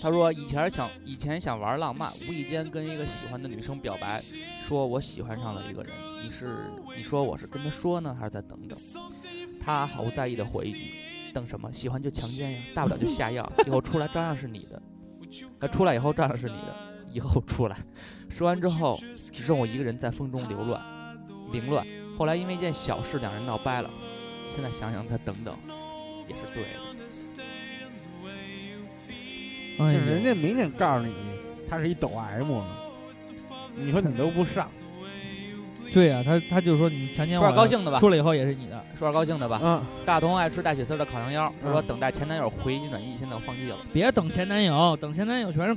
C: 他说以前想以前想玩浪漫，无意间跟一个喜欢的女生表白，说我喜欢上了一个人。你是你说我是跟他说呢，还是再等等？他毫不在意的回一句：“等什么？喜欢就强奸呀，大不了就下药，以后出来照样是你的。那出来以后照样是你的，以后出来。”说完之后，只剩我一个人在风中流乱凌乱。后来因为一件小事，两人闹掰了。现在想想，他等等也是对的。
D: 就
B: 哎呦
D: 是人家明显告诉你，他是一抖 M，呢啊你说你都不上，
B: 对呀，他他就说你强奸
C: 说
B: 我，
C: 点高兴的吧，
B: 出来以后也是你的，
C: 说点高兴的
B: 啊
C: 吧。
D: 嗯，
C: 大同爱吃带血丝的烤羊腰，他
D: 嗯
C: 说等待前男友回心转意，现在我放弃了。
B: 别等前男友，等前男友全是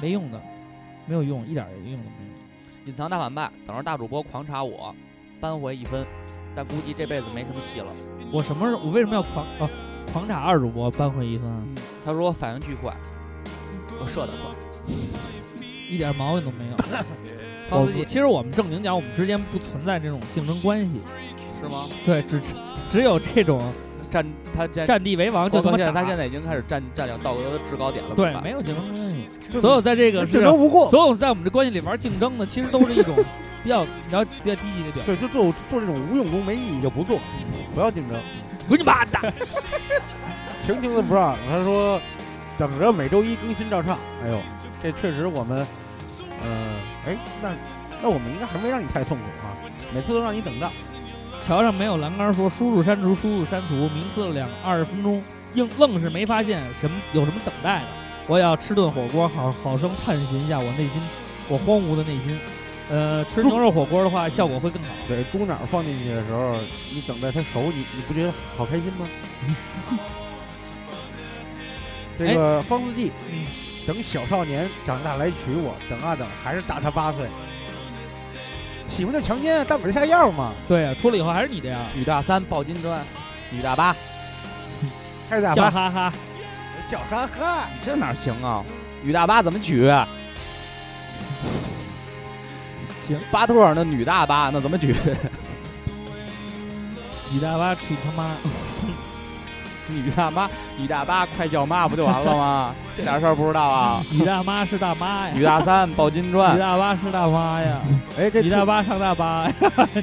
B: 没用的，没有用，一点儿用都没有。
C: 隐藏大反派，等着大主播狂查我，扳回一分，但估计这辈子没什么戏了。
B: 我什么时候我为什么要狂哦狂打二主播扳回一分啊？
C: 他说我反应巨快，我射得快。
B: 一点毛病都
C: (laughs)
B: 没有。
C: 方
B: 我
C: 自己
B: 其实我们正经讲，我们之间不存在这种竞争关系，
C: 是吗？
B: 对，只只有这种
C: 占他占，
B: 占地为王就
C: 哎我
B: 他
C: 发
B: 妈
C: 现
B: 打
C: 他现在已经开始占占领道德的制高点了。
B: 对
C: 怎么，办
B: 没有竞争关系。所有在这个
D: 竞
B: 是啊
D: 争不过，
B: 所有在我们这关系里玩竞争的，其实都是一种比较比较比较低级的表现。
D: 对，就做做这种无用功没意义就不做，不要竞争。
B: 滚你妈蛋！
D: 晴晴的 brown，他说等着每周一更新照唱。哎呦，这确实我们，呃，哎，那那我们应该还没让你太痛苦啊，每次都让你等到。
B: 桥上没有栏杆说，叔叔删除，叔叔删除，冥思了两二十分钟，硬愣是没发现什么有什么等待的。我也要吃顿火锅，好好生探寻一下我内心，我荒芜的内心。呃，吃牛肉火锅的话，效果会更好。
D: 对，猪脑放进去的时候，你等待它熟，你你不觉得好开心
B: (laughs)
D: 吗？这个
B: 哎
D: 方自记，
B: 嗯
D: 等小少年长大来娶我，等啊等，还是大他八岁。喜欢就强奸，大不了下药嘛。
B: 对啊，出了以后还是你这样，
C: 女大三抱金砖，女大八，
D: 开始打
B: 笑
D: 吧，
B: 哈哈。
D: 小伤害。
C: 你这哪行啊？女大八怎么举？啊
B: 行，
C: 巴特尔那女大八那怎么举？ (laughs)
B: 你大妈去他妈！
C: 女大妈，女大八快叫妈不就完了吗？ (laughs) 这点事儿不知道
B: (laughs)
C: 啊？
B: 你大妈是大妈
C: (laughs)
B: 呀，
C: 女大三抱金
B: 你
C: 砖，
B: 大妈是大妈呀，
D: 哎，这
B: 你大妈上大巴呀，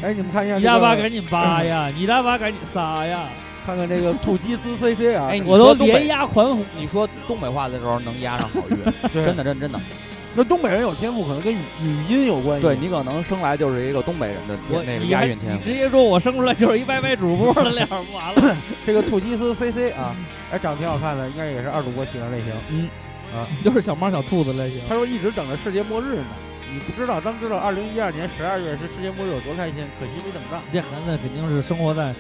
D: 哎，你们看一下，
B: 你大妈赶紧扒呀，你大妈赶紧撒呀！
D: 看看这个兔基斯 CC (laughs) 啊，
C: 哎你
B: 我都
C: 说东北
B: 连压还红，
C: 你说东北话的时候能押上好韵，
D: 对
C: 真的真真的。
D: 那东北人有天赋，可能跟语语音有关系。
C: 对你可能生来就是一个东北人的
B: 我
C: 那个
B: 你
C: 押
B: 还
C: 韵天
B: 你
C: 赋
B: 直。接说我生出来就是一歪歪主播的料，不完 (laughs) 了。
D: 这个兔基斯 CC 啊，哎，长得挺好看的，应该也是二主播喜欢类型。
B: 都是小猫小兔子类型。
D: 他说一直等着世界末日呢，你不知道，当知道二零一二年十二月是世界末日有多开心，可惜没等到。
B: 这孩子肯定是生活在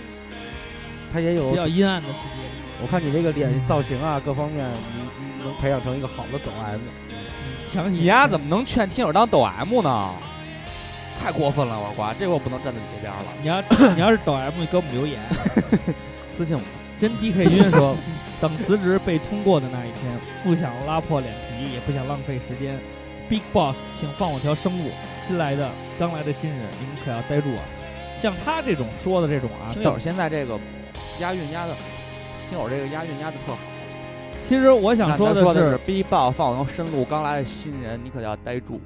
D: 他也有
B: 比，较阴暗的世界里，
D: 我看你这个脸造型啊，各方面你你能培养成一个好的抖 M。
B: 嗯强行。
C: 你丫怎
B: 么？
C: 么能劝听友当抖 M 呢？太过分了，我瓜，这个我不能站在你这边了。
B: 你要你要是抖 M，你给我们留 (laughs) 言。
C: 私信我，
B: 真 DK 君说，等辞职被通过的那一天，不想拉破脸皮，也不想浪费时间。Big Boss，请放我条生路。新来的，刚来的新人，你们可要呆住啊！像他这种说的这种啊，
C: 听
B: 等
C: 友现在这个押韵押的，听友这个押韵押的特好。
B: 其实我想
C: 说
B: 说的
C: 是
B: 是，
C: 逼爆放我能深入，刚来的新人你可要呆住。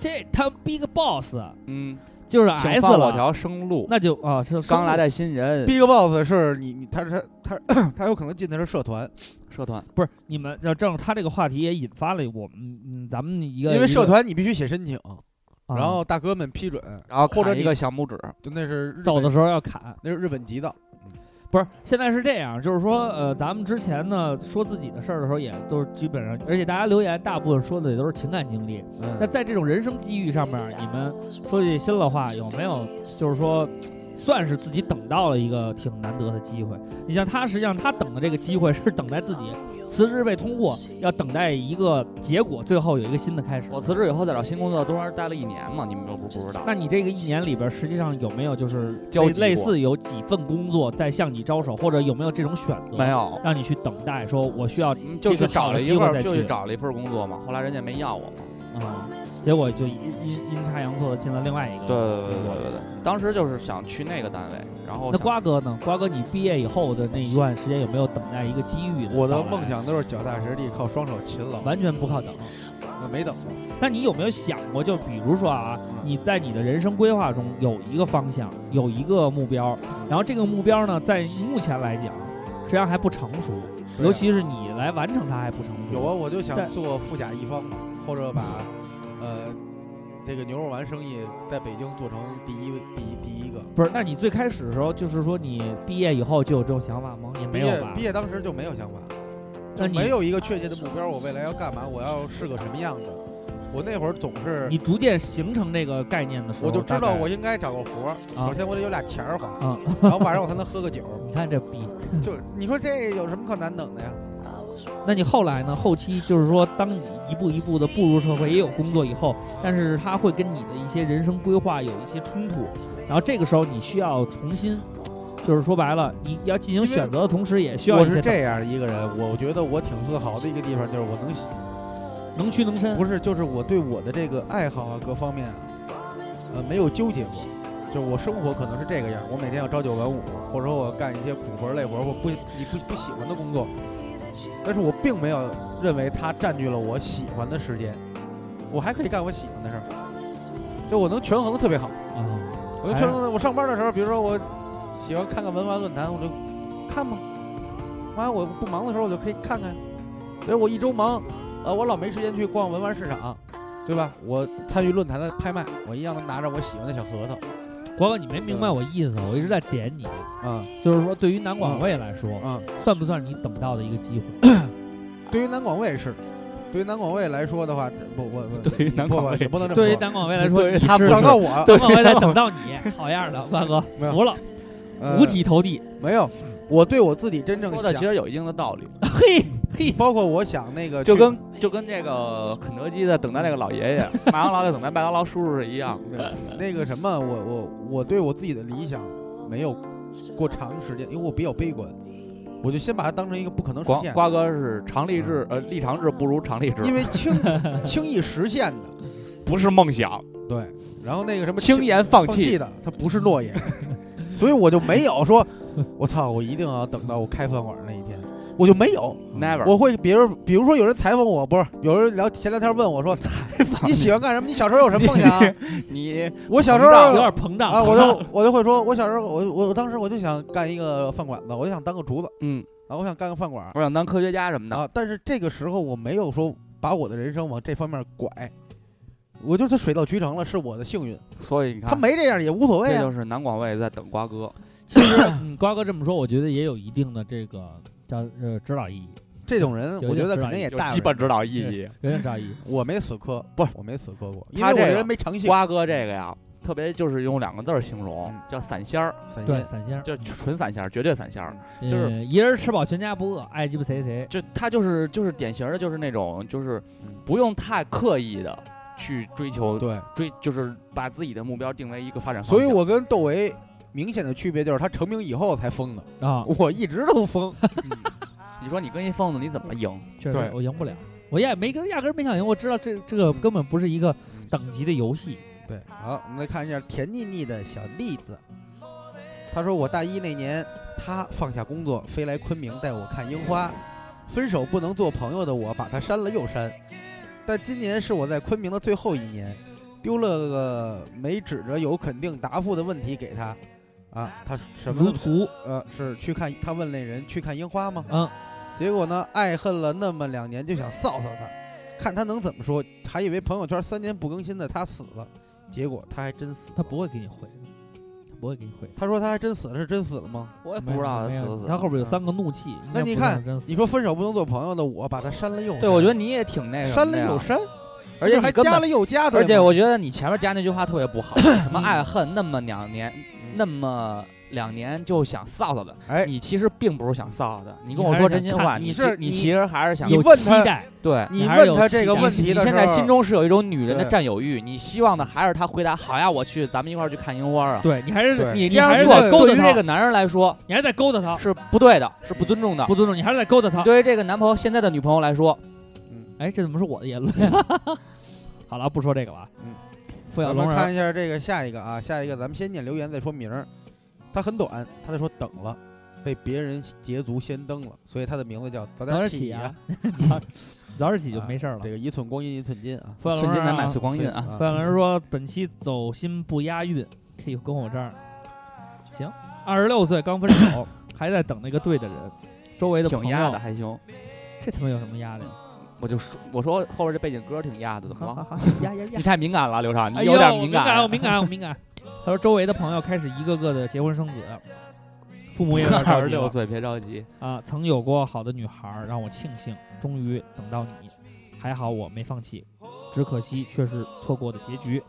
B: 这他 Big Boss
C: 嗯，
B: 就是
C: 请
B: S
C: 放我
B: 了，
C: 条生路。
B: 那就啊是
C: 刚来的新人
D: Big Boss 是你你他他他 (clears throat) 他有可能进的是社团，
C: 社团，
B: 不是你们要正他这个话题也引发了我们嗯咱们一个
D: 因为社，
B: 一
D: 团你必须写申请，
B: 个啊
D: 然后大哥们批准，
C: 然后
D: 或者
C: 砍一
D: 你
C: 个小拇指，
D: 就那是日
B: 走
D: 本
B: 的时候要砍。
D: 那是日本极道。
B: 不是，现在是这样，就是说，呃，咱们之前呢说自己的事儿的时候，也都是基本上，而且大家留言大部分说的也都是情感经历。
D: 嗯
B: 那在这种人生机遇上面，你们说句心里话，有没有就是说算是自己等到了一个挺难得的机会。你像他，实际上他等的这个机会是等待自己辞职被通过，要等待一个结果，最后有一个新的开始。
C: 我辞职以后再找新工作，中间待了一年嘛，你们都不不知道。
B: 那你这个一年里边，实际上有没有就是
C: 交
B: 类
C: 集
B: 类
C: 过
B: 似有几份工作在向你招手，或者有没有这种选择？
C: 没，有，
B: 让你去等待，说我需要
C: 嗯就
B: 这
C: 去
B: 个好
C: 找
B: 的
C: 了
B: 机
C: 一
B: 会
C: 份，
B: 再
C: 就
B: 去
C: 去找了一份工作嘛。后来人家没要我嘛。
B: 啊、结果就阴阴阴差阳错的进了另外
D: 哦
B: 一个。
C: 嗯对对对对对对，当时就是想去那个单位，然后
B: 那
C: 想
B: 瓜哥呢？瓜哥，你毕业以后的那一段时间有没有等待一个机遇？
D: 我的梦想都是脚踏实地，靠双手勤劳，
B: 完全不靠等。
D: 我没等过。
B: 那你有没有想过，就比如说啊，
D: 嗯
B: 你在你的人生规划中有一个方向，有一个目标，
D: 嗯
B: 然后这个目标呢，在目前来讲，实际上还不成熟，
D: 对啊
B: 尤其是你来完成它还不成熟。
D: 有啊，我就想
B: 但
D: 做富甲一方嘛，或者把呃这个牛肉丸生意在北京做成第一位第一第一个。
B: 不是？那你最开始的时候，就是说你毕业以后就有这种想法吗？也
D: 毕
B: 没有
D: 业
B: 吧
D: 毕？业当时就没有想法，
B: 那你
D: 没有一个确切的目标，我未来要干嘛，我要是个什么样子。我那会儿总是，
B: 你逐渐形成这个概念的时候，
D: 我就知
B: 大
D: 道
B: 概
D: 我应该找个活儿，
B: 啊
D: 首先我得有俩钱儿花，
B: 啊，
D: 然后晚上我才能喝个酒。
B: (laughs) 你看这逼。
D: 就你说这有什么可难等的呀？
B: 那你后来呢？后期就是说，当你一步一步的步入社会，也有工作以后，但是它会跟你的一些人生规划有一些冲突，然后这个时候你需要重新，就是说白了，你要进
D: 因
B: 行
D: 为
B: 选择的同时，也需要
D: 我
B: 一
D: 是
B: 些
D: 这样一个人，我觉得我挺自豪的一个地方就是我能
B: 能屈能伸。
D: 不是，就是我对我的这个爱好啊，各方面啊，呃，没有纠结过。就我生活可能是这个样，我每天要朝九晚五，或者说我干一些苦活累活或不你不不喜欢的工作，但是我并没有认为它占据了我喜欢的时间，我还可以干我喜欢的事儿，就我能权衡的特别好。
B: 啊，
D: 我就
B: 哎
D: 觉得我上班的时候，比如说我喜欢看看文玩论坛，我就看吧。妈，我不忙的时候我就可以看看。比如我一周忙，呃，我老没时间去逛文玩市场，对吧？我参与论坛的拍卖，我一样能拿着我喜欢的小核桃。
B: 瓜哎哥，你没明白我意思，我一直在点你，
D: 啊、
B: 就是说，对于南广卫来
C: 哦
B: 说，
D: 啊、
B: 算不算你等到的一个机会？
D: 对于南广卫是，对于南广卫来说的话，不，我我
C: 对于南广卫
D: 不不也不能这么
B: 对于 (laughs)
D: 说。
B: 南广卫来说，你
D: 他
B: 是
D: 等到我，
B: (laughs) 南广卫在等到你，好样的，瓜哥，
D: 没有
B: 服了，
D: 呃
B: 五体投地， (laughs)
D: 没有，我对我自己真正
C: 说的其
D: 想，
C: 实有一定的道理，
B: 嘿嘿，
D: 包括我想那个去，
C: 就跟就跟这个肯德基的等待那个老爷爷，麦当劳的等待麦当劳叔叔是
D: (laughs)
C: 一样。
D: 对，那个什么，我我我对我自己的理想没有过长时间，因为我比较悲观，我就先把它当成一个不可能实
C: 瓜
D: 现，
C: 瓜哥是常立志，呃，立长志不如常立志，
D: 嗯因为轻轻易实现的，
C: (laughs) 不是梦想，
D: 对。然后那个什么
C: 轻言放
D: 放弃
C: 弃。
D: 的，它不是诺言， (laughs) 所以我就没有说， (laughs) 我操，我一定要等到我开饭馆那一天，我就没有。
C: Never，
D: 嗯我会，比如比如说有人采访我，不是有人聊闲聊天问我说，你喜欢干什么？你小时候有什么梦想啊？
C: 你
D: 我小时
B: 有
D: 候
B: 点膨胀
D: 啊，我
B: 膨胀
D: 就我就会说，我小时候我我我当时我就想干一个饭馆子，我就想当个厨子
C: 嗯，
D: 啊，我想干个饭馆儿
C: 我想当科学家什么的。
D: 啊。但是这个时候我没有说把我的人生往这方面拐，我就是水到渠成了，是我的幸运。
C: 所以你看，
D: 他没这样也无所谓
C: 啊这
D: 啊
C: 就。是南广卫在等瓜哥。
B: 其实、嗯、瓜哥这么说，我觉得也有一定的这个叫呃指导意义，
D: 这种人
B: 有
D: 我
B: 点
D: 觉得
B: 指导
D: 肯定
B: 意
D: 也
C: 有
D: 大
C: 基
D: 不
C: 本
D: 了
C: 指导意义。
B: 有点指导意义。
D: 我没死磕，不是我没死磕过，因
C: 他
D: 为我
C: 这
D: 这
C: 个
D: 人没诚信。
C: (laughs) 瓜哥这个呀，特别就是用两个字儿形容
D: 嗯，
C: 叫散仙儿，
D: 散
B: 对，
D: 心
B: 散仙儿，嗯
C: 就是纯散仙儿，绝对散仙儿。就是
B: 呃，一人吃饱全家不饿，爱鸡巴谁谁。
C: 就他就是就是典型的，就是那种就是
D: 嗯
C: 不用太刻意的去追求
D: 对，
C: 追，就是把自己的目标定为一个发展方向。
D: 所以我跟窦唯明显的区别就是他成名以后才疯的，
B: 啊，
D: 我一直都不
C: (laughs)
D: 疯。
C: 嗯你说你跟一疯子你怎么赢？
B: 确实
D: 对
B: 我赢不了，我压没跟压根儿没想赢，我知道这这个根本不是一个等级的游戏。
D: 对，好，我们来看一下甜腻腻的小栗子。他说：“我大一那年，他放下工作，飞来昆明带我看樱花。分手不能做朋友的我，把他删了又删。但今年是我在昆明的最后一年，丢了个没指着有肯定答复的问题给他。啊，他什么
B: 如
D: 都
B: 图，
D: 呃，是去看他问那人去看樱花吗？
B: 嗯，
D: 结果呢，爱恨了那么两年，就想臊臊他，看他能怎么说。还以为朋友圈三年不更新的他死了，结果他还真死了。
B: 他不会给你回的，他不会给你回的。
D: 他说他还真死了，是真死了吗？
C: 我也不知道他
B: 没有没
C: 死
B: 有
C: 不死。嗯
B: 他后边有三个怒气。应该
D: 那你
B: 不是
D: 看
B: 真死
D: 你说分手不能做朋友的我，把他删了又删
C: 对，我觉得你也挺那个
D: 删了又删，
C: 而且
D: 还
C: 你根
D: 加
C: 本
D: 了又加，对
C: 而且
D: 吗 (laughs)
C: 我觉得你前面加那句话特别不好，什么爱恨那么两年，那么两年就想臊臊的，
D: 哎
C: 你其实并不是想臊的，你跟
B: 你
C: 我
B: 还
C: 说
B: 是
C: 真
B: 想
C: 心
B: 看
C: 话，
D: 你
C: 你
D: 是
C: 你
D: 你
C: 其实还是想
D: 你
B: 有
D: 问
B: 期
D: 他
B: 待，
C: 对。
D: 你
B: 还是有
D: 问他这
B: 期
D: 个
B: 待
D: 问
C: 你
D: 题的时候，
C: 现在心中是有一种女人的
D: 对
C: 占有欲，你希望的还是她回答好呀，我去，咱们一块儿去看樱花啊。
B: 对你还是
D: 对
B: 你
C: 这样
B: 还是
C: 做
B: 在勾搭
C: 对于这个
B: 他，
C: 男人来说
B: 你还是在勾
D: (laughs)
B: 搭他，
C: 啊是不对的，是不尊重的。
B: 不尊重你，还是在勾搭他。
C: 对于这个男朋友现在的女朋友来说，
B: 哎，这怎么是我的言论？
C: 嗯
B: (laughs) 好了，不说这个了啊。 (laughs)
D: 嗯，
B: 付小
D: 咱
B: 龙啊
D: 们
B: 人
D: 看一下这个下一个啊，下一个咱们先念留言再说名儿。他很短，他就说等了，被别人捷足先登了，所以他的名字叫早
B: 早点
D: 点
B: 起
D: 呀
B: 啊。，早点起就没事儿了
D: 这。个一寸光阴一寸金啊。
B: 付小
C: 啊瞬
B: 龙人
C: 间难买
B: 啊，
C: 翠光印啊！
B: 范老师说本期走心不押韵，嘿呦，跟我这儿行。二十六岁刚分手，还在等那个对的人，周围的
C: 挺
B: 朋
C: 压的，
B: 友，
C: 还行。
B: 这他妈有什么压力？
C: 我就说，我说后边这背景歌挺压的，怎么
B: 哈哈哈，
C: 了？ (laughs)
B: 压压压
C: 你！太敏感了，刘畅，你
B: 哎
C: 有
B: 呦
C: 点
B: 我
C: 敏
B: 敏
C: 感啊
B: 感，
C: 了。
B: 我敏感，我敏感。他说周围的朋友开始一个个的结婚生子，父母也
C: (laughs)
B: 有点着
C: 二
B: 急
C: 十
B: 了
C: 六岁，别着急。
B: 啊，曾有过好的女孩儿，让我庆幸，终于等到你，还好我没放弃，只可惜却是错过的结局，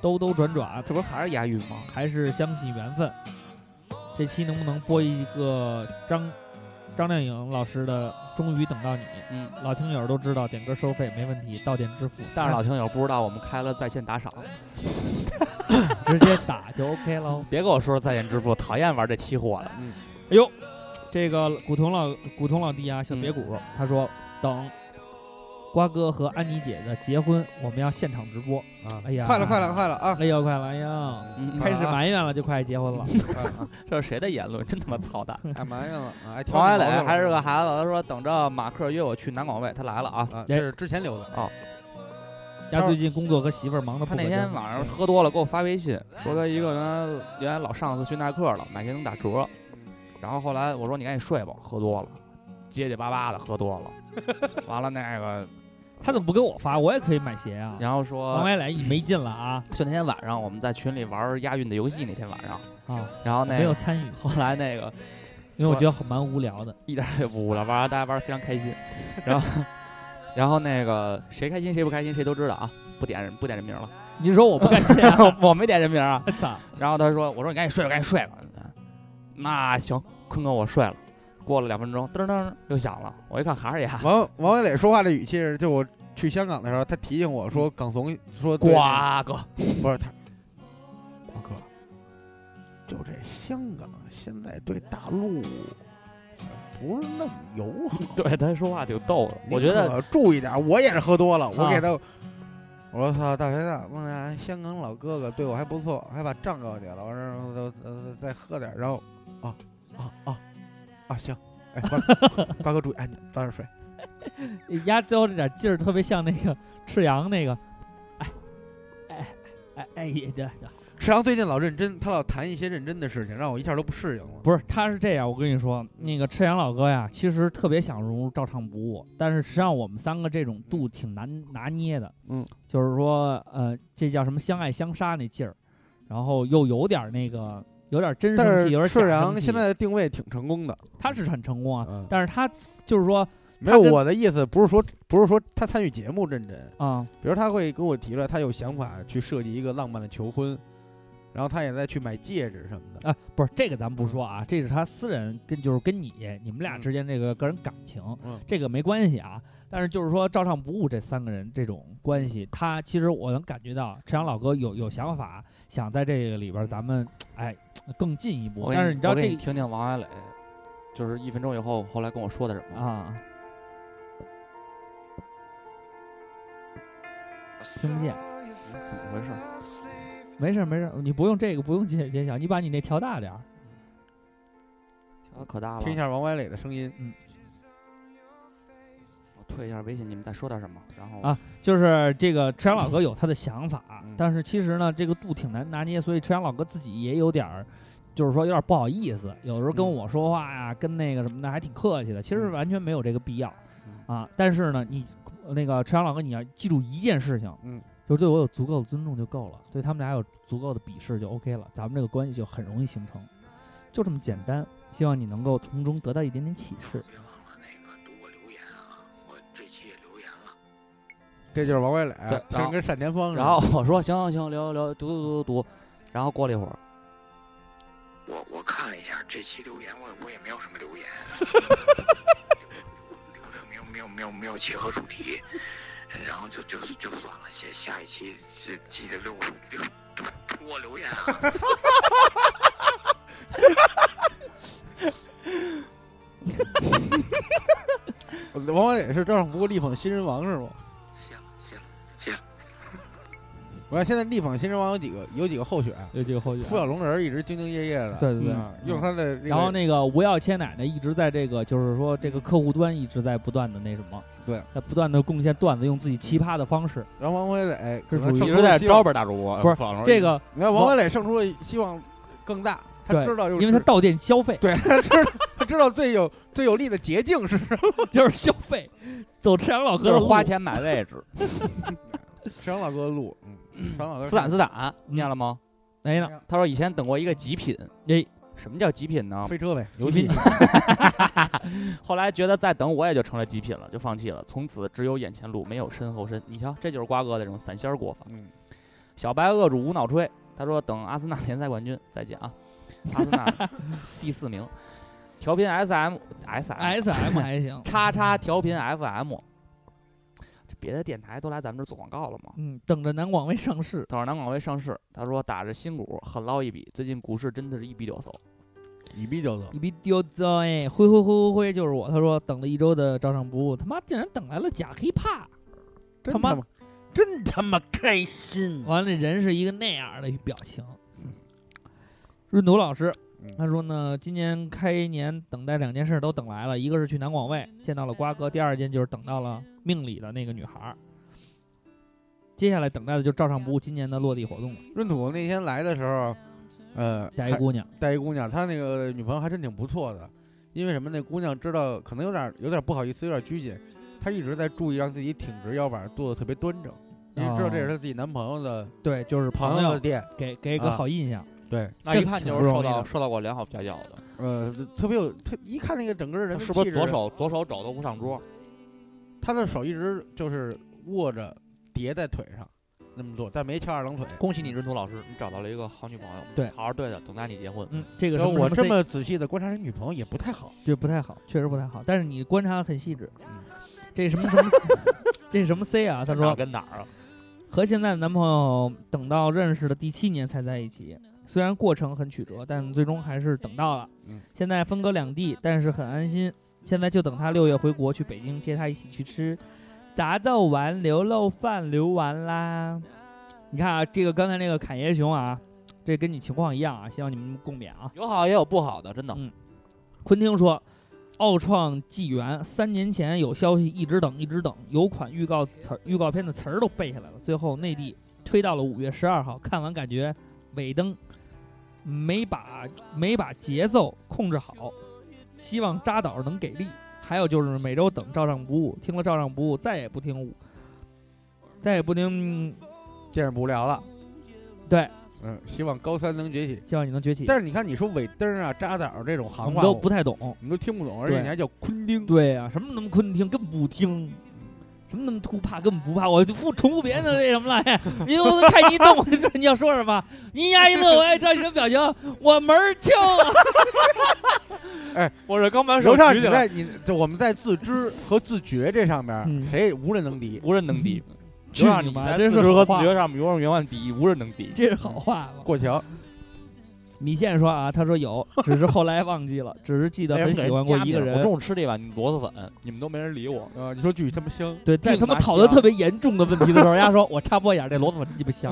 B: 兜兜转转
C: 这不是还是押韵吗？
B: 还是相信缘分。这期能不能播一个张张靓颖老师的《终于等到你》？
C: 嗯，
B: 老听友都知道点歌收费没问题，到店支付， (laughs)
C: 但是老听友不知道，我们开了在线打赏，
B: 直接打就 OK 喽。
C: 别跟我说在线支付，讨厌玩这期货了。
B: 哎呦，这个古潼老古潼老弟啊，小别谷、他说等瓜哥和安妮姐的结婚，我们要现场直播。
D: 啊，
B: 哎呀
D: 快了，快了，快了啊！
B: 哎呦，快了，哎呦，
C: 嗯
B: 开
D: 快
B: 始
D: 了啊
B: 埋怨了，就快结婚了。
D: 快了啊
C: 这是谁的言论？真他妈操蛋！
D: 哎，埋怨了啊！还挑
C: 王
D: 你
C: 海磊
D: 毛病
C: 还是
D: 了
C: 个孩子，他说等着马克约我去南广卫，他来了啊。
D: 啊，这是之前留的。
B: 丫最近工作和媳妇儿忙得
C: 他
B: 不可
C: 那
B: 开
C: 天
B: 交。
C: 晚上喝多了，给我发微信，说他一个原来原来老上司去耐克了，买鞋能打折。然后后来我说你赶紧睡吧，喝多了，结结巴巴的喝多了。完了那个，
B: 他怎么不给我发？我也可以买鞋啊。
C: 然后
B: 王
C: 说
B: 歪来你没劲了啊
C: 就那天晚上我们在群里玩押韵的游戏，那天晚上，
B: 啊！
C: 然后
B: 我
C: 那
B: 没有 (laughs)
C: 个
B: 参与，
C: 后来那个
B: 因为我觉得很蛮无聊的。
C: 一点儿也不无聊，玩儿大家玩儿非常开心。然后然后那个谁开心谁不开心谁都知道啊，不点人不点人名了， (laughs)
B: 你是说我不敢信啊？
C: 我我没点人名啊。
B: 我操！
C: 然后他说：“我说你赶紧睡吧，赶紧睡吧。”那行，坤哥我睡了。过了两分钟，噔噔又响了，我一看还是牙，
D: 王王伟磊说话的语气是，就我去香港的时候，他提醒我说
C: 嗯
D: 港怂说对那
C: 瓜哥，
D: 个不是他，瓜哥，就这香港现在对大陆不是那么友好，
C: (laughs) 对他说话挺逗的，
D: 你
C: 我觉得
D: 可注意点儿。我也是喝多了，我
B: 啊
D: 给他。我说操，大学长，问啊，香港老哥哥对我还不错，还把账给我结了。完事儿我说呃再喝点儿，然后啊啊啊啊行，哎瓜哥瓜哥注意安全，早点睡。
B: 压最后这点劲儿特别像那个赤羊那个，哎哎哎哎也的，
D: 池阳最近老认真，他老谈一些认真的事情，让我一下都不适应了。
B: 不是，他是这样。我跟你说，那个赤羊老哥呀，其实特别想融入照唱不误，但是实际上我们三个这种度挺难拿捏的。
D: 嗯，
B: 就是说，呃，这叫什么相爱相杀那劲儿，然后又有点那个，有点真
D: 但
B: 生
D: 是
B: 气，有点假
D: 赤
B: 生
D: 阳
B: 气。
D: 现在的定位挺成功的，
B: 他是很成功啊，
D: 嗯
B: 但是他就是说
D: 没有
B: 他跟
D: 我的意思，不是说不是说他参与节目认真，
B: 啊、
D: 比如他会跟我提了他有想法去设计一个浪漫的求婚，然后他也在去买戒指什么的。
B: 啊，不是这个咱不说啊，这是他私人跟就是跟你你们俩
D: 嗯
B: 之间这个个人感情，
D: 嗯
B: 这个没关系啊。但是就是说照唱不误这三个人这种关系，他其实我能感觉到陈阳老哥有有想法，想在这个里边儿咱们哎更进一步
C: 我。给
B: 但是你知道
C: 我给
B: 这
C: 听听王海磊，就是一分钟以后后来跟我说的什么？
B: 啊，听不见，
C: 怎么回事？
B: 没事儿没事儿，你不用这个不用揭揭晓，你把你那调大点儿。
C: 调的可大了，
D: 嗯听一下王歪磊的声音，
C: 我退一下微信，你们再说点什么？然后
B: 啊就是这个赤阳老哥有他的想法，
C: 嗯
B: 但是其实呢，这个度挺难拿捏，所以赤阳老哥自己也有点儿，就是说有点不好意思，有时候跟
C: 嗯
B: 我说话呀、跟那个什么的还挺客气的，其实
C: 嗯
B: 完全没有这个必要、
C: 嗯
B: 啊。但是呢，你那个赤阳老哥，你要记住一件事情，
D: 嗯，
B: 就是对我有足够的尊重就够了，对他们俩有足够的鄙视就 OK 了，咱们这个关系就很容易形成，就这么简单。希望你能够从中得到一点点启示。
G: 啊
D: 这就是王歪磊
C: 对，然
D: 听着
C: 后
D: 跟单田芳似的。
C: 然后我说行行行，聊聊读读读读，然后过了一会儿，
G: 这期留言我我也没有什么留言，没有没有没有没有切合主题，然后就就就算了，下下一期记记得留留多多留言啊。
D: 往往也是照样不过力捧新人王是吗？
G: 谢了谢了，
D: 我看现在力捧新人王有几个有几个候选，
B: 有几个后续啊。
D: 付小龙人一直兢兢业业的，
B: 对对对
D: 嗯用他的这个
B: 然后那个吴耀切奶奶一直在这个，就是说这个客户端一直在不断的那什么，
D: 对，
B: 在不断的贡献段子，用自己奇葩的方式。
D: 然后王辉磊
B: 是
D: 可能
B: 属于
D: 胜
C: 一
D: 出
C: 直在
D: 的希望
C: 招，本大主播，
B: 不是
D: 嗯
C: 是
B: 这个
D: 你看王辉磊胜出的希望更大，他
B: 对
D: 知道就是，
B: 因为他到店消费
D: 对他知道他知道最有最有利的捷径是 (laughs) 什么？
B: 就是消费，走赤阳老哥
C: (laughs) 就
B: 的
C: 是
B: 路
C: 花。钱买位置。
D: 沈阳老哥的路，嗯，沈阳老哥
C: (laughs) 斯坦斯坦念了吗？
B: 哎呢，
C: 他说以前等过一个极品，
B: 哎，
C: 什么叫极品
B: 啊
C: 呢？
D: 飞车呗，
B: 牛逼！
C: (laughs) 后来觉得再等我也就成了极品了，就放弃了。从此只有眼前路，没有身后身。你瞧，这就是瓜哥的这种散仙儿过法。
D: 嗯，
C: 小白扼住无脑吹，他说等阿森纳联赛冠军再见 (laughs) 啊，阿森纳第四名，调频 S M S M
B: 哎 S M 还行，
C: (laughs) 叉叉调频 F M，这别的电台都来咱们这儿做广告了吗？
B: 嗯，等着南广卫上市，
C: 等着南广卫上市，他说打着新股狠捞一笔，最近股市真的是一笔两头。
D: 一逼就走。
B: 一比丢糟哎，灰灰灰灰灰就是我。他说等了一周的照常不误，他妈竟然等来了假 hiphop。
D: 真
B: 他妈
D: 他妈，真他妈开心！
B: 完了，这人是一个那样的表情。润土老师
D: 嗯，
B: 他说呢，今年开年等待两件事都等来了，一个是去南广卫见到了瓜哥，第二件就是等到了命里的那个女孩儿。接下来等待的就是照常不误今年的落地活动了，
D: 闰土那天来的时候，呃，
B: 下一
D: 还
B: 姑娘，
D: 带一姑娘，他那个女朋友还真挺不错的，因为什么？那姑娘知道可能有点有点不好意思，有点拘谨，她一直在注意让自己挺直腰板，坐的特别端正，因为知道这是她自己男朋友的
B: 对，哦就是
D: 朋
B: 友
D: 的，店，
B: 给给个
D: 啊
B: 好印象，
D: 对，
C: 那
B: 这
C: 一看
B: 挺
C: 就
B: 不
C: 是
B: 容
C: 受
B: 易
C: 到
B: 的
C: 受到过良好调教的，
D: 呃，特别有，特一看那个整个人的
C: 是不
D: 气
C: 是
D: 质
C: 左，手左手肘都不上桌？
D: 她的手一直就是握着叠在腿上那么做，但没翘二郎腿。
C: 恭喜你，闰土老师，你找到了一个好女朋友。
B: 对
C: 好好对她，等待你结婚。
B: 嗯，这个
D: 然
B: 什
D: 后
B: 么
D: 我
B: 什
D: 这
B: C-
D: 么仔细的观察人女朋友也不太好，
B: 这不太好，确实不太好。但是你观察得很细致
D: 嗯，
B: 这什么什么， (laughs) 这什么 C 啊？他
C: 哪儿
B: 说
C: 跟哪儿啊？
B: 和现在的男朋友等到认识的第七年才在一起，虽然过程很曲折，但最终还是等到了。
D: 嗯
B: 现在分隔两地，但是很安心。现在就等他六月回国，去北京接他一起去吃炸豆丸、牛肉饭、流丸啦。你看啊，这个刚才那个侃爷熊啊，这跟你情况一样啊，希望你们共勉啊。
C: 有好也有不好的，真的。
B: 嗯昆汀说，奥创纪元三年前有消息，一直等，一直等，有款预告词儿、预告片的词儿都背下来了。最后内地推到了五月十二号，看完感觉尾灯没把没把节奏控制好，希望扎导能给力。还有就是每周等照上不误，听了照上不误，再也不听五，再也不听。嗯
D: 电视不无聊了。
B: 对，
D: 嗯，希望高三能崛起。
B: 希望你能崛起。
D: 但是你看，你说尾灯啊、扎导这种
B: 我
D: 行
B: 们
D: 话，
B: 都
D: 我
B: 不太懂。
D: 你都听不懂，而且
B: 对
D: 你还叫昆汀。
B: 对啊呀、什么那么昆汀，根本不听，什么那么突怕，根本不怕，我就不重复别人的那什么了。 (laughs) 因为我都看你一动，我就知道你要说什么。你丫一乐，我也知道你什么表情，我门儿清啊。
C: 我是刚把
D: 楼上你在你就我们在自 (laughs) 知和自觉这上面，
B: 嗯
D: 谁也无人能敌。
C: 无人能敌。
B: 去
C: 就让
B: 你
C: 你
B: 妈
C: 在
B: 真
C: 自
B: 是
C: 知和
B: 好
C: 自
B: 话
C: 觉上永远永远第一，无人能敌。
B: 这是好话吗？
D: 过桥，
B: 米线说啊，他说有，只是后来忘记了，只是
C: 哎
B: 记得很喜欢过一个
C: 我
B: 人。
C: 中午吃这碗螺蛳粉，你们都没人理我。
D: 呃，你说句他妈香，
B: (laughs) 对，在
C: 并
B: 他们
C: 拿
B: 讨论
C: 香
B: 特别严重的问题的时候，人家说：“我插播一下，这罗子粉鸡巴香。”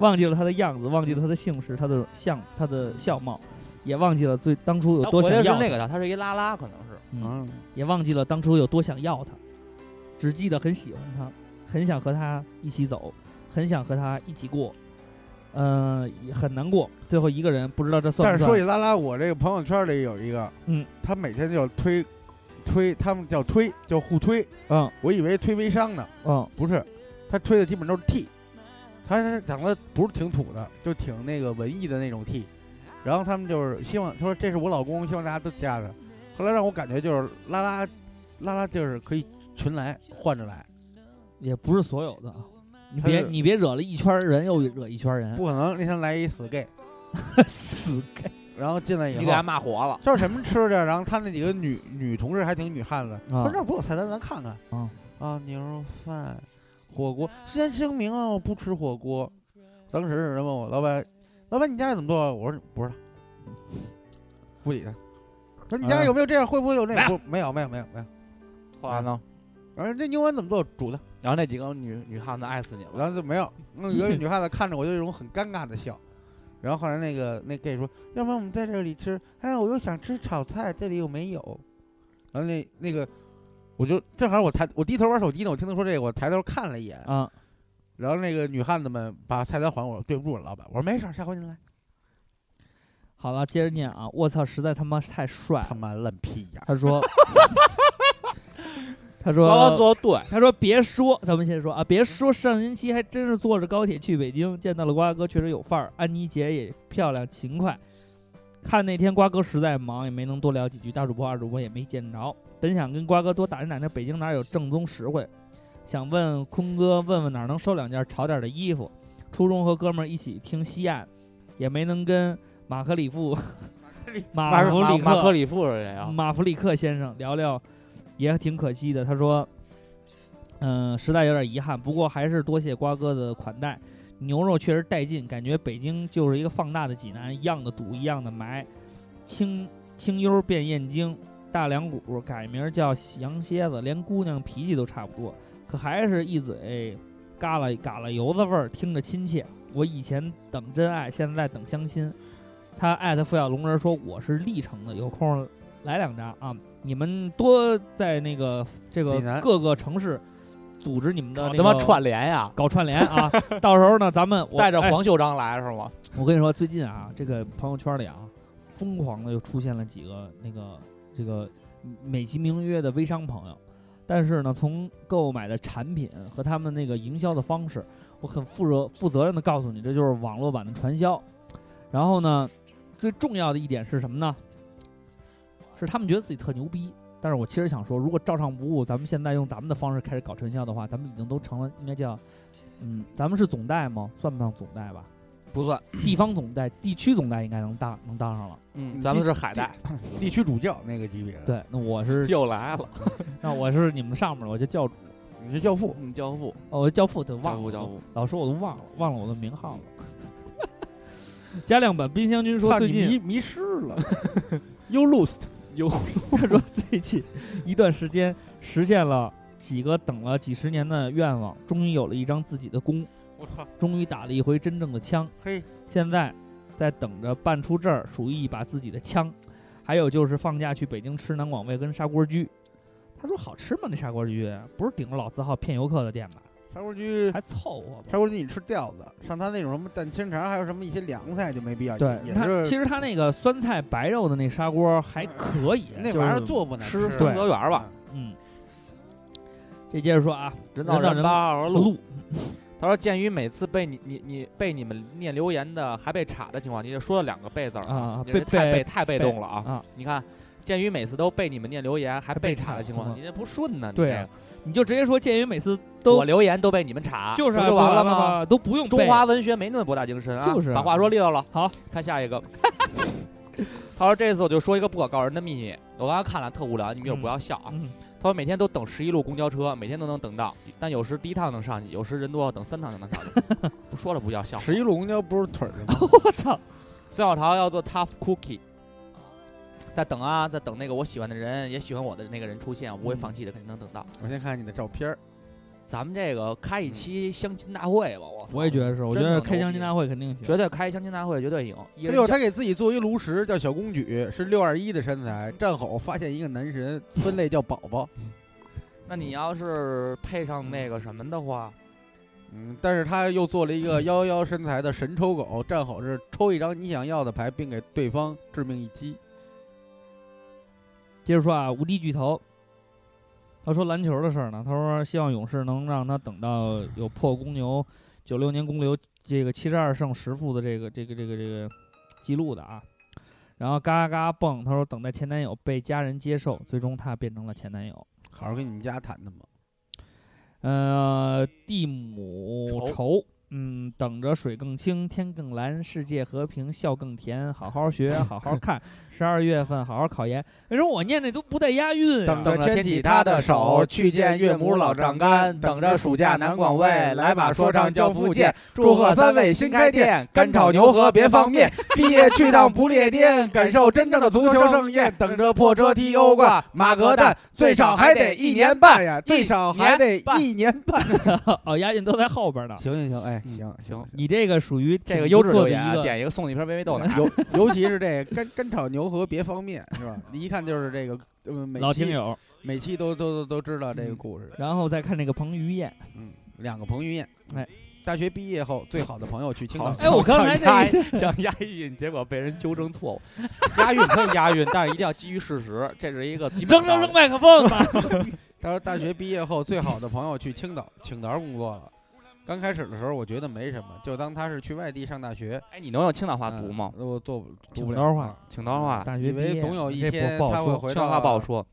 B: 忘记了他的样子，忘记了他的姓氏，他的相，他的相貌，也忘记了最当初有
C: 他
B: 多
C: 回来
B: 想
C: 是
B: 要
C: 那
B: 他。
C: 个他，他是一拉拉，可能是
B: 嗯，
D: 嗯，
B: 也忘记了当初有多想要他，只记得很喜欢他，很想和他一起走，很想和他一起过，嗯、也很难过。最后一个人不知道这算
D: 但
B: 不
D: 是说
B: 算
D: 起拉拉，我这个朋友圈里有一个，
B: 嗯，
D: 他每天就推推，他们叫推，叫互推。
B: 嗯
D: 我以为推微商呢，
B: 嗯
D: 不是，他推的基本都是 T，他是长得不是挺土的，就挺那个文艺的那种 T。然后他们就是希望说这是我老公，希望大家都加他。后来让我感觉就是拉拉，拉拉就是可以群来换着来，
B: 也不是所有的啊。你
D: 他
B: 别
D: 是
B: 你别惹了一圈人又惹一圈人，
D: 不可能那天来一死 gay，
B: 死 gay
D: 然后进来以
C: 你
D: 后
C: 给，他骂活了，
D: 这是什么吃的？然后他那几个女女同事还挺女汉子，
B: (laughs) 啊
D: 说这儿不有菜单，咱看看。
B: 啊
D: 啊，牛肉饭、火锅。先声明啊，我不吃火锅。当时是人问我老板，老板你家怎么做？我说不知道，不理他。说你家有没有这样？会不会有那个？没有，没有，没有，没有。
C: 后来呢？
D: 我说这牛丸怎么做？煮的。
C: 然后那几个女女汉子爱死你了，
D: 然后就没有。那有个女汉子看着我就有一种很尴尬的笑。然后后来那个那 gay 说，要不然我们在这里吃？哎，我又想吃炒菜，这里又没有。然后那那个，我就正好我抬我低头玩手机呢，我听他说这个，我抬头看了一眼，
B: 啊！
D: 然后那个女汉子们把菜单还我，对不住了，老板。我说没事儿，下回您来。
B: 好了，接着念啊！我操，实在他妈太帅了
D: 他。妈烂屁眼儿！(laughs)
B: 他说，他
C: 刚
B: 说
C: 刚，做得对，
B: 他说别说，咱们先说啊，别说上星期还真是坐着高铁去北京，见到了瓜哥，确实有范儿，安妮姐也漂亮勤快。看那天瓜哥实在忙，也没能多聊几句，大主播二主播也没见着。本想跟瓜哥多打听打听北京哪儿有正宗实惠，想问坤哥问问哪儿能收两件潮点儿的衣服。初中和哥们儿一起听西岸，也没能跟马克里夫、马
C: 马
B: 弗里克、
C: 马克里夫是谁啊？
B: 马弗里克先生聊聊，也挺可惜的。他说，嗯、实在有点遗憾，不过还是多谢瓜哥的款待，牛肉确实带劲，感觉北京就是一个放大的济南，一样的堵，一样的埋，清清幽变燕京，大梁骨改名叫羊蝎子，连姑娘脾气都差不多，可还是一嘴嘎啦嘎啦油子味儿，听着亲切。我以前等真爱，现在等相亲。他艾特付小龙人说我是历城的，有空来两张啊！你们多在那个这
D: 济
B: 个
D: 南
B: 各个城市组织你们的
C: 搞
B: 那
C: 他妈
B: 个
C: 串联呀！
B: 搞串联啊！ (laughs) 到时候呢，咱们我
C: 带着
B: 哎
C: 黄秀章来是吗？
B: 我跟你说，最近啊，这个朋友圈里啊，疯狂的又出现了几个那个这个美其名曰的微商朋友，但是呢，从购买的产品和他们那个营销的方式，我很负责负责任的告诉你，这就是网络版的传销。然后呢，最重要的一点是什么呢？是他们觉得自己特牛逼。但是我其实想说，如果照唱不误，咱们现在用咱们的方式开始搞传销的话，咱们已经都成了应该叫，嗯，咱们是总代吗？算不上总代吧？
C: 不算，
B: 地方总代、地区总代应该能当能当上了。
C: 嗯，咱们是海带，
D: 地区主教那个级别
C: 嗯
D: 的，
B: 对，那我是
C: 又来了，
B: 那我是你们上面的，我就教主，
D: 你是教父。
C: 嗯，教父，
B: 哦，我教父都
C: 教
B: 忘
C: 父，
B: 了，
C: 教父，
B: 老师我都忘了，忘了我的名号了。 (laughs) 加量版冰箱君说
D: 操
B: 最
D: 你
B: 近
D: 迷迷失
B: (laughs)
D: 了，You lost。
B: 有， (laughs) 他说最近一段时间实现了几个等了几十年的愿望，终于有了一张自己的弓，
D: 我操！
B: 终于打了一回真正的枪。
D: 嘿，
B: 现在在等着办出证儿，属于一把自己的枪。还有就是放假去北京吃南广味跟砂锅居。他说好吃吗？那砂锅居不是顶着老字号骗游客的店吧？
D: 砂锅居，
B: 还凑合吧。
D: 砂锅居你吃吊子，像他那种什么蛋清肠，还有什么一些凉菜就没必要。
B: 对
D: 也，
B: 他其
D: 是
B: 实他那个酸菜白肉的那砂锅还可以，
D: 那玩意儿
B: 就是
D: 做不难
C: 吃
B: 对
C: 丰泽园吧，
B: 嗯。这接着说啊，
C: 人
B: 造
C: 造
B: 人
C: 人八号路。
B: 路
C: 他说，鉴于每次被你你你被你们念留言的还被查的情况，你就说了两个被字儿
B: 啊
C: 你这
B: 被
C: 太
B: 被
C: 太被动了啊！
B: 啊，
C: 你看，鉴于每次都被你们念留言还被查的情
B: 被
C: 况，
B: 查
C: 你这不顺呢？你
B: 对
C: 这
B: 啊
C: 个
B: 你就直接说，鉴于每次
C: 我
B: 都
C: 留言都被你们查，
B: 就是
C: 不
B: 啊
C: 就完了吗？
B: 吗？都不用
C: 中
B: 背
C: 华文学没那么博大精深啊！
B: 就是啊
C: 把话说利落了。
B: 好，
C: 看下一个。 (laughs) 他说：“这次我就说一个不可告人的秘密，我刚刚看了特无聊，你们一会儿不要笑啊。
B: 嗯
C: 他说每天都等十一路公交车，每天都能等到，但有时第一趟能上去，有时人多要等三趟才能上去。不说了， (laughs) 不要笑。
D: 十一路公交不是腿儿的吗？
B: 我操，
C: 孙小桃要做 tough cookie，在等啊，在等那个我喜欢的人，也喜欢我的那个人出现，我不会放弃的，肯定能等到。
D: 我先看你的照片儿，
C: 咱们这个开一期相亲大会吧，我操
B: 我也觉得是，我觉
C: 真
B: 得
C: 的
B: 开
C: 牛
B: 相
C: 逼
B: 亲大会肯定行，
C: 绝对开相亲大会绝对赢。一
D: 哎
C: 人
D: 呦，
C: 叫
D: 他给自己做一炉石，叫小公举，是六二一的身材。战吼发现一个男神，分类叫宝宝。
C: 那你要是配上那个什么的话，
D: 嗯，但是他又做了一个幺幺幺身材的神抽狗，战吼是抽一张你想要的牌，并给对方致命一击。
B: 接着说啊，无敌巨头，他说篮球的事儿呢，他说希望勇士能让他等到有破公牛九六年公牛这个七十二胜十负的这个这个这个这个记录的啊。然后嘎嘎蹦，他说等待前男友被家人接受，最终他变成了前男友。
D: 好好跟你们家谈谈吧。
B: 呃，蒂姆
C: 仇
B: 仇嗯，等着水更清，天更蓝，世界和平，笑更甜，好好学，好好看，十二月份好好考研。为什么我念那都不带押韵呀、
D: 等着牵起他的手，去见岳母老丈干。等着暑假南广味，来把说唱教父见。祝贺三位新开店，干炒牛河别放面。毕业去趟不列颠，感受真正的足球盛宴。等着破车踢欧冠，马格蛋最少还得一年半呀，最少还得一年半。
B: (laughs) 哦，押韵都在后边呢。
D: 行行行，哎，
C: 嗯
D: 行行。
B: 你这个属于
C: 这
B: 挺
C: 个
B: 不
C: 优质
B: 错
C: 留
B: 的
C: 言
B: 一
C: 啊，嗯
B: 个
C: 点一个送你一瓶微微豆奶。
D: 嗯尤尤其是这干干炒牛河别方面是吧？你一看就是这个，呃，每
B: 老听
D: 期
B: 友。
D: 每期都都都都知道这
C: 嗯
D: 个故事。
B: 然后再看这个彭于晏，
D: 嗯，两个彭于晏。
B: 哎，
D: 大学毕业后最好的朋友去青岛
C: 好，
B: 哎我刚才
C: 想押
B: 那
C: 想押韵，结果被人纠正错误。押 (laughs) 韵可以押韵，但是一定要基于事实，这是一个基本
B: 扔
C: 的
B: 扔扔麦克风吧。
D: 他说大学毕业后最好的朋友去青岛，青岛工作了。刚开始的时候我觉得没什么，就当他是去外地上大学。
C: 哎，你能用青岛话读吗？
D: 嗯？我做不读不
B: 青岛
D: 了
B: 话
D: 啊，
C: 青岛
B: (laughs)
C: 话，
B: 大学
D: 以
B: 毕业
D: 为总有一
B: 这不
D: 天
B: 不好
D: 他会
B: 说
D: 回
C: 青岛话不好
D: 到，
C: 说。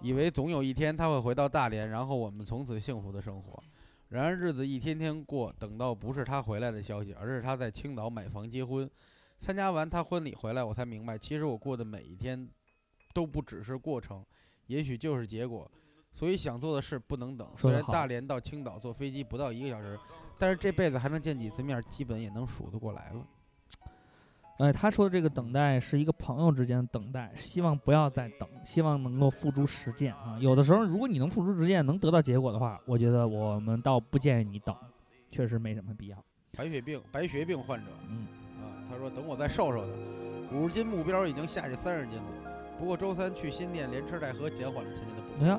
D: 以为总有一天他会回到大连，然后我们从此幸福的生活。然而日子一天天过，等到不是他回来的消息，而是他在青岛买房结婚。参加完他婚礼回来，我才明白，其实我过的每一天都不只是过程，也许就是结果。所以想做的事不能等。虽
B: 说得
D: 然
B: 好
D: 大连到青岛坐飞机不到一个小时，但是这辈子还能见几次面，基本也能数得过来了。
B: 呃，他说的这个等待是一个朋友之间的等待，希望不要再等，希望能够付诸实践啊。有的时候，如果你能付诸实践，能得到结果的话，我觉得我们倒不建议你等，确实没什么必要。
D: 白血病，白血病患者。
B: 嗯，
D: 啊，他说等我再瘦瘦的，五十斤目标已经下去三十斤了。不过周三去新店连吃带喝，减缓了前年的
B: 哎
D: 不适
B: 呀。，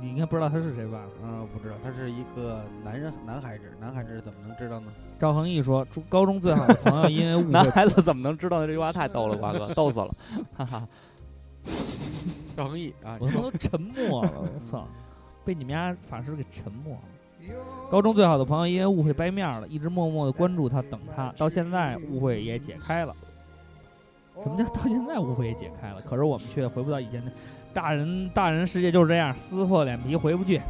B: 你应该不知道他是谁吧？
D: 嗯，不知道他是一个男人，男孩子，男孩子怎么能知道呢？
B: 赵恒毅说，初高中最好的朋友因为误
C: 男
B: 会，
C: 孩子怎么能知道呢这句话太逗了，瓜哥，逗死了，哈哈。
D: 赵恒毅啊，
B: 我
D: 你
B: 他妈
D: 说
B: 都沉默了，我
C: 嗯
B: 操，被你们家法师给沉默了。高中最好的朋友因为误会掰面了，一直默默的关注他，等他，到现在误会也解开了。什么叫到现在误会也解开了？可是我们却回不到以前的。大人，大人世界就是这样，撕破脸皮回不去，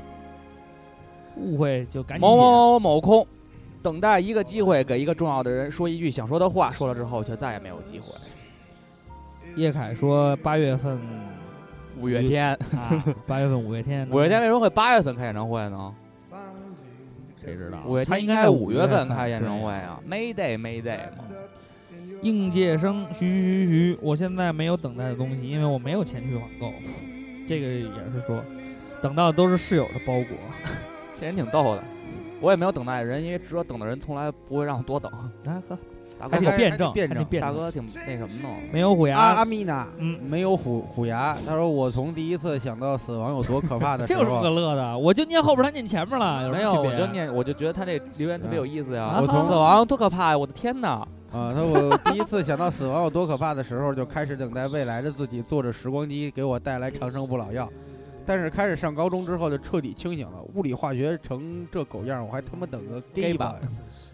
B: 误会就赶紧
C: 某
B: 解。
C: 某某某空，等待一个机会，给一个重要的人说一句想说的话，说了之后却再也没有机会。
B: 叶凯说，八月份
C: 五月天，
B: 啊，八月份五月天，
C: (laughs) 五月天为什么会八月份开演唱会呢？
B: 谁知道？
C: 五月
B: 他
C: 天
B: 应
C: 应
B: 该
C: 该
B: 在
C: 五月份
B: 份
C: 开演唱会
B: 对
C: 啊，May Day May Day 嘛。
B: 应届生，徐徐徐徐，我现在没有等待的东西，因为我没有钱去网购。这个也是说，等到的都是室友的包裹。
C: 这人挺逗的，我也没有等待的人，因为值得等的人从来不会让我多 (laughs) 等。
B: 来喝，
C: 大
B: 还
C: 哥
D: 哎呦，
B: 挺辩证，
D: 还得辩
B: 还
D: 证
B: 挺辩
C: 大
B: 证。
C: 哥挺那什么呢？
B: 没有虎牙，
D: 阿阿米娜，
B: 嗯
D: 没有虎虎牙。他说我从第一次想到死亡有多可怕的
B: (laughs) 这
D: 时
B: 有什么可
D: 候，
B: 乐的？我就念后边，他念前面了，
C: 没
B: 有什
C: 有，
B: 么
C: 我
B: 区别
C: 就念，我就觉得他这留言特别有意思呀。
B: 啊
C: 我从死亡多可怕呀！我的天哪！
D: 啊，他说我第一次想到死亡有多可怕的时候，就开始等待未来的自己坐着时光机给我带来长生不老药。但是开始上高中之后就彻底清醒了，物理化学成这狗样，我还他妈等个 gay 吧，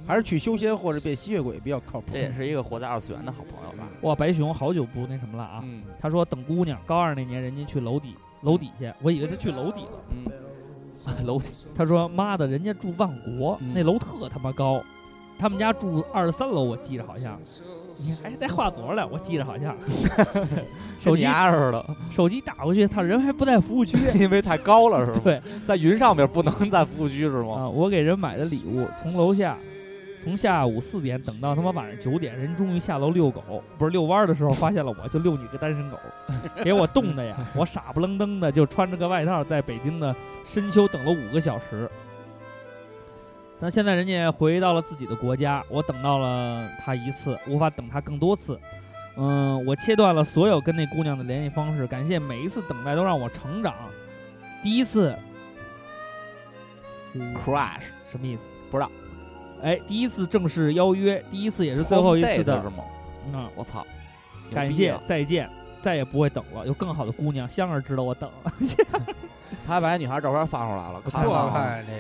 D: 还是去修仙或者变吸血鬼比较靠谱
C: 这。也是一个活在二次元的好朋友吧？
B: 哇，白熊好久不那什么了啊。
C: 嗯
B: 他说等姑娘，高二那年人家去楼底楼底下，我以为他去楼底了。
C: 嗯， (laughs) 楼梯
B: 他说妈的，人家住万国，
C: 嗯
B: 那楼特他妈高，他们家住二十三楼，我记着好像。你还带画左来，我记着好
C: (laughs)
B: 像。手机
C: 牙似的，
B: 手机打过去，他人还不在服务
C: (laughs)
B: 区。
C: 因为太高了是吗？
B: 对
C: 在云上面不能在服务区是吗？
B: 啊，我给人买的礼物，从楼下，从下午四点等到他妈晚上九点，人终于下楼遛狗，不是遛弯儿的时候发现了我，就遛你个单身
C: (laughs)
B: 狗，给我冻的呀！我傻不愣登的就穿着个外套，在北京的深秋等了五个小时。那现在人家回到了自己的国家，我等到了他一次，无法等他更多次。嗯，我切断了所有跟那姑娘的联系方式，感谢每一次等待都让我成长。第一次
C: crash
B: 什么意思？
C: 不知道。
B: 哎，第一次正式邀约，第一次也是最后一次
C: Home date
B: 的
C: 是，吗？
B: 嗯，
C: 我操！牛
B: 感
C: 逼
B: 谢
C: 啊，
B: 再见，再也不会等了。有更好的姑娘，香儿知道我等了。
C: 他把女孩照片发出来了，
B: 不
C: 看
D: 不
C: 到
D: 好
C: 了吗。
D: 看这。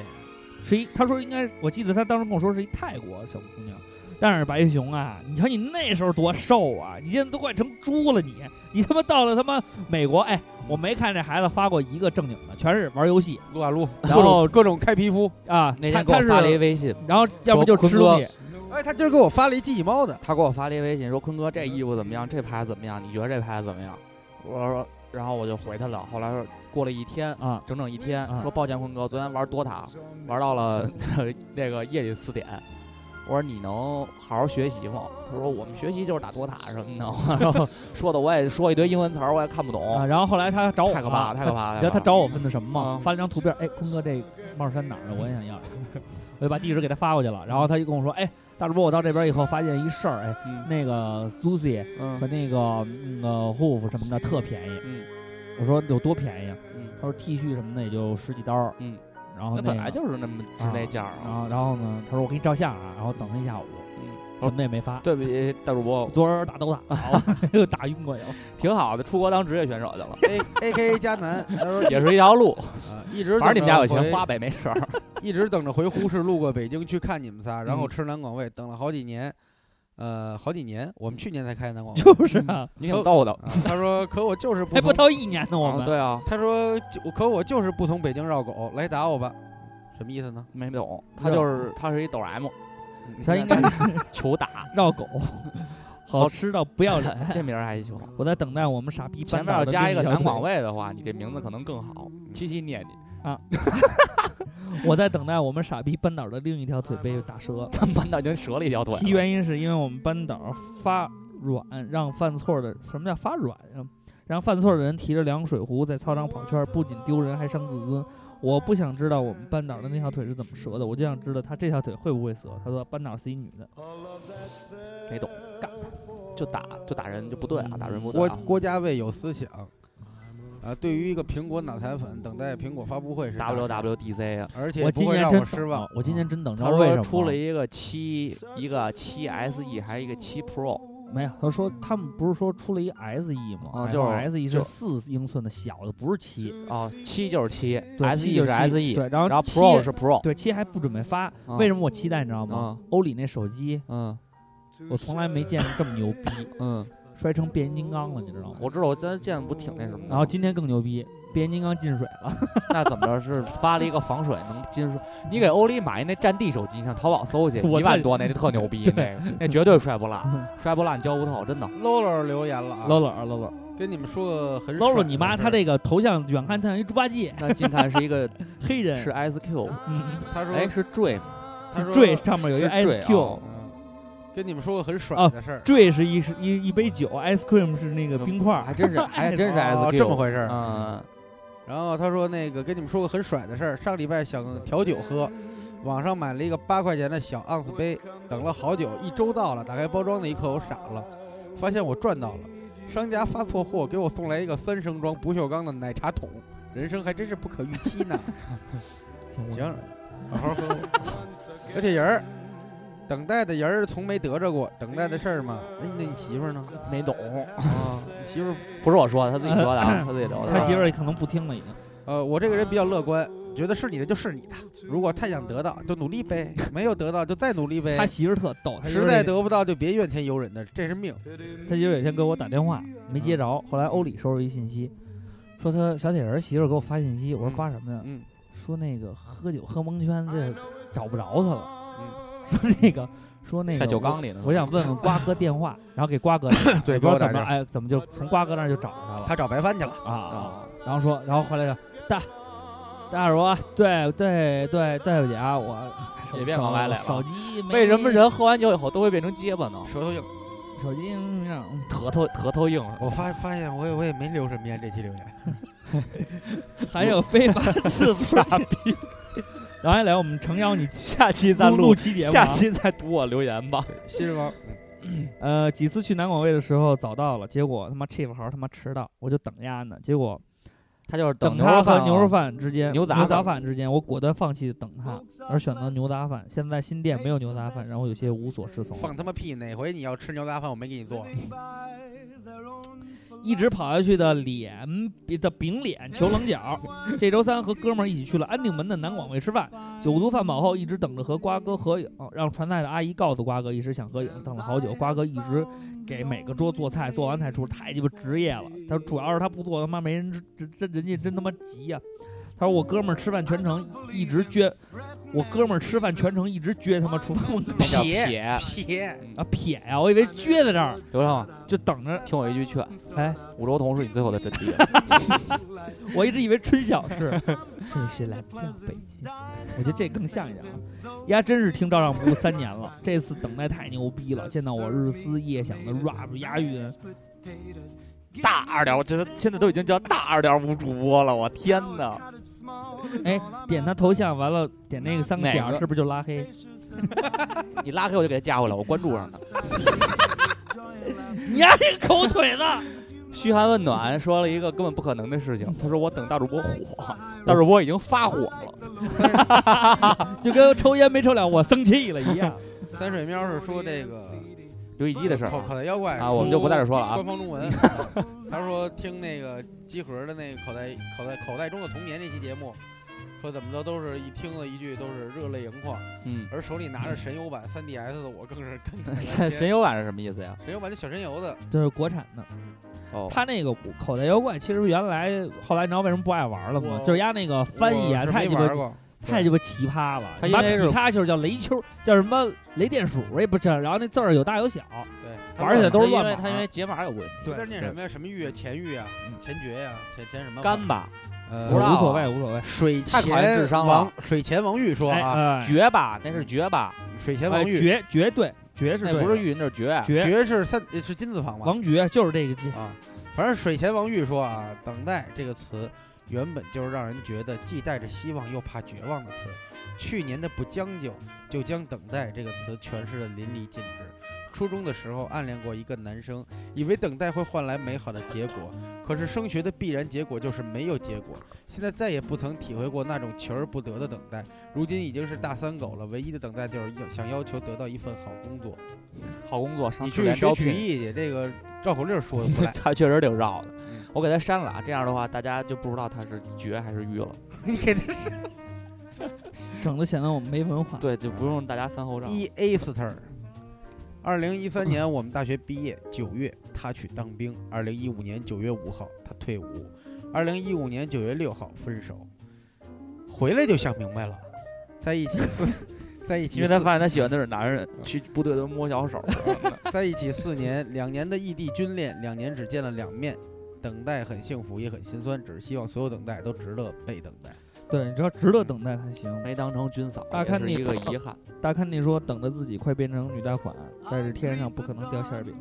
B: 是一，他说应该，我记得他当时跟我说是一泰国小姑娘。但是白熊啊，你瞧你那时候多瘦啊，你现在都快成猪了你，你他妈到了他妈美国，哎，我没看这孩子发过一个正经的，全是玩游戏
D: 撸啊撸，
B: 然
D: 各
B: 后
D: 种各种开皮肤。
B: 啊。
C: 那
B: 他
C: 天给我
B: 他是
C: 发了一微信，
B: 然后要不就吃东西，
D: 哎，他今儿给我发了一机器猫的，
C: 他给我发了一微信说：“坤哥，这衣服怎么样？这牌子怎么样？你觉得这牌子怎么样？”我说，然后我就回他了。后来说过了一天，
B: 啊
C: 整整一天，
B: 啊
C: 说抱歉，坤哥，昨天玩多塔，玩
B: (laughs)
C: 到了那个夜里四点。我说你能好好学习吗？他说我们学习就是打多塔什么的， (laughs) 然后说的我也说一堆英文词儿，我也看不懂，
B: 啊。然后后来他找我啊
C: 太可怕了，太可怕了。
B: (laughs) 你知道他
C: 太可怕了
B: 找我问的什么吗？
C: 嗯
B: 发了张图片，哎，坤哥这帽衫哪儿的？我也想要， (laughs) 我就把地址给他发过去了。然后他就跟我说，哎，大主播，我到这边以后发现一事儿，哎，
C: 嗯
B: 那个 Susie 和
C: 嗯
B: 那个那个 h o f 什么的特便宜。
C: 嗯
B: 我说有多便宜啊？
C: 嗯
B: 他说 T 恤什么的也就十几刀。
C: 嗯，
B: 然后
C: 那
B: 个啊
C: 本来就是那么是那价儿啊
B: 然。后然后呢，他说我给你照相啊，然后等他一下午，
C: 嗯
B: 什么也没发。
C: 对不起，大主
B: (laughs)
C: 播，
B: 昨儿打都
C: (laughs)
B: 打，又打晕过去了。
C: 挺好的，出国当职业选手去了，
D: A A K A 迦南，他说
C: 也是一
B: (laughs)
C: 条路。
D: 啊一直
C: 反正你们家有
D: 等着
C: 钱
D: 回
C: 花，呗，没事儿。
D: 一直等着回呼市路过北京去看你们仨，然后
C: 嗯
D: 吃南广味，等了好几年，呃，好几年，我们去年才开南广味。
B: 嗯就是啊，
C: 你挺逗的。
D: 啊他说，可我就是不
B: 还不
D: 从，
B: 到一年呢，我
C: 啊，
B: 们
C: 对啊，
D: 他说，就可我就是不从北京绕狗，来打我吧，什么意思呢？
C: 没懂，他就是他是一抖 M，
B: 他应该
C: 求打，
B: 绕
C: (laughs)
B: 狗，好吃到不要脸。 (laughs)
C: 这名儿还行。
B: 我在等待我们傻逼搬
C: 前面
B: 到
C: 要
B: 的
C: 加一个
B: 另
C: 南
B: 条
C: 广
B: 腿，嗯
C: 味的话，你这名字可能更好。七七念
B: (laughs)
C: 你，
B: 我在等待我们傻逼扳倒的另一条腿被打
C: (laughs)
B: 折。
C: 他们班导已经折了一条腿
B: 其
C: 了。
B: 原因是因为我们扳倒发软，让犯错的什么叫发软啊？让犯错的人提着凉水壶在操场跑圈，不仅丢人还伤自尊。我不想知道我们班导的那条腿是怎么折的，我就想知道他这条腿会不会折。他说班导是一女的，
D: 呃
C: 没懂，干就打就打人就不对
B: 嗯
C: 啊，打人不对
D: 郭
C: 啊。
D: 郭家卫有思想，啊，对于一个苹果脑残粉，等待苹果发布会是大事
C: WWDC 啊，
D: 而且
B: 我
D: 不
B: 今
D: 会
B: 年
D: 让
B: 真
D: 我
B: 哦
D: 失
B: 等
D: 望
B: 了。我今年真等，知道
C: 嗯他
B: 为什
C: 说
B: 么
C: 出
B: 吗
C: 了一个七一个七 SE 还是一个七 Pro，
B: 没有，他说他们不是说出了一 SE 吗？
C: 啊就是
B: SE
C: 就是
B: E 四英寸的小的，不是七。
C: 哦，七就是七
B: 对，
C: ，SE
B: 七
C: E 是
B: 就是
C: SE，
B: 对，然后
C: 然后
B: 七
C: Pro 是啊 Pro，
B: 对七还不准备发，
C: 嗯
B: 为什么我期待你知道吗？欧里那手机
C: 嗯
B: 我从来没见过这么牛逼，
C: 嗯，
B: 摔成变形金刚了，你知道吗？
C: 我知道，我咱见的不挺那什么的吗。
B: 然后今天更牛逼，变形金刚进水了，
C: (laughs) 那怎么着是发了一个防水能金属？你给欧里买那战地手机，上淘宝搜去，
B: 我嗯
C: 一万多那就特牛逼，那个那绝对摔不烂，摔不烂胶不透，真的。
D: Lolo 留言了啊
B: 搂搂搂搂
D: 跟你们说个很
B: 搂搂
D: 爽
B: 你
D: 的
B: 妈！
D: 事
B: 他
D: 儿
B: 这个头像远看像一猪八戒，
C: 那近看是
B: (laughs)
C: 一个
B: 黑人
C: 是 SQ，
B: 嗯，
D: 他说
C: 哎是 Dream，
D: 啊他说
B: 坠上面有一
C: 是
B: Ice Q，
C: Dream
D: 嗯跟你们说个很
B: 哦
D: 爽的事儿，
B: 坠是一是一一杯酒，Ice Cream 是那个冰块
C: 还
B: 儿， (laughs)
C: 真是还真是
D: 哦
C: SQ，
D: 这么回事儿。
C: 嗯，
D: 然后他说那个跟你们说个很甩的事儿，上礼拜想调酒喝，网上买了一个八块钱的小盎司杯，等了好久，一周到了，打开包装那一刻我傻了，发现我赚到了，商家发错货，给我送来一个三升装不锈钢的奶茶桶，人生还真是不可预期呢。
B: 挺无
D: 行
B: 聊的，
D: 好好喝，而且人儿。等待的人儿从没得着过，等待的事儿嘛。哎，那你媳妇儿呢？
C: 没懂， (laughs)
D: 啊，你媳妇儿
C: 不是我说的，他自己说的
B: (laughs)
C: 啊，他自己留的。
B: 他媳妇儿可能不听了已经。
D: 呃，我这个人比较乐观，觉得是你的就是你的，如果太想得到就努力呗， (laughs) 没有得到就再努力呗
B: 他，媳妇儿特逗，他媳妇
D: 实
B: 儿
D: 在
B: 那
D: 得不到就别怨天尤人的，这是命。
B: 他媳妇儿有一天给我打电话，没接着。后来欧里收拾一信息，说他小铁人媳妇儿给我发信息，我说
D: 嗯
B: 发什么呀？
D: 嗯，
B: 说那个喝酒喝蒙圈，这找不着他了。
D: 嗯，
B: 说 (laughs) 那个说那个
C: 在酒缸里呢
B: 我我想问问瓜哥电话，然后给
C: (laughs)
B: 瓜哥
D: 对，
B: 不知道
D: 打
B: 怎么
D: 电话
B: 哎怎么就从瓜哥那儿就找着他了
D: 他找白帆去了。
B: 啊啊！
C: 啊，
B: 然后说，然后回来说大大主播，对对对对不起啊，我哎手
C: 也别往外来了啊
B: 手机没
C: 为什么人喝完酒以后都会变成结巴呢？
D: 舌头硬，
B: 手机没让
C: 舌头舌头硬，
D: 我发发现我也我也没留什么言，这期留言
B: 还有非
C: (laughs)
B: 法自
C: 傻
B: 杀。
C: 逼！
B: (laughs) 然后还来我们诚邀你
C: 下期再
B: 录录
C: 录，
B: 期节目、啊，
C: 下期再读我留言吧。
D: 新人王
B: 呃，几次去南广卫的时候早到了，结果他妈 chief 好他妈迟到，我就等丫呢。结果
C: 他就是
B: 等
C: 牛肉
B: 他和
C: 饭
B: 牛肉
C: 啊
B: 饭之间，
C: 牛杂
B: 牛
C: 饭
B: 饭之间，我果断放弃等他，而选择牛杂饭。现在新店没有牛杂饭，让我有些无所适从了。
D: 放他妈屁！哪回你要吃牛杂饭，我没给你做？
B: 一直跑下去的脸的饼脸求棱角。这周三和哥们儿一起去了安定门的南广味吃饭，酒足饭饱后一直等着和瓜哥合影，让传菜的阿姨告诉瓜哥一直想合影，等了好久，瓜哥一直给每个桌做菜，做完菜出太鸡巴职业了。他说主要是他不做，他妈没人吃，这这人家真他妈急呀、他说我哥们儿吃饭全程一直撅，我哥们儿吃饭全程一直撅他妈厨房
C: 那叫
D: 撇
C: 撇，
D: 撇，
B: 啊撇呀、我以为撅在这儿
C: 刘畅，
B: 就等着。
C: 听我一句劝，
B: 哎，
C: 五洲同是你最后的真 (laughs) 谛。啊
B: (laughs) 我一直以为春晓是，这是来自北京，我觉得这更像一点啊。丫真是听照上不误三年了，这次等待太牛逼了，见到我日思夜想的 rap 押韵，
C: 大二点，我觉得现在都已经叫大二点五主播了，我天哪！
B: 哎，点他头像完了，点那个三个点
C: 哪
B: 儿
C: 个
B: 是不是就拉黑？
C: 你拉黑我就给他加回来，我关注上他。
B: 你丫这狗腿子！
C: 嘘寒问暖说了一个根本不可能的事情，哦他说我等大主播火，大主播已经发火了。
B: 就跟抽烟没抽两，我生气了一样。
D: 三水喵是说这个
C: 游戏机的事儿
D: 口口袋妖怪
C: 啊我们就不在这说了啊
D: 官方中
C: (laughs)
D: 文，他说听那个集合的那个口袋口袋口袋中的童年这期节目，说怎么着都是一听了一句都是热泪盈眶，
C: 嗯，
D: 而手里拿着神游版 3DS 的我更是感 (laughs) 慨
C: 神
D: 万
C: (laughs) 神
D: 千。
C: 游版是什么意思呀？
D: 神游版就小神游的，
B: 这是国产的，
C: 哦，
B: 他那个口袋妖怪，其实原来后来你知道为什么不爱玩了吗
D: 我？
B: 就是压那个翻译啊，
D: 我是
B: 太
D: 没
B: 鸡
D: 玩
B: 巴
D: 过。
B: 太鸡巴奇葩了。
C: 他
B: 你
C: 因
B: 把
C: 为是
B: 比他就是叫雷丘，叫什么雷电鼠也不叫，然后那字儿有大有小，
D: 对，
B: 玩起来都是乱
C: 因为
B: 码
C: 他因为解码有啊问题，
D: 字念什么呀？什么玉？前玉啊，前爵呀，前前什么？
C: 嗯干吧，
D: 呃
C: 不知道啊
B: 无所谓无所谓。
D: 水
C: 太考验智
D: 前
C: 商了
D: 王水前王玉说
B: 哎
D: 啊，
B: 哎，
C: 绝吧，那是绝吧，
D: 水前
B: 哎
D: 王玉，
B: 绝绝对绝是
C: 那
B: 对的
C: 嗯不是玉，那是绝。
B: 绝
D: 绝是三是金字旁吧？
B: 王绝就是这个劲。
D: (laughs) 啊，反正水前王玉说啊，等待这个词原本就是让人觉得既带着希望又怕绝望的词。去年的不将就，就将等待这个词诠释的淋漓尽致。初中的时候暗恋过一个男生，以为等待会换来美好的结果，可是升学的必然结果就是没有结果。现在再也不曾体会过那种求而不得的等待，如今已经是大三狗了，唯一的等待就是要想要求得到一份好工作。
C: 好工作，上
D: 你
C: 去
D: 去
C: 联
D: 学
C: 招
D: 曲
C: 聘，，
D: 艺去，这个绕口令说的不赖
C: (laughs) 他确实挺绕的。
D: 嗯
C: 我给他删了啊，这样的话大家就不知道他是绝还是玉了。
D: 你给他
B: 省得显得我们没文化。
C: 对，就不用大家翻后账。
D: E A Ster。二零一三年我们大学毕业，九月他去当兵。二零一五年九月五号他退伍，二零一五年九月六号分手。回来就想明白了，在一起四， (laughs) 在一起四，
C: 因为他发现他喜欢的是男人，
B: 嗯
C: 去部队都摸小手。
D: 在一起四年，两年的异地军恋，两年只见了两面，等待很幸福也很心酸，只是希望所有等待都值得被等待。
B: 对，你知道值得等待才行。
C: 没当成军嫂，
B: 大
C: 也
B: 看
C: 是
B: 你
C: 一个遗憾。
B: 大看你说等着自己快变成女大款，但是天上不可能掉馅儿饼，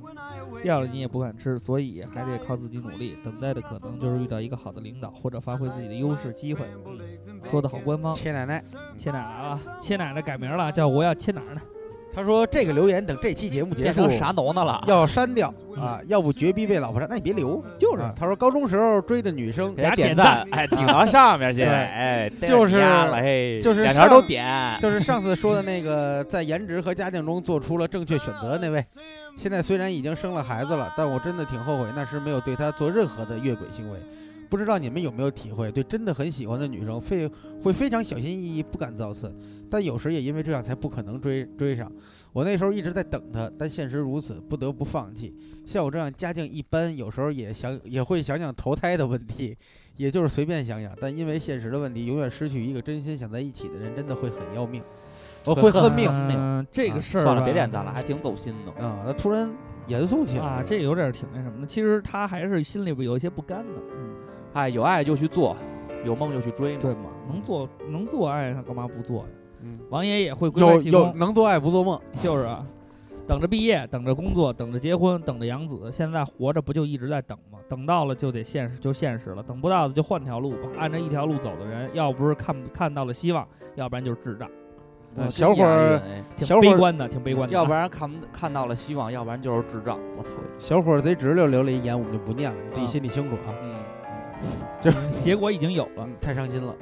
B: 掉了你也不敢吃，所以还得靠自己努力。等待的可能就是遇到一个好的领导，或者发挥自己的优势机会。说的好官
C: 哦
B: 方，
D: 切奶奶，
B: 切奶奶了，切奶奶改名了，啊叫我要切哪儿呢？
D: 他说这个留言等这期节目结
C: 变
D: 束
C: 成啥农的了？
D: 要删掉啊，要不绝逼被老婆杀，那你别留。
B: 就是
D: 啊，他说高中时候追的女生
B: 给
C: 给他
B: 他
C: 点
B: 点
C: 赞
B: 赞，
C: 哎，顶 (laughs) 到上面去，
B: 对
C: 哎，逮着
D: 就是
C: 你丫了，嘿，
D: 就是
C: 两条都
D: 上
C: 点， (laughs)
D: 就是上次说的那个，在颜值和家境中做出了正确选择的那位。现在虽然已经生了孩子了，但我真的挺后悔那时没有对她做任何的越轨行为。不知道你们有没有体会？对真的很喜欢的女生，非会非常小心翼翼，不敢造次。但有时也因为这样才不可能追追上。我那时候一直在等她，但现实如此，不得不放弃。像我这样家境一般，有时候也想也会想想投胎的问题，也就是随便想想。但因为现实的问题，永远失去一个真心想在一起的人，真的会很要命。我会恨命啊！
B: 嗯，这个事儿
C: 算了，
B: 吧
C: 别点赞了，还挺走心的。
D: 他突然严肃起来
B: 啊，
D: 了。
B: 这有点挺那什么的。其实他还是心里边有一些不甘的，嗯
C: 哎，有爱就去做，有梦就去追嘛。
B: 对吗？能做能做爱，他干嘛不做呀？
D: 嗯
B: 王爷也会归
D: 有
B: 来气功
D: 有。能做爱不做梦，
B: 就是啊，等着毕业，等着工作，等着结婚，等着养子。现在活着不就一直在等吗？等到了就得现实，就现实了；等不到的就换条路吧。按着一条路走的人，要不是看看到了希望，要不然就是智障。
C: 我真
D: 啊小伙儿
C: 压抑人哎
B: 挺
D: 小伙儿
B: 悲观的，挺悲观的啊。
C: 要不然看不看到了希望，要不然就是智障。我操！
D: 小伙儿贼直溜留了一言，我们就不念了，你自己心里清楚啊。嗯
C: 嗯，
B: 啊结果已经有了。
D: 太伤心了，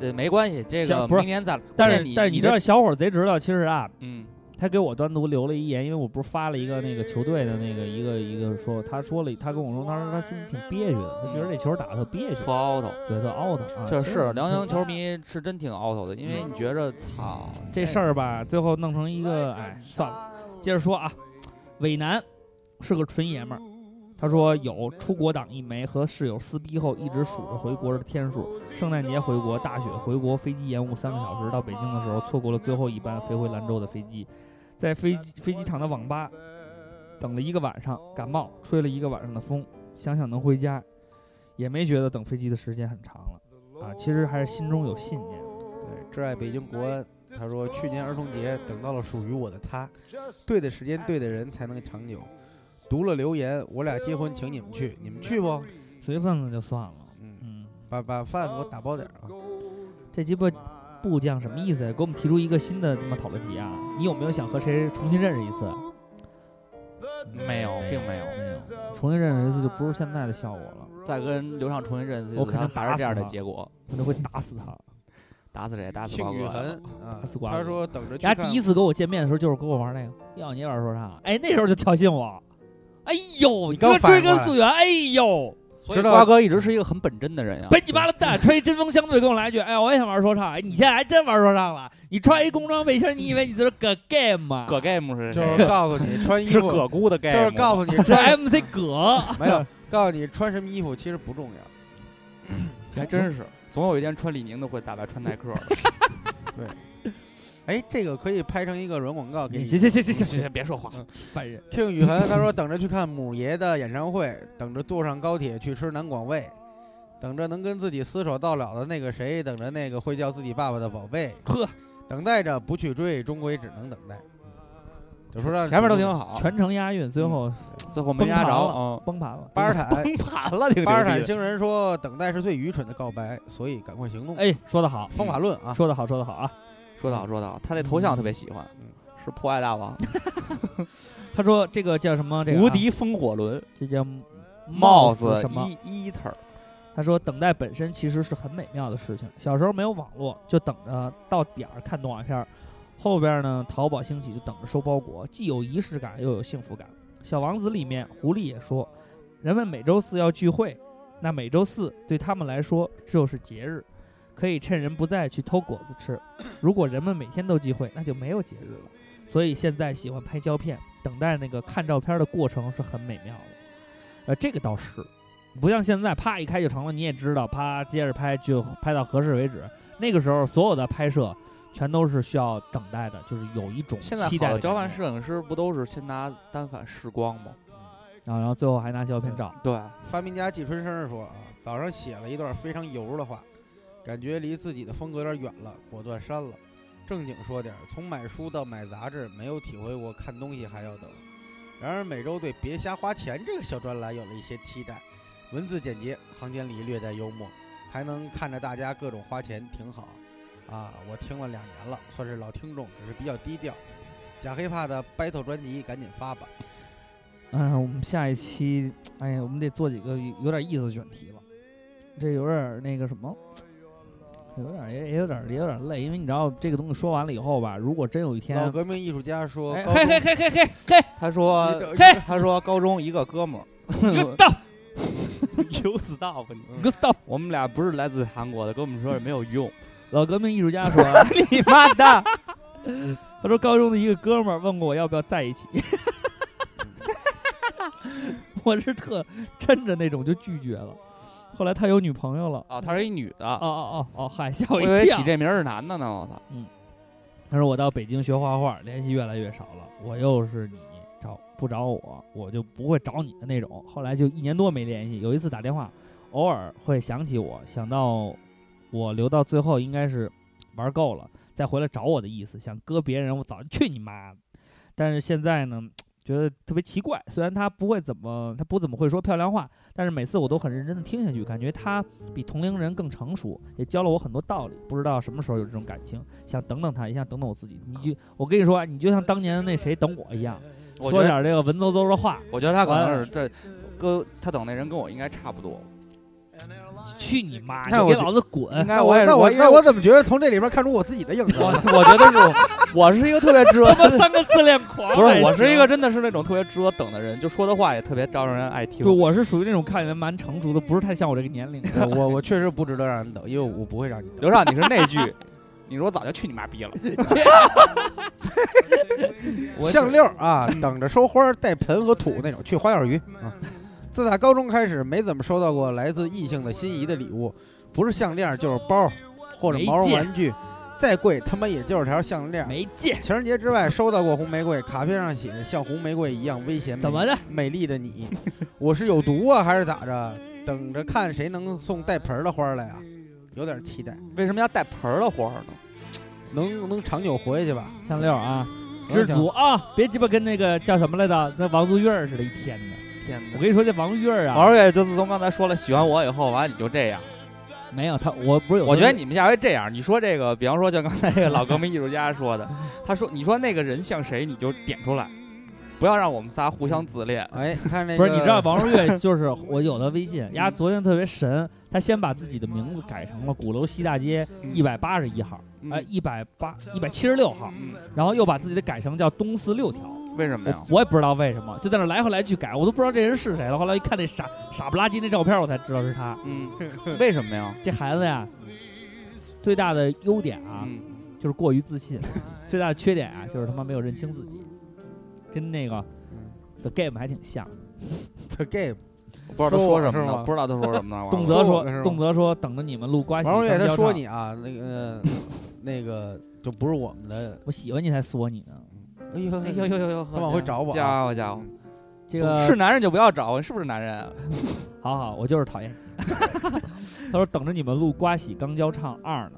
C: 呃，没关系，这
B: 小
C: 个
B: 不是
C: 明年再。
B: 但
C: 关键
B: 是
C: 你
B: 但是你知道，，小伙儿贼知道，其实啊，
C: 嗯，
B: 他给我单独留了一言，因为我不是发了一个那个球队的那个一个一个说，他说了，他跟我说，他说他心里挺憋屈的，他觉得这球打的特憋屈，
C: 特 out。
B: 对，特 out 啊。
C: 这是辽宁
B: 球。
C: 球迷是真挺 out 的，因为
B: 嗯
C: 你觉着操
B: 这事儿吧，最后弄成一个，哎，算了，接着说啊。伟南是个纯爷们儿，他说有出国党一枚，和室友撕逼后一直数着回国的天数，圣诞节回国，大雪回国，飞机延误三个小时，到北京的时候错过了最后一班飞回兰州的飞机，在飞机飞机场的网吧等了一个晚上，感冒吹了一个晚上的风，想想能回家，也没觉得等飞机的时间很长了啊，其实还是心中有信念。
D: 对，挚爱北京国安，他说去年儿童节等到了属于我的他，对的时间对的人才能长久。读了留言，我俩结婚请你们去，你们去不？
B: 随份子就算了，
D: 嗯，
B: 嗯。
D: 把把饭给我打包点儿啊！
B: 这鸡巴部将什么意思呀？给我们提出一个新的他妈讨论题啊！你有没有想和谁重新认识一次？
C: 没有，并没有。
B: 重新认识一次就不是现在的效果了，
C: 再跟刘畅重新认识一次，
B: 我可能
C: 他
B: 打
C: 还是
B: 死
C: 这样的
B: 他
C: 结果，
B: 我就会打死他。
C: 打死谁？打死
D: 庆
C: 包
D: 雨
C: 哥。
D: 痕啊
B: 死，瓜
D: 他
B: 了
D: 说等着去
B: 人家
D: 看。
B: 第一次跟我见面的时候就是跟我玩那个要你也玩说唱，哎，那时候就挑衅我，哎呦，
D: 你刚
B: 哥
D: 反应
B: 追根
D: 过来
B: 溯源，哎呦，
C: 所以
D: 知道
C: 瓜哥一直是一个很本真的人呀。
B: 本你妈的蛋，穿一针锋相对跟我来一句，哎，我也想玩说唱，哎，你现在还真玩说唱了？你穿一工装背心，你以为你就是个啊 gay 吗？
C: 葛 game 是
D: 就
C: 谁 (laughs)
D: 是告诉你穿衣
C: 是
D: 服，
C: 葛姑的 game，
D: 就是告诉你
B: 是
D: 穿
B: MC 葛，
C: (laughs)
D: 没有，告诉你穿什么衣服其实不重要。
C: 还真
D: 嗯
C: 是，总有一天穿李宁的会打败穿耐克的。
D: (laughs) 哎，这个可以拍成一个软广告给
B: 行
D: 你。
B: 嗯行行行行行行，
C: 别说话，
B: 烦人。
D: 庆雨涵他说等着去看母爷的演唱会，等着坐上高铁去吃南广味，等着能跟自己厮守到老的那个谁，等着那个会叫自己爸爸的宝贝，
B: 呵，
D: 等待着不去追，终归只能等待。就说让
C: 前面都挺好，
B: 全程押韵，最后
C: 最后没压着，嗯，
B: 崩盘了。
D: 巴尔
C: (laughs)
D: 坦，
C: 崩盘了， (laughs) 这个
D: 巴尔坦
C: 牛逼
D: 星人说等待是最愚蠢的告白，所以赶快行动。
B: 哎，说得好，
D: 方法论啊，
B: 说得好，说得好啊！
C: 说得好，说得好，他那头像特别喜欢
D: 嗯，
C: 是破爱大王，
B: 他说这个叫什么？这个啊
C: 无，敌风火轮，
B: 这叫
C: (laughs) 帽
B: 子
C: 子
B: 什么？
C: 伊伊特，
B: 他说等待本身其实是很美妙的事情。小时候没有网络，就等着到点儿看动画片儿。后边呢，淘宝兴起，就等着收包裹，既有仪式感，又有幸福感。《小王子》里面，狐狸也说，人们每周四要聚会，那每周四对他们来说就是节日，可以趁人不在去偷果子吃。如果人们每天都聚会，那就没有节日了。所以现在喜欢拍胶片，等待那个看照片的过程是很美妙的。呃，这个倒是，不像现在啪一开就成了，你也知道，啪接着拍就拍到合适为止。那个时候所有的拍摄全都是需要等待的，就是有一种
C: 现在
B: 期待
C: 好的
B: 的
C: 交
B: 感
C: 换
B: 觉
C: 摄影师不都是先拿单反试光吗？
B: 啊，然后最后还拿胶片照。
C: 对，
D: 发明家季春生说啊，早上写了一段非常油的话，感觉离自己的风格有点远了，果断删了。正经说点儿，从买书到买杂志，没有体会过看东西还要等。然而每周对“别瞎花钱”这个小专栏有了一些期待，文字简洁，行间里略带幽默，还能看着大家各种花钱，挺好。啊，我听了两年了，算是老听众，只是比较低调。假黑怕的 battle 专辑赶紧发吧。
B: 嗯，我们下一期，哎呀，我们得做几个有点意思的选题了，这有点儿那个什么，有点儿也也有点儿也有点儿累，因为你知道这个东西说完了以后吧，如果真有一天，
D: 老革命艺术家说，
B: 哎，
D: 高
B: 嘿
D: 中
B: 嘿嘿嘿
C: (laughs)
B: 嘿嘿，
C: 他说
D: 你等
B: 嘿
C: 他说高中一个哥 (laughs) 们儿
B: 你给我 stop，
C: 有 stop 你。
B: 你给我 stop。
C: (laughs) 我们俩不是来自韩国的，跟我们说也没有用。
B: 老革命艺术家说啊，
C: (laughs) 你妈的！
B: 他说高中的一个哥们儿问过我要不要在一起，
C: (laughs)
B: 我是特抻着那种就拒绝了，后来他有女朋友了，
C: 哦，她是一女
B: 哦
C: 的，
B: 哦哦哦，嗨，吓我
C: 我
B: 一
C: 以为
B: 跳
C: 起。这名儿是男的呢。我操！
B: 他说我到北京学画画，联系越来越少了。我又是你找不找我，我就不会找你的那种。后来就一年多没联系，有一次打电话，偶尔会想起我，想到我留到最后应该是玩够了再回来找我的意思，想割别人，我早就去你妈的。但是现在呢，觉得特别奇怪，虽然他不会怎么，他不怎么会说漂亮话，但是每次我都很认真的听下去，感觉他比同龄人更成熟，也教了我很多道理。不知道什么时候有这种感情，想等等他，也想等等我自己。你就我跟你说啊，你就像当年的那谁等我一样，
C: 我
B: 说
C: 觉得，
B: 点这个文绉绉的话，
C: 我觉得他可能是这哥，他等那人跟我应该差不多。
B: 去你妈！你
D: 那我
B: 给
D: 就
B: 老子
C: 应
B: 滚！
C: 该
D: 哎那
C: 我也
D: 那我
C: 我
D: 那我怎么觉得从这里边看出我自己的影子
C: 我
D: 了？ (laughs)
C: 我觉得是我，我是一个特别值
B: 他妈
C: (laughs) 得，
B: 三个自恋狂！
C: 不
B: 还
C: 是
B: 行
C: 我是一
D: 啊
C: 个，真的是那种特别值得等的人，就说的话也特别招人爱听
B: 对，。我是属于那种看起来蛮成熟的，不是太像我这个年龄的。
D: 对我我确实不值得让人等，因为我不会让你等。
C: 刘畅，你是那句，你说我早就去你
D: (laughs)
C: 妈逼了。我
D: 像六儿啊，等着收花儿带盆和土那种，去花小鱼啊。自打高中开始，没怎么收到过来自异性的心仪的礼物，不是项链就是包，或者毛绒
B: 没见
D: 玩具，再贵他妈也就是条项链。
B: 没见
D: 情人节之外收到过红玫瑰，卡片上写着像红玫瑰一样危险美
B: 怎么的？
D: 美丽的你，我是有毒啊还是咋着？等着看谁能送带盆儿的花儿来啊！有点期待，
C: 为什么要带盆儿的花儿呢？
D: 能能长久活下去吧？
B: 像六啊，
D: 我
B: 知
D: 想
B: 足啊，别鸡巴跟那个叫什么来着，那王足月儿似的，一天的。
C: 天
B: 我跟你说，这王月儿啊，
C: 毛月就自从刚才说了喜欢我以后，完了你就这样。
B: 没有他，我不是有时候，
C: 我觉得你们下回这样，你说这个，比方说像刚才这个老革命艺术家
D: (laughs)
C: 说的，他说你说那个人像谁，你就点出来，不要让我们仨互相自恋。
D: 哎，看那个
B: 不是你知道王
C: (laughs)
B: 若月就是我有的微信，
C: 嗯
B: 丫昨天特别神，他先把自己的名字改成了鼓楼西大街
C: 嗯
B: 一百八十一号，哎，一百八一百七十六号，
C: 嗯，
B: 然后又把自己的改成叫东四六条，
C: 为什么呀
B: 我？我也不知道为什么，就在那来回来去改，我都不知道这人是谁了。后来一看那傻傻不拉几那照片，我才知道是他。
C: 嗯， (laughs) 为什么呀？
B: 这孩子呀，最大的优点啊，
C: 嗯，
B: 就是过于自信；最大的缺点啊，就是他妈没有认清自己，跟那个
D: 嗯
B: The Game 还挺像。
D: The
B: (laughs)
D: Game，
C: 我不知道他
D: 说我
C: 说什么
D: 是
C: 呢
D: 吗，
C: 不知道他说什么
D: (laughs)
C: 呢。
B: 动
C: 我
B: 辄
D: 说我
B: 说
D: 的是吗，
B: 动辄说，等着你们录瓜西。
D: 王若月
B: 咱们
D: 他
B: 要
D: 说
B: 唱
D: 你啊，那个呃那个就不是我们的，
B: 我喜欢你才说你呢。
D: 哎呦
C: 哎呦呦呦呦，
D: 他往回找我啊
C: 家伙家伙，
B: 这个
C: 是男人就不要找我，是不是男人啊？
B: 好好，我就是讨厌
C: (laughs)
B: 你。他说等着你们录《瓜喜钢交唱二》呢，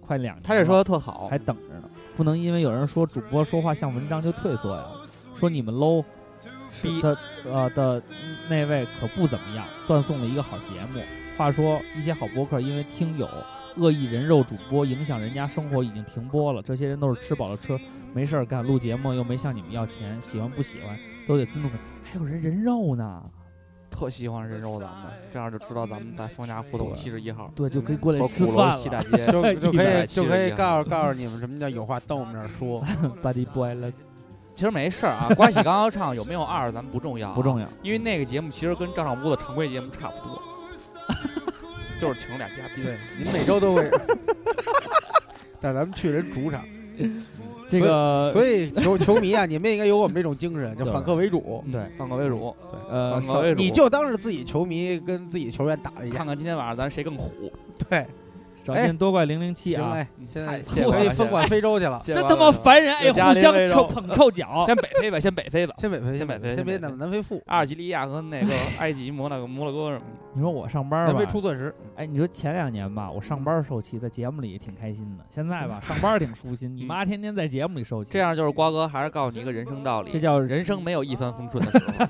B: 快两年了
C: 他这说的特好
B: 还，等着呢，不能因为有人说主播说话像文章就退缩呀，说你们 low
C: 逼
B: 的呃的那位可不怎么样，断送了一个好节目。话说一些好播客因为听友恶意人肉主播，影响人家生活，已经停播了。这些人都是吃饱了吃，没事儿干，录节目又没向你们要钱，喜欢不喜欢都得尊重。还有人人肉呢，
C: 特喜欢人肉咱们，这样就知道咱们在方家胡同七十一号
B: 对，就可以过来
C: 和
B: 吃
C: 鼓楼
B: 饭
C: 西
B: 了。
C: 大街。 (laughs)
D: 就就可
B: 哎
D: 以
C: 171
D: 就可以
C: 号
D: 告诉告诉你们什么叫有话到我们这儿说，
B: Buddy Boy 了，
C: 其实没事儿啊，瓜喜刚刚唱有没有二咱们不重要，
B: 不重要。
C: 因为那个节目其实跟照上屋的常规节目差不多，就是请俩嘉宾。
D: 对，您每周都
C: (laughs)
D: 会，但咱们去人主场，
B: 这个
D: 所以球球迷啊， (laughs) 你们也应该有我们这种精神，叫反客为主，
C: 呃对，放个为主，
B: 呃
C: 嗯放，个为主，啊
D: 你就当是自己球迷跟自己球员打了一
C: 看
D: 架，
C: 看今天晚上咱谁更虎。嗯
D: 对，
B: 少
C: 哎
B: 见多怪零零七
D: 行，
B: 啊！
D: 哎，现在
C: 太谢
D: 可
C: 完
D: 以
C: 了
D: 分管非洲去了，
C: 谢
B: 真
C: 完
B: 他妈
C: 了！
B: 烦人！哎，
C: 有家
B: 互
C: 里
B: 相
C: 围绕
B: 臭捧臭
C: (laughs)
B: 脚，
C: 先北非吧，先北非吧，
D: 先北非，
C: 先北非
D: 先
C: 先
D: 北
C: 北
D: 南
C: 非
D: 南非富，
C: 阿尔及利亚和那 (laughs) 个埃及、摩纳哥、摩洛哥什么的。
B: 你说我上班
D: 南非
B: 吧，
D: 出钻石，
B: 哎，你说前两年吧，我上班受气，在节目里也挺开心的。现在吧，上班挺舒心，你妈天天在节目里受气，
C: 嗯这样就是瓜哥还是告诉你一个人生道理，
B: 这叫
C: 人生没有一帆风 (laughs) 顺的时候，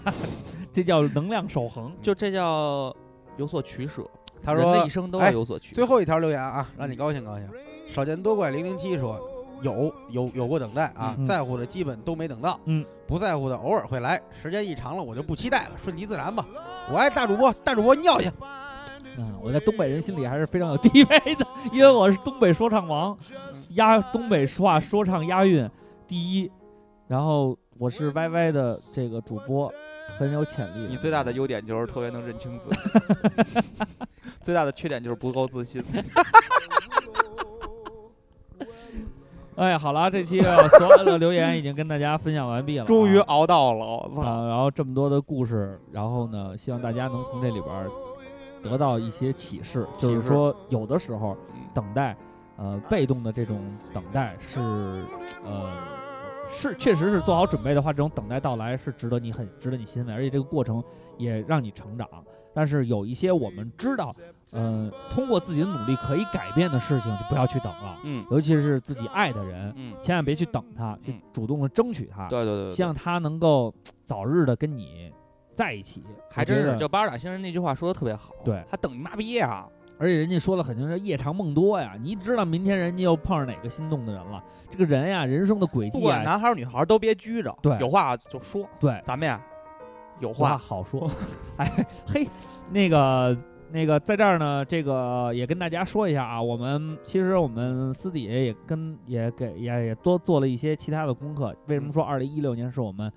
B: 这叫能量守恒。
C: 就这叫有所取舍。
D: 他
C: 人的
D: 说
C: 一生都
D: 哎
C: 要有所取舍。
D: 最后一条留言啊，让你高兴高兴。少见多怪零零七说，有有有过等待啊，
B: 嗯
D: 在乎的基本都没等到，
B: 嗯，
D: 不在乎的偶尔会来，时间一长了我就不期待了，顺其自然吧。我爱大主播，大主播尿去，
B: 嗯，我在东北人心里还是非常有地位的，因为我是东北说唱王，押东北话说唱押韵第一，然后我是 YY 的这个主播，很有潜力的。
C: 你最大的优点就是特别能认清
B: (laughs)
C: 自己，最大的缺点就是不够自信。
B: 哎，好了，这期啊所有的留言已经跟大家分享完毕了啊，
C: 终于熬到了，我操！
B: 啊，然后这么多的故事，然后呢，希望大家能从这里边儿得到一些启示，就
C: 启
B: 是
C: 示
B: 说有的时候
C: 嗯
B: 等待，呃，被动的这种等待是，呃，是确实是做好准备的话，这种等待到来是值得你很值得你欣慰，而且这个过程也让你成长。但是有一些我们知道，呃，通过自己的努力可以改变的事情，就不要去等了，
C: 嗯
B: 尤其是自己爱的人，
C: 嗯，
B: 千万别去等他，去
C: 嗯
B: 主动的争取他。
C: 对对对对
B: 希望他能够早日的跟你在一起。
C: 还
B: 我觉
C: 真是，
B: 得
C: 就巴尔塔星人那句话说的特别好，
B: 对
C: 还等你妈逼啊！
B: 而且人家说了，肯定是夜长梦多呀。你知道明天人家又碰上哪个心动的人了？这个人呀，人生的轨
C: 不
B: 迹
C: 管
B: 啊，
C: 男孩儿女孩儿都别拘着，
B: 对
C: 有话就说，
B: 对，
C: 咱们呀有
B: 话 (laughs)
C: 话
B: 好说。哎嘿，那个那个在这儿呢，这个也跟大家说一下啊，我们其实我们私底下也跟也给也也多做了一些其他的功课。为什么说二零一六年是我们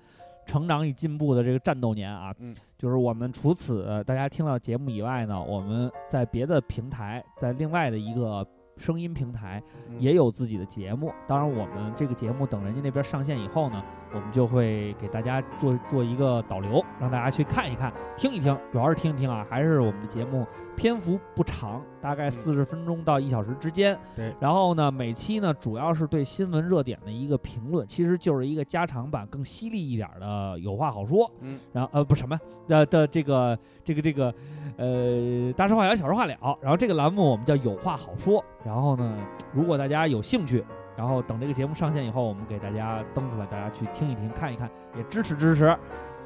B: 成长与进步的这个战斗年啊？
D: 嗯，
B: 就是我们除此呃大家听到节目以外呢，我们在别的平台，在另外的一个声音平台
D: 嗯
B: 也有自己的节目。当然，我们这个节目等人家那边上线以后呢，我们就会给大家做做一个导流，让大家去看一看、听一听，主要是听一听啊。还是我们的节目篇幅不长，大概四十分钟到一小时之间。
D: 嗯对
B: 然后呢，每期呢主要是对新闻热点的一个评论，其实就是一个加长版、更犀利一点儿的有话好说。
D: 嗯，
B: 然后呃不什么的的这个这个这个呃大事化小，小事化了。然后这个栏目我们叫有话好说。然后呢，如果大家有兴趣，然后等这个节目上线以后，我们给大家登出来，大家去听一听、看一看，也支持支持。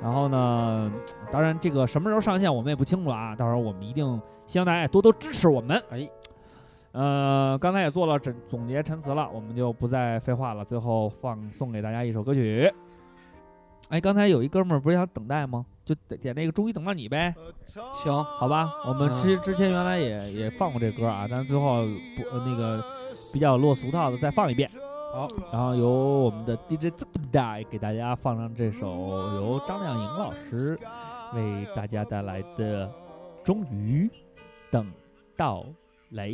B: 然后呢，当然这个什么时候上线我们也不清楚啊，到时候我们一定希望大家也多多支持我们。
D: 哎，
B: 呃，刚才也做了总总结陈词了，我们就不再废话了。最后放送给大家一首歌曲。哎，刚才有一哥们儿不是想等待吗？就点点那个，终于等到你呗。
C: 行，
B: 好吧，我们之之前原来也也放过这歌啊，但是最后不、呃那个比较落俗套的再放一遍。
D: 好，
B: 然后由我们的 DJ z d a 给大家放上这首由张靓颖老师为大家带来的《终于等到雷》。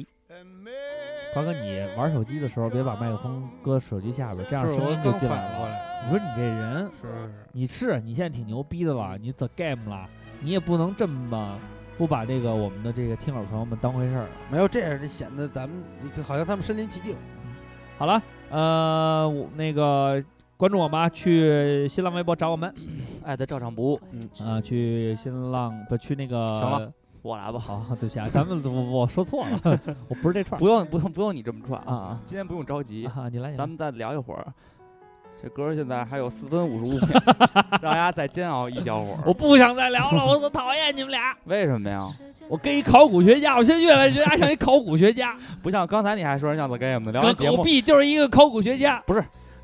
B: 瓜哥，你玩手机的时候别把麦克风搁手机下边，这样
D: 是
B: 声
D: 我
B: 音就
D: 刚
B: 进
D: 反
B: 来
D: 应过
B: 了。
D: 来，
B: 你说你这人，
D: 是是是，
B: 你是你现在挺牛逼的了，你 the game 了，你也不能这么不把这个我们的这个听友朋友们当回事儿了。
D: 没有这样显得咱们好像他们身临其境。
B: 好了，呃，我那个关注我们啊，去新浪微博找我们，
C: 艾特照常不误，
B: 啊、去新浪不去那个
C: 行了我来吧，
B: (laughs) 好，对不起啊，咱们我我说错了，我不是这串儿
C: 不用不用不用你这么串
B: 啊啊，
C: 今天不用着急，
B: 啊，你来，你来
C: 咱们再聊一会儿。这歌儿现在还有四分五十五秒，
B: (laughs)
C: 让大家再煎熬一小会
B: 我
C: 儿。
B: 不想再聊了，我都讨厌你们俩。
C: 为什么呀？
B: 我跟一考古学家，我现在越来越像一考古学家，
C: 不像刚才你还说人像 The Game 呢，聊
B: 我
C: 完节
B: 狗
C: 目，
B: 屁就是一个考古学家。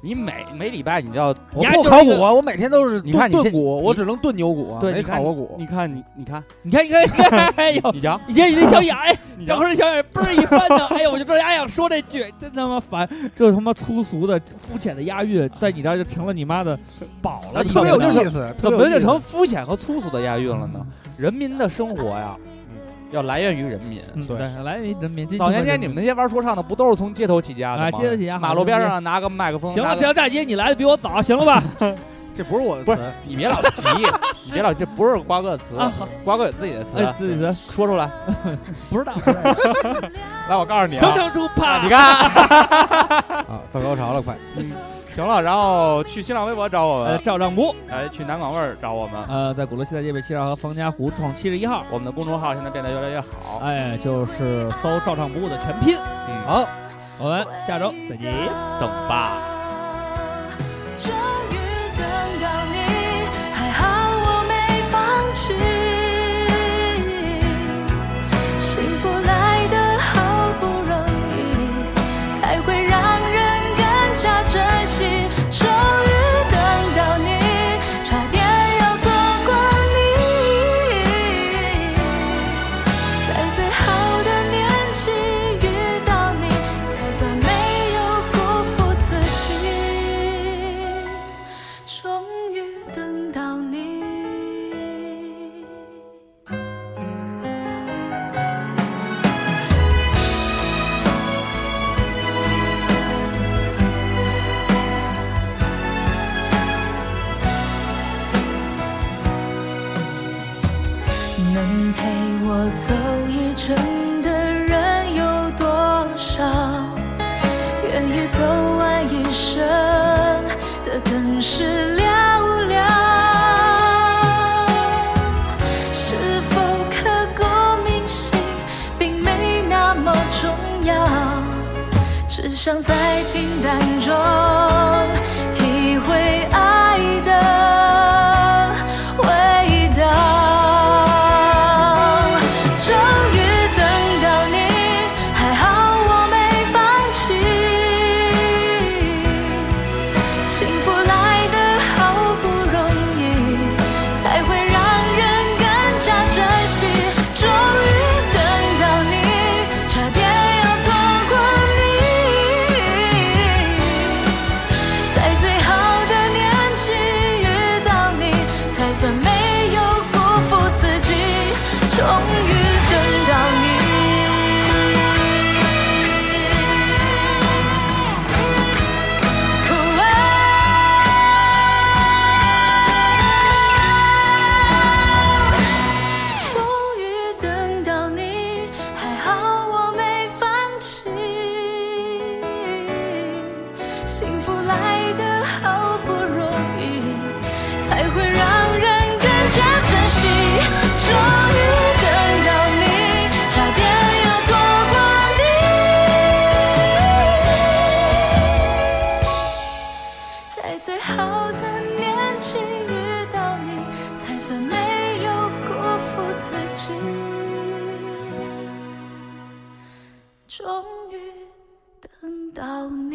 C: 你每每礼拜你就要，
D: 我
B: 还就
D: 不
B: 是
D: 考
B: 一个
D: 古啊，我每天都是
C: 你看
D: 炖
C: 你
D: 炖
C: 现
D: 骨，我只能炖牛骨啊，
C: 对
D: 没
C: 你看
D: 考过骨
C: 你。看你你看
B: 你看，你 (laughs) 看，你看，哎呦，
C: 你瞧，
B: 你看你这小眼，哎，
C: 你
B: 张
C: 瞧
B: 口这小眼嘣儿一翻腾，哎呦，我就知道丫想说这句，真他妈烦，这他妈粗俗的、肤浅的押韵，在你这儿就成了你妈的宝了，
D: 啊
B: 你
D: 特别有
B: 知道吗
D: 意思，
C: 怎
D: 特
C: 么
D: 别有
C: 就
D: 意思
C: 成肤浅和粗俗的押韵了呢？人民的生活呀，要来源于人民。
B: 嗯
D: 对
B: 对，来人民，这
C: 早年间你们那些玩说唱的，不都是从街头起家的吗？
B: 啊街头起家
C: 马路边上拿个麦克风。
B: 行
C: 拿
B: 了，
C: 个
B: 这条大街你来的比我早，行了吧？
D: 这不是我的
C: 不是
D: 词，
C: 你别老急，你别老，这不是瓜哥的词
B: 啊好，
C: 瓜哥有 (laughs) 自己的词
B: 哎，，自己的
C: 说出来。
B: 不知道，不知道
C: 来，我告诉你
B: 城
C: 啊，
B: 墙中怕
C: 你看，
D: 啊，到高潮了，快！
C: 行了，然后去新浪微博找我
B: 呃，
C: 们，
B: 赵尚武，
C: 哎，去南广味儿找我们。
B: 呃，在鼓楼西大街北七十二和冯家胡同七十一号，
C: 我们的公众号现在变得越来越好。
B: 哎，就是搜“照唱不误”的全拼。
C: 嗯，
D: 好，
B: 我们下周再见。
C: 等吧。
E: 终于等到你，还好我没放弃。幸福来得好不容易，才会让人更加珍惜。终于等到你，差点要错过你，在最好的年纪遇到你，才算没有辜负自己。终于等到你。能陪我走一程的人有多少？愿意走完一生的更是寥寥。是否刻骨铭心，并没那么重要，只想在平淡中体会爱的味道。终于等到你，还好我没放弃。幸福来得好不容易，才会让人更加珍惜。终于等终于等到你。终于等到你，还好我没放弃。幸福来得好不容易，才会让人更加珍惜。终于等到你，差点又错过你。在最好的年纪遇到你，才算没有辜负自己。终于等到你。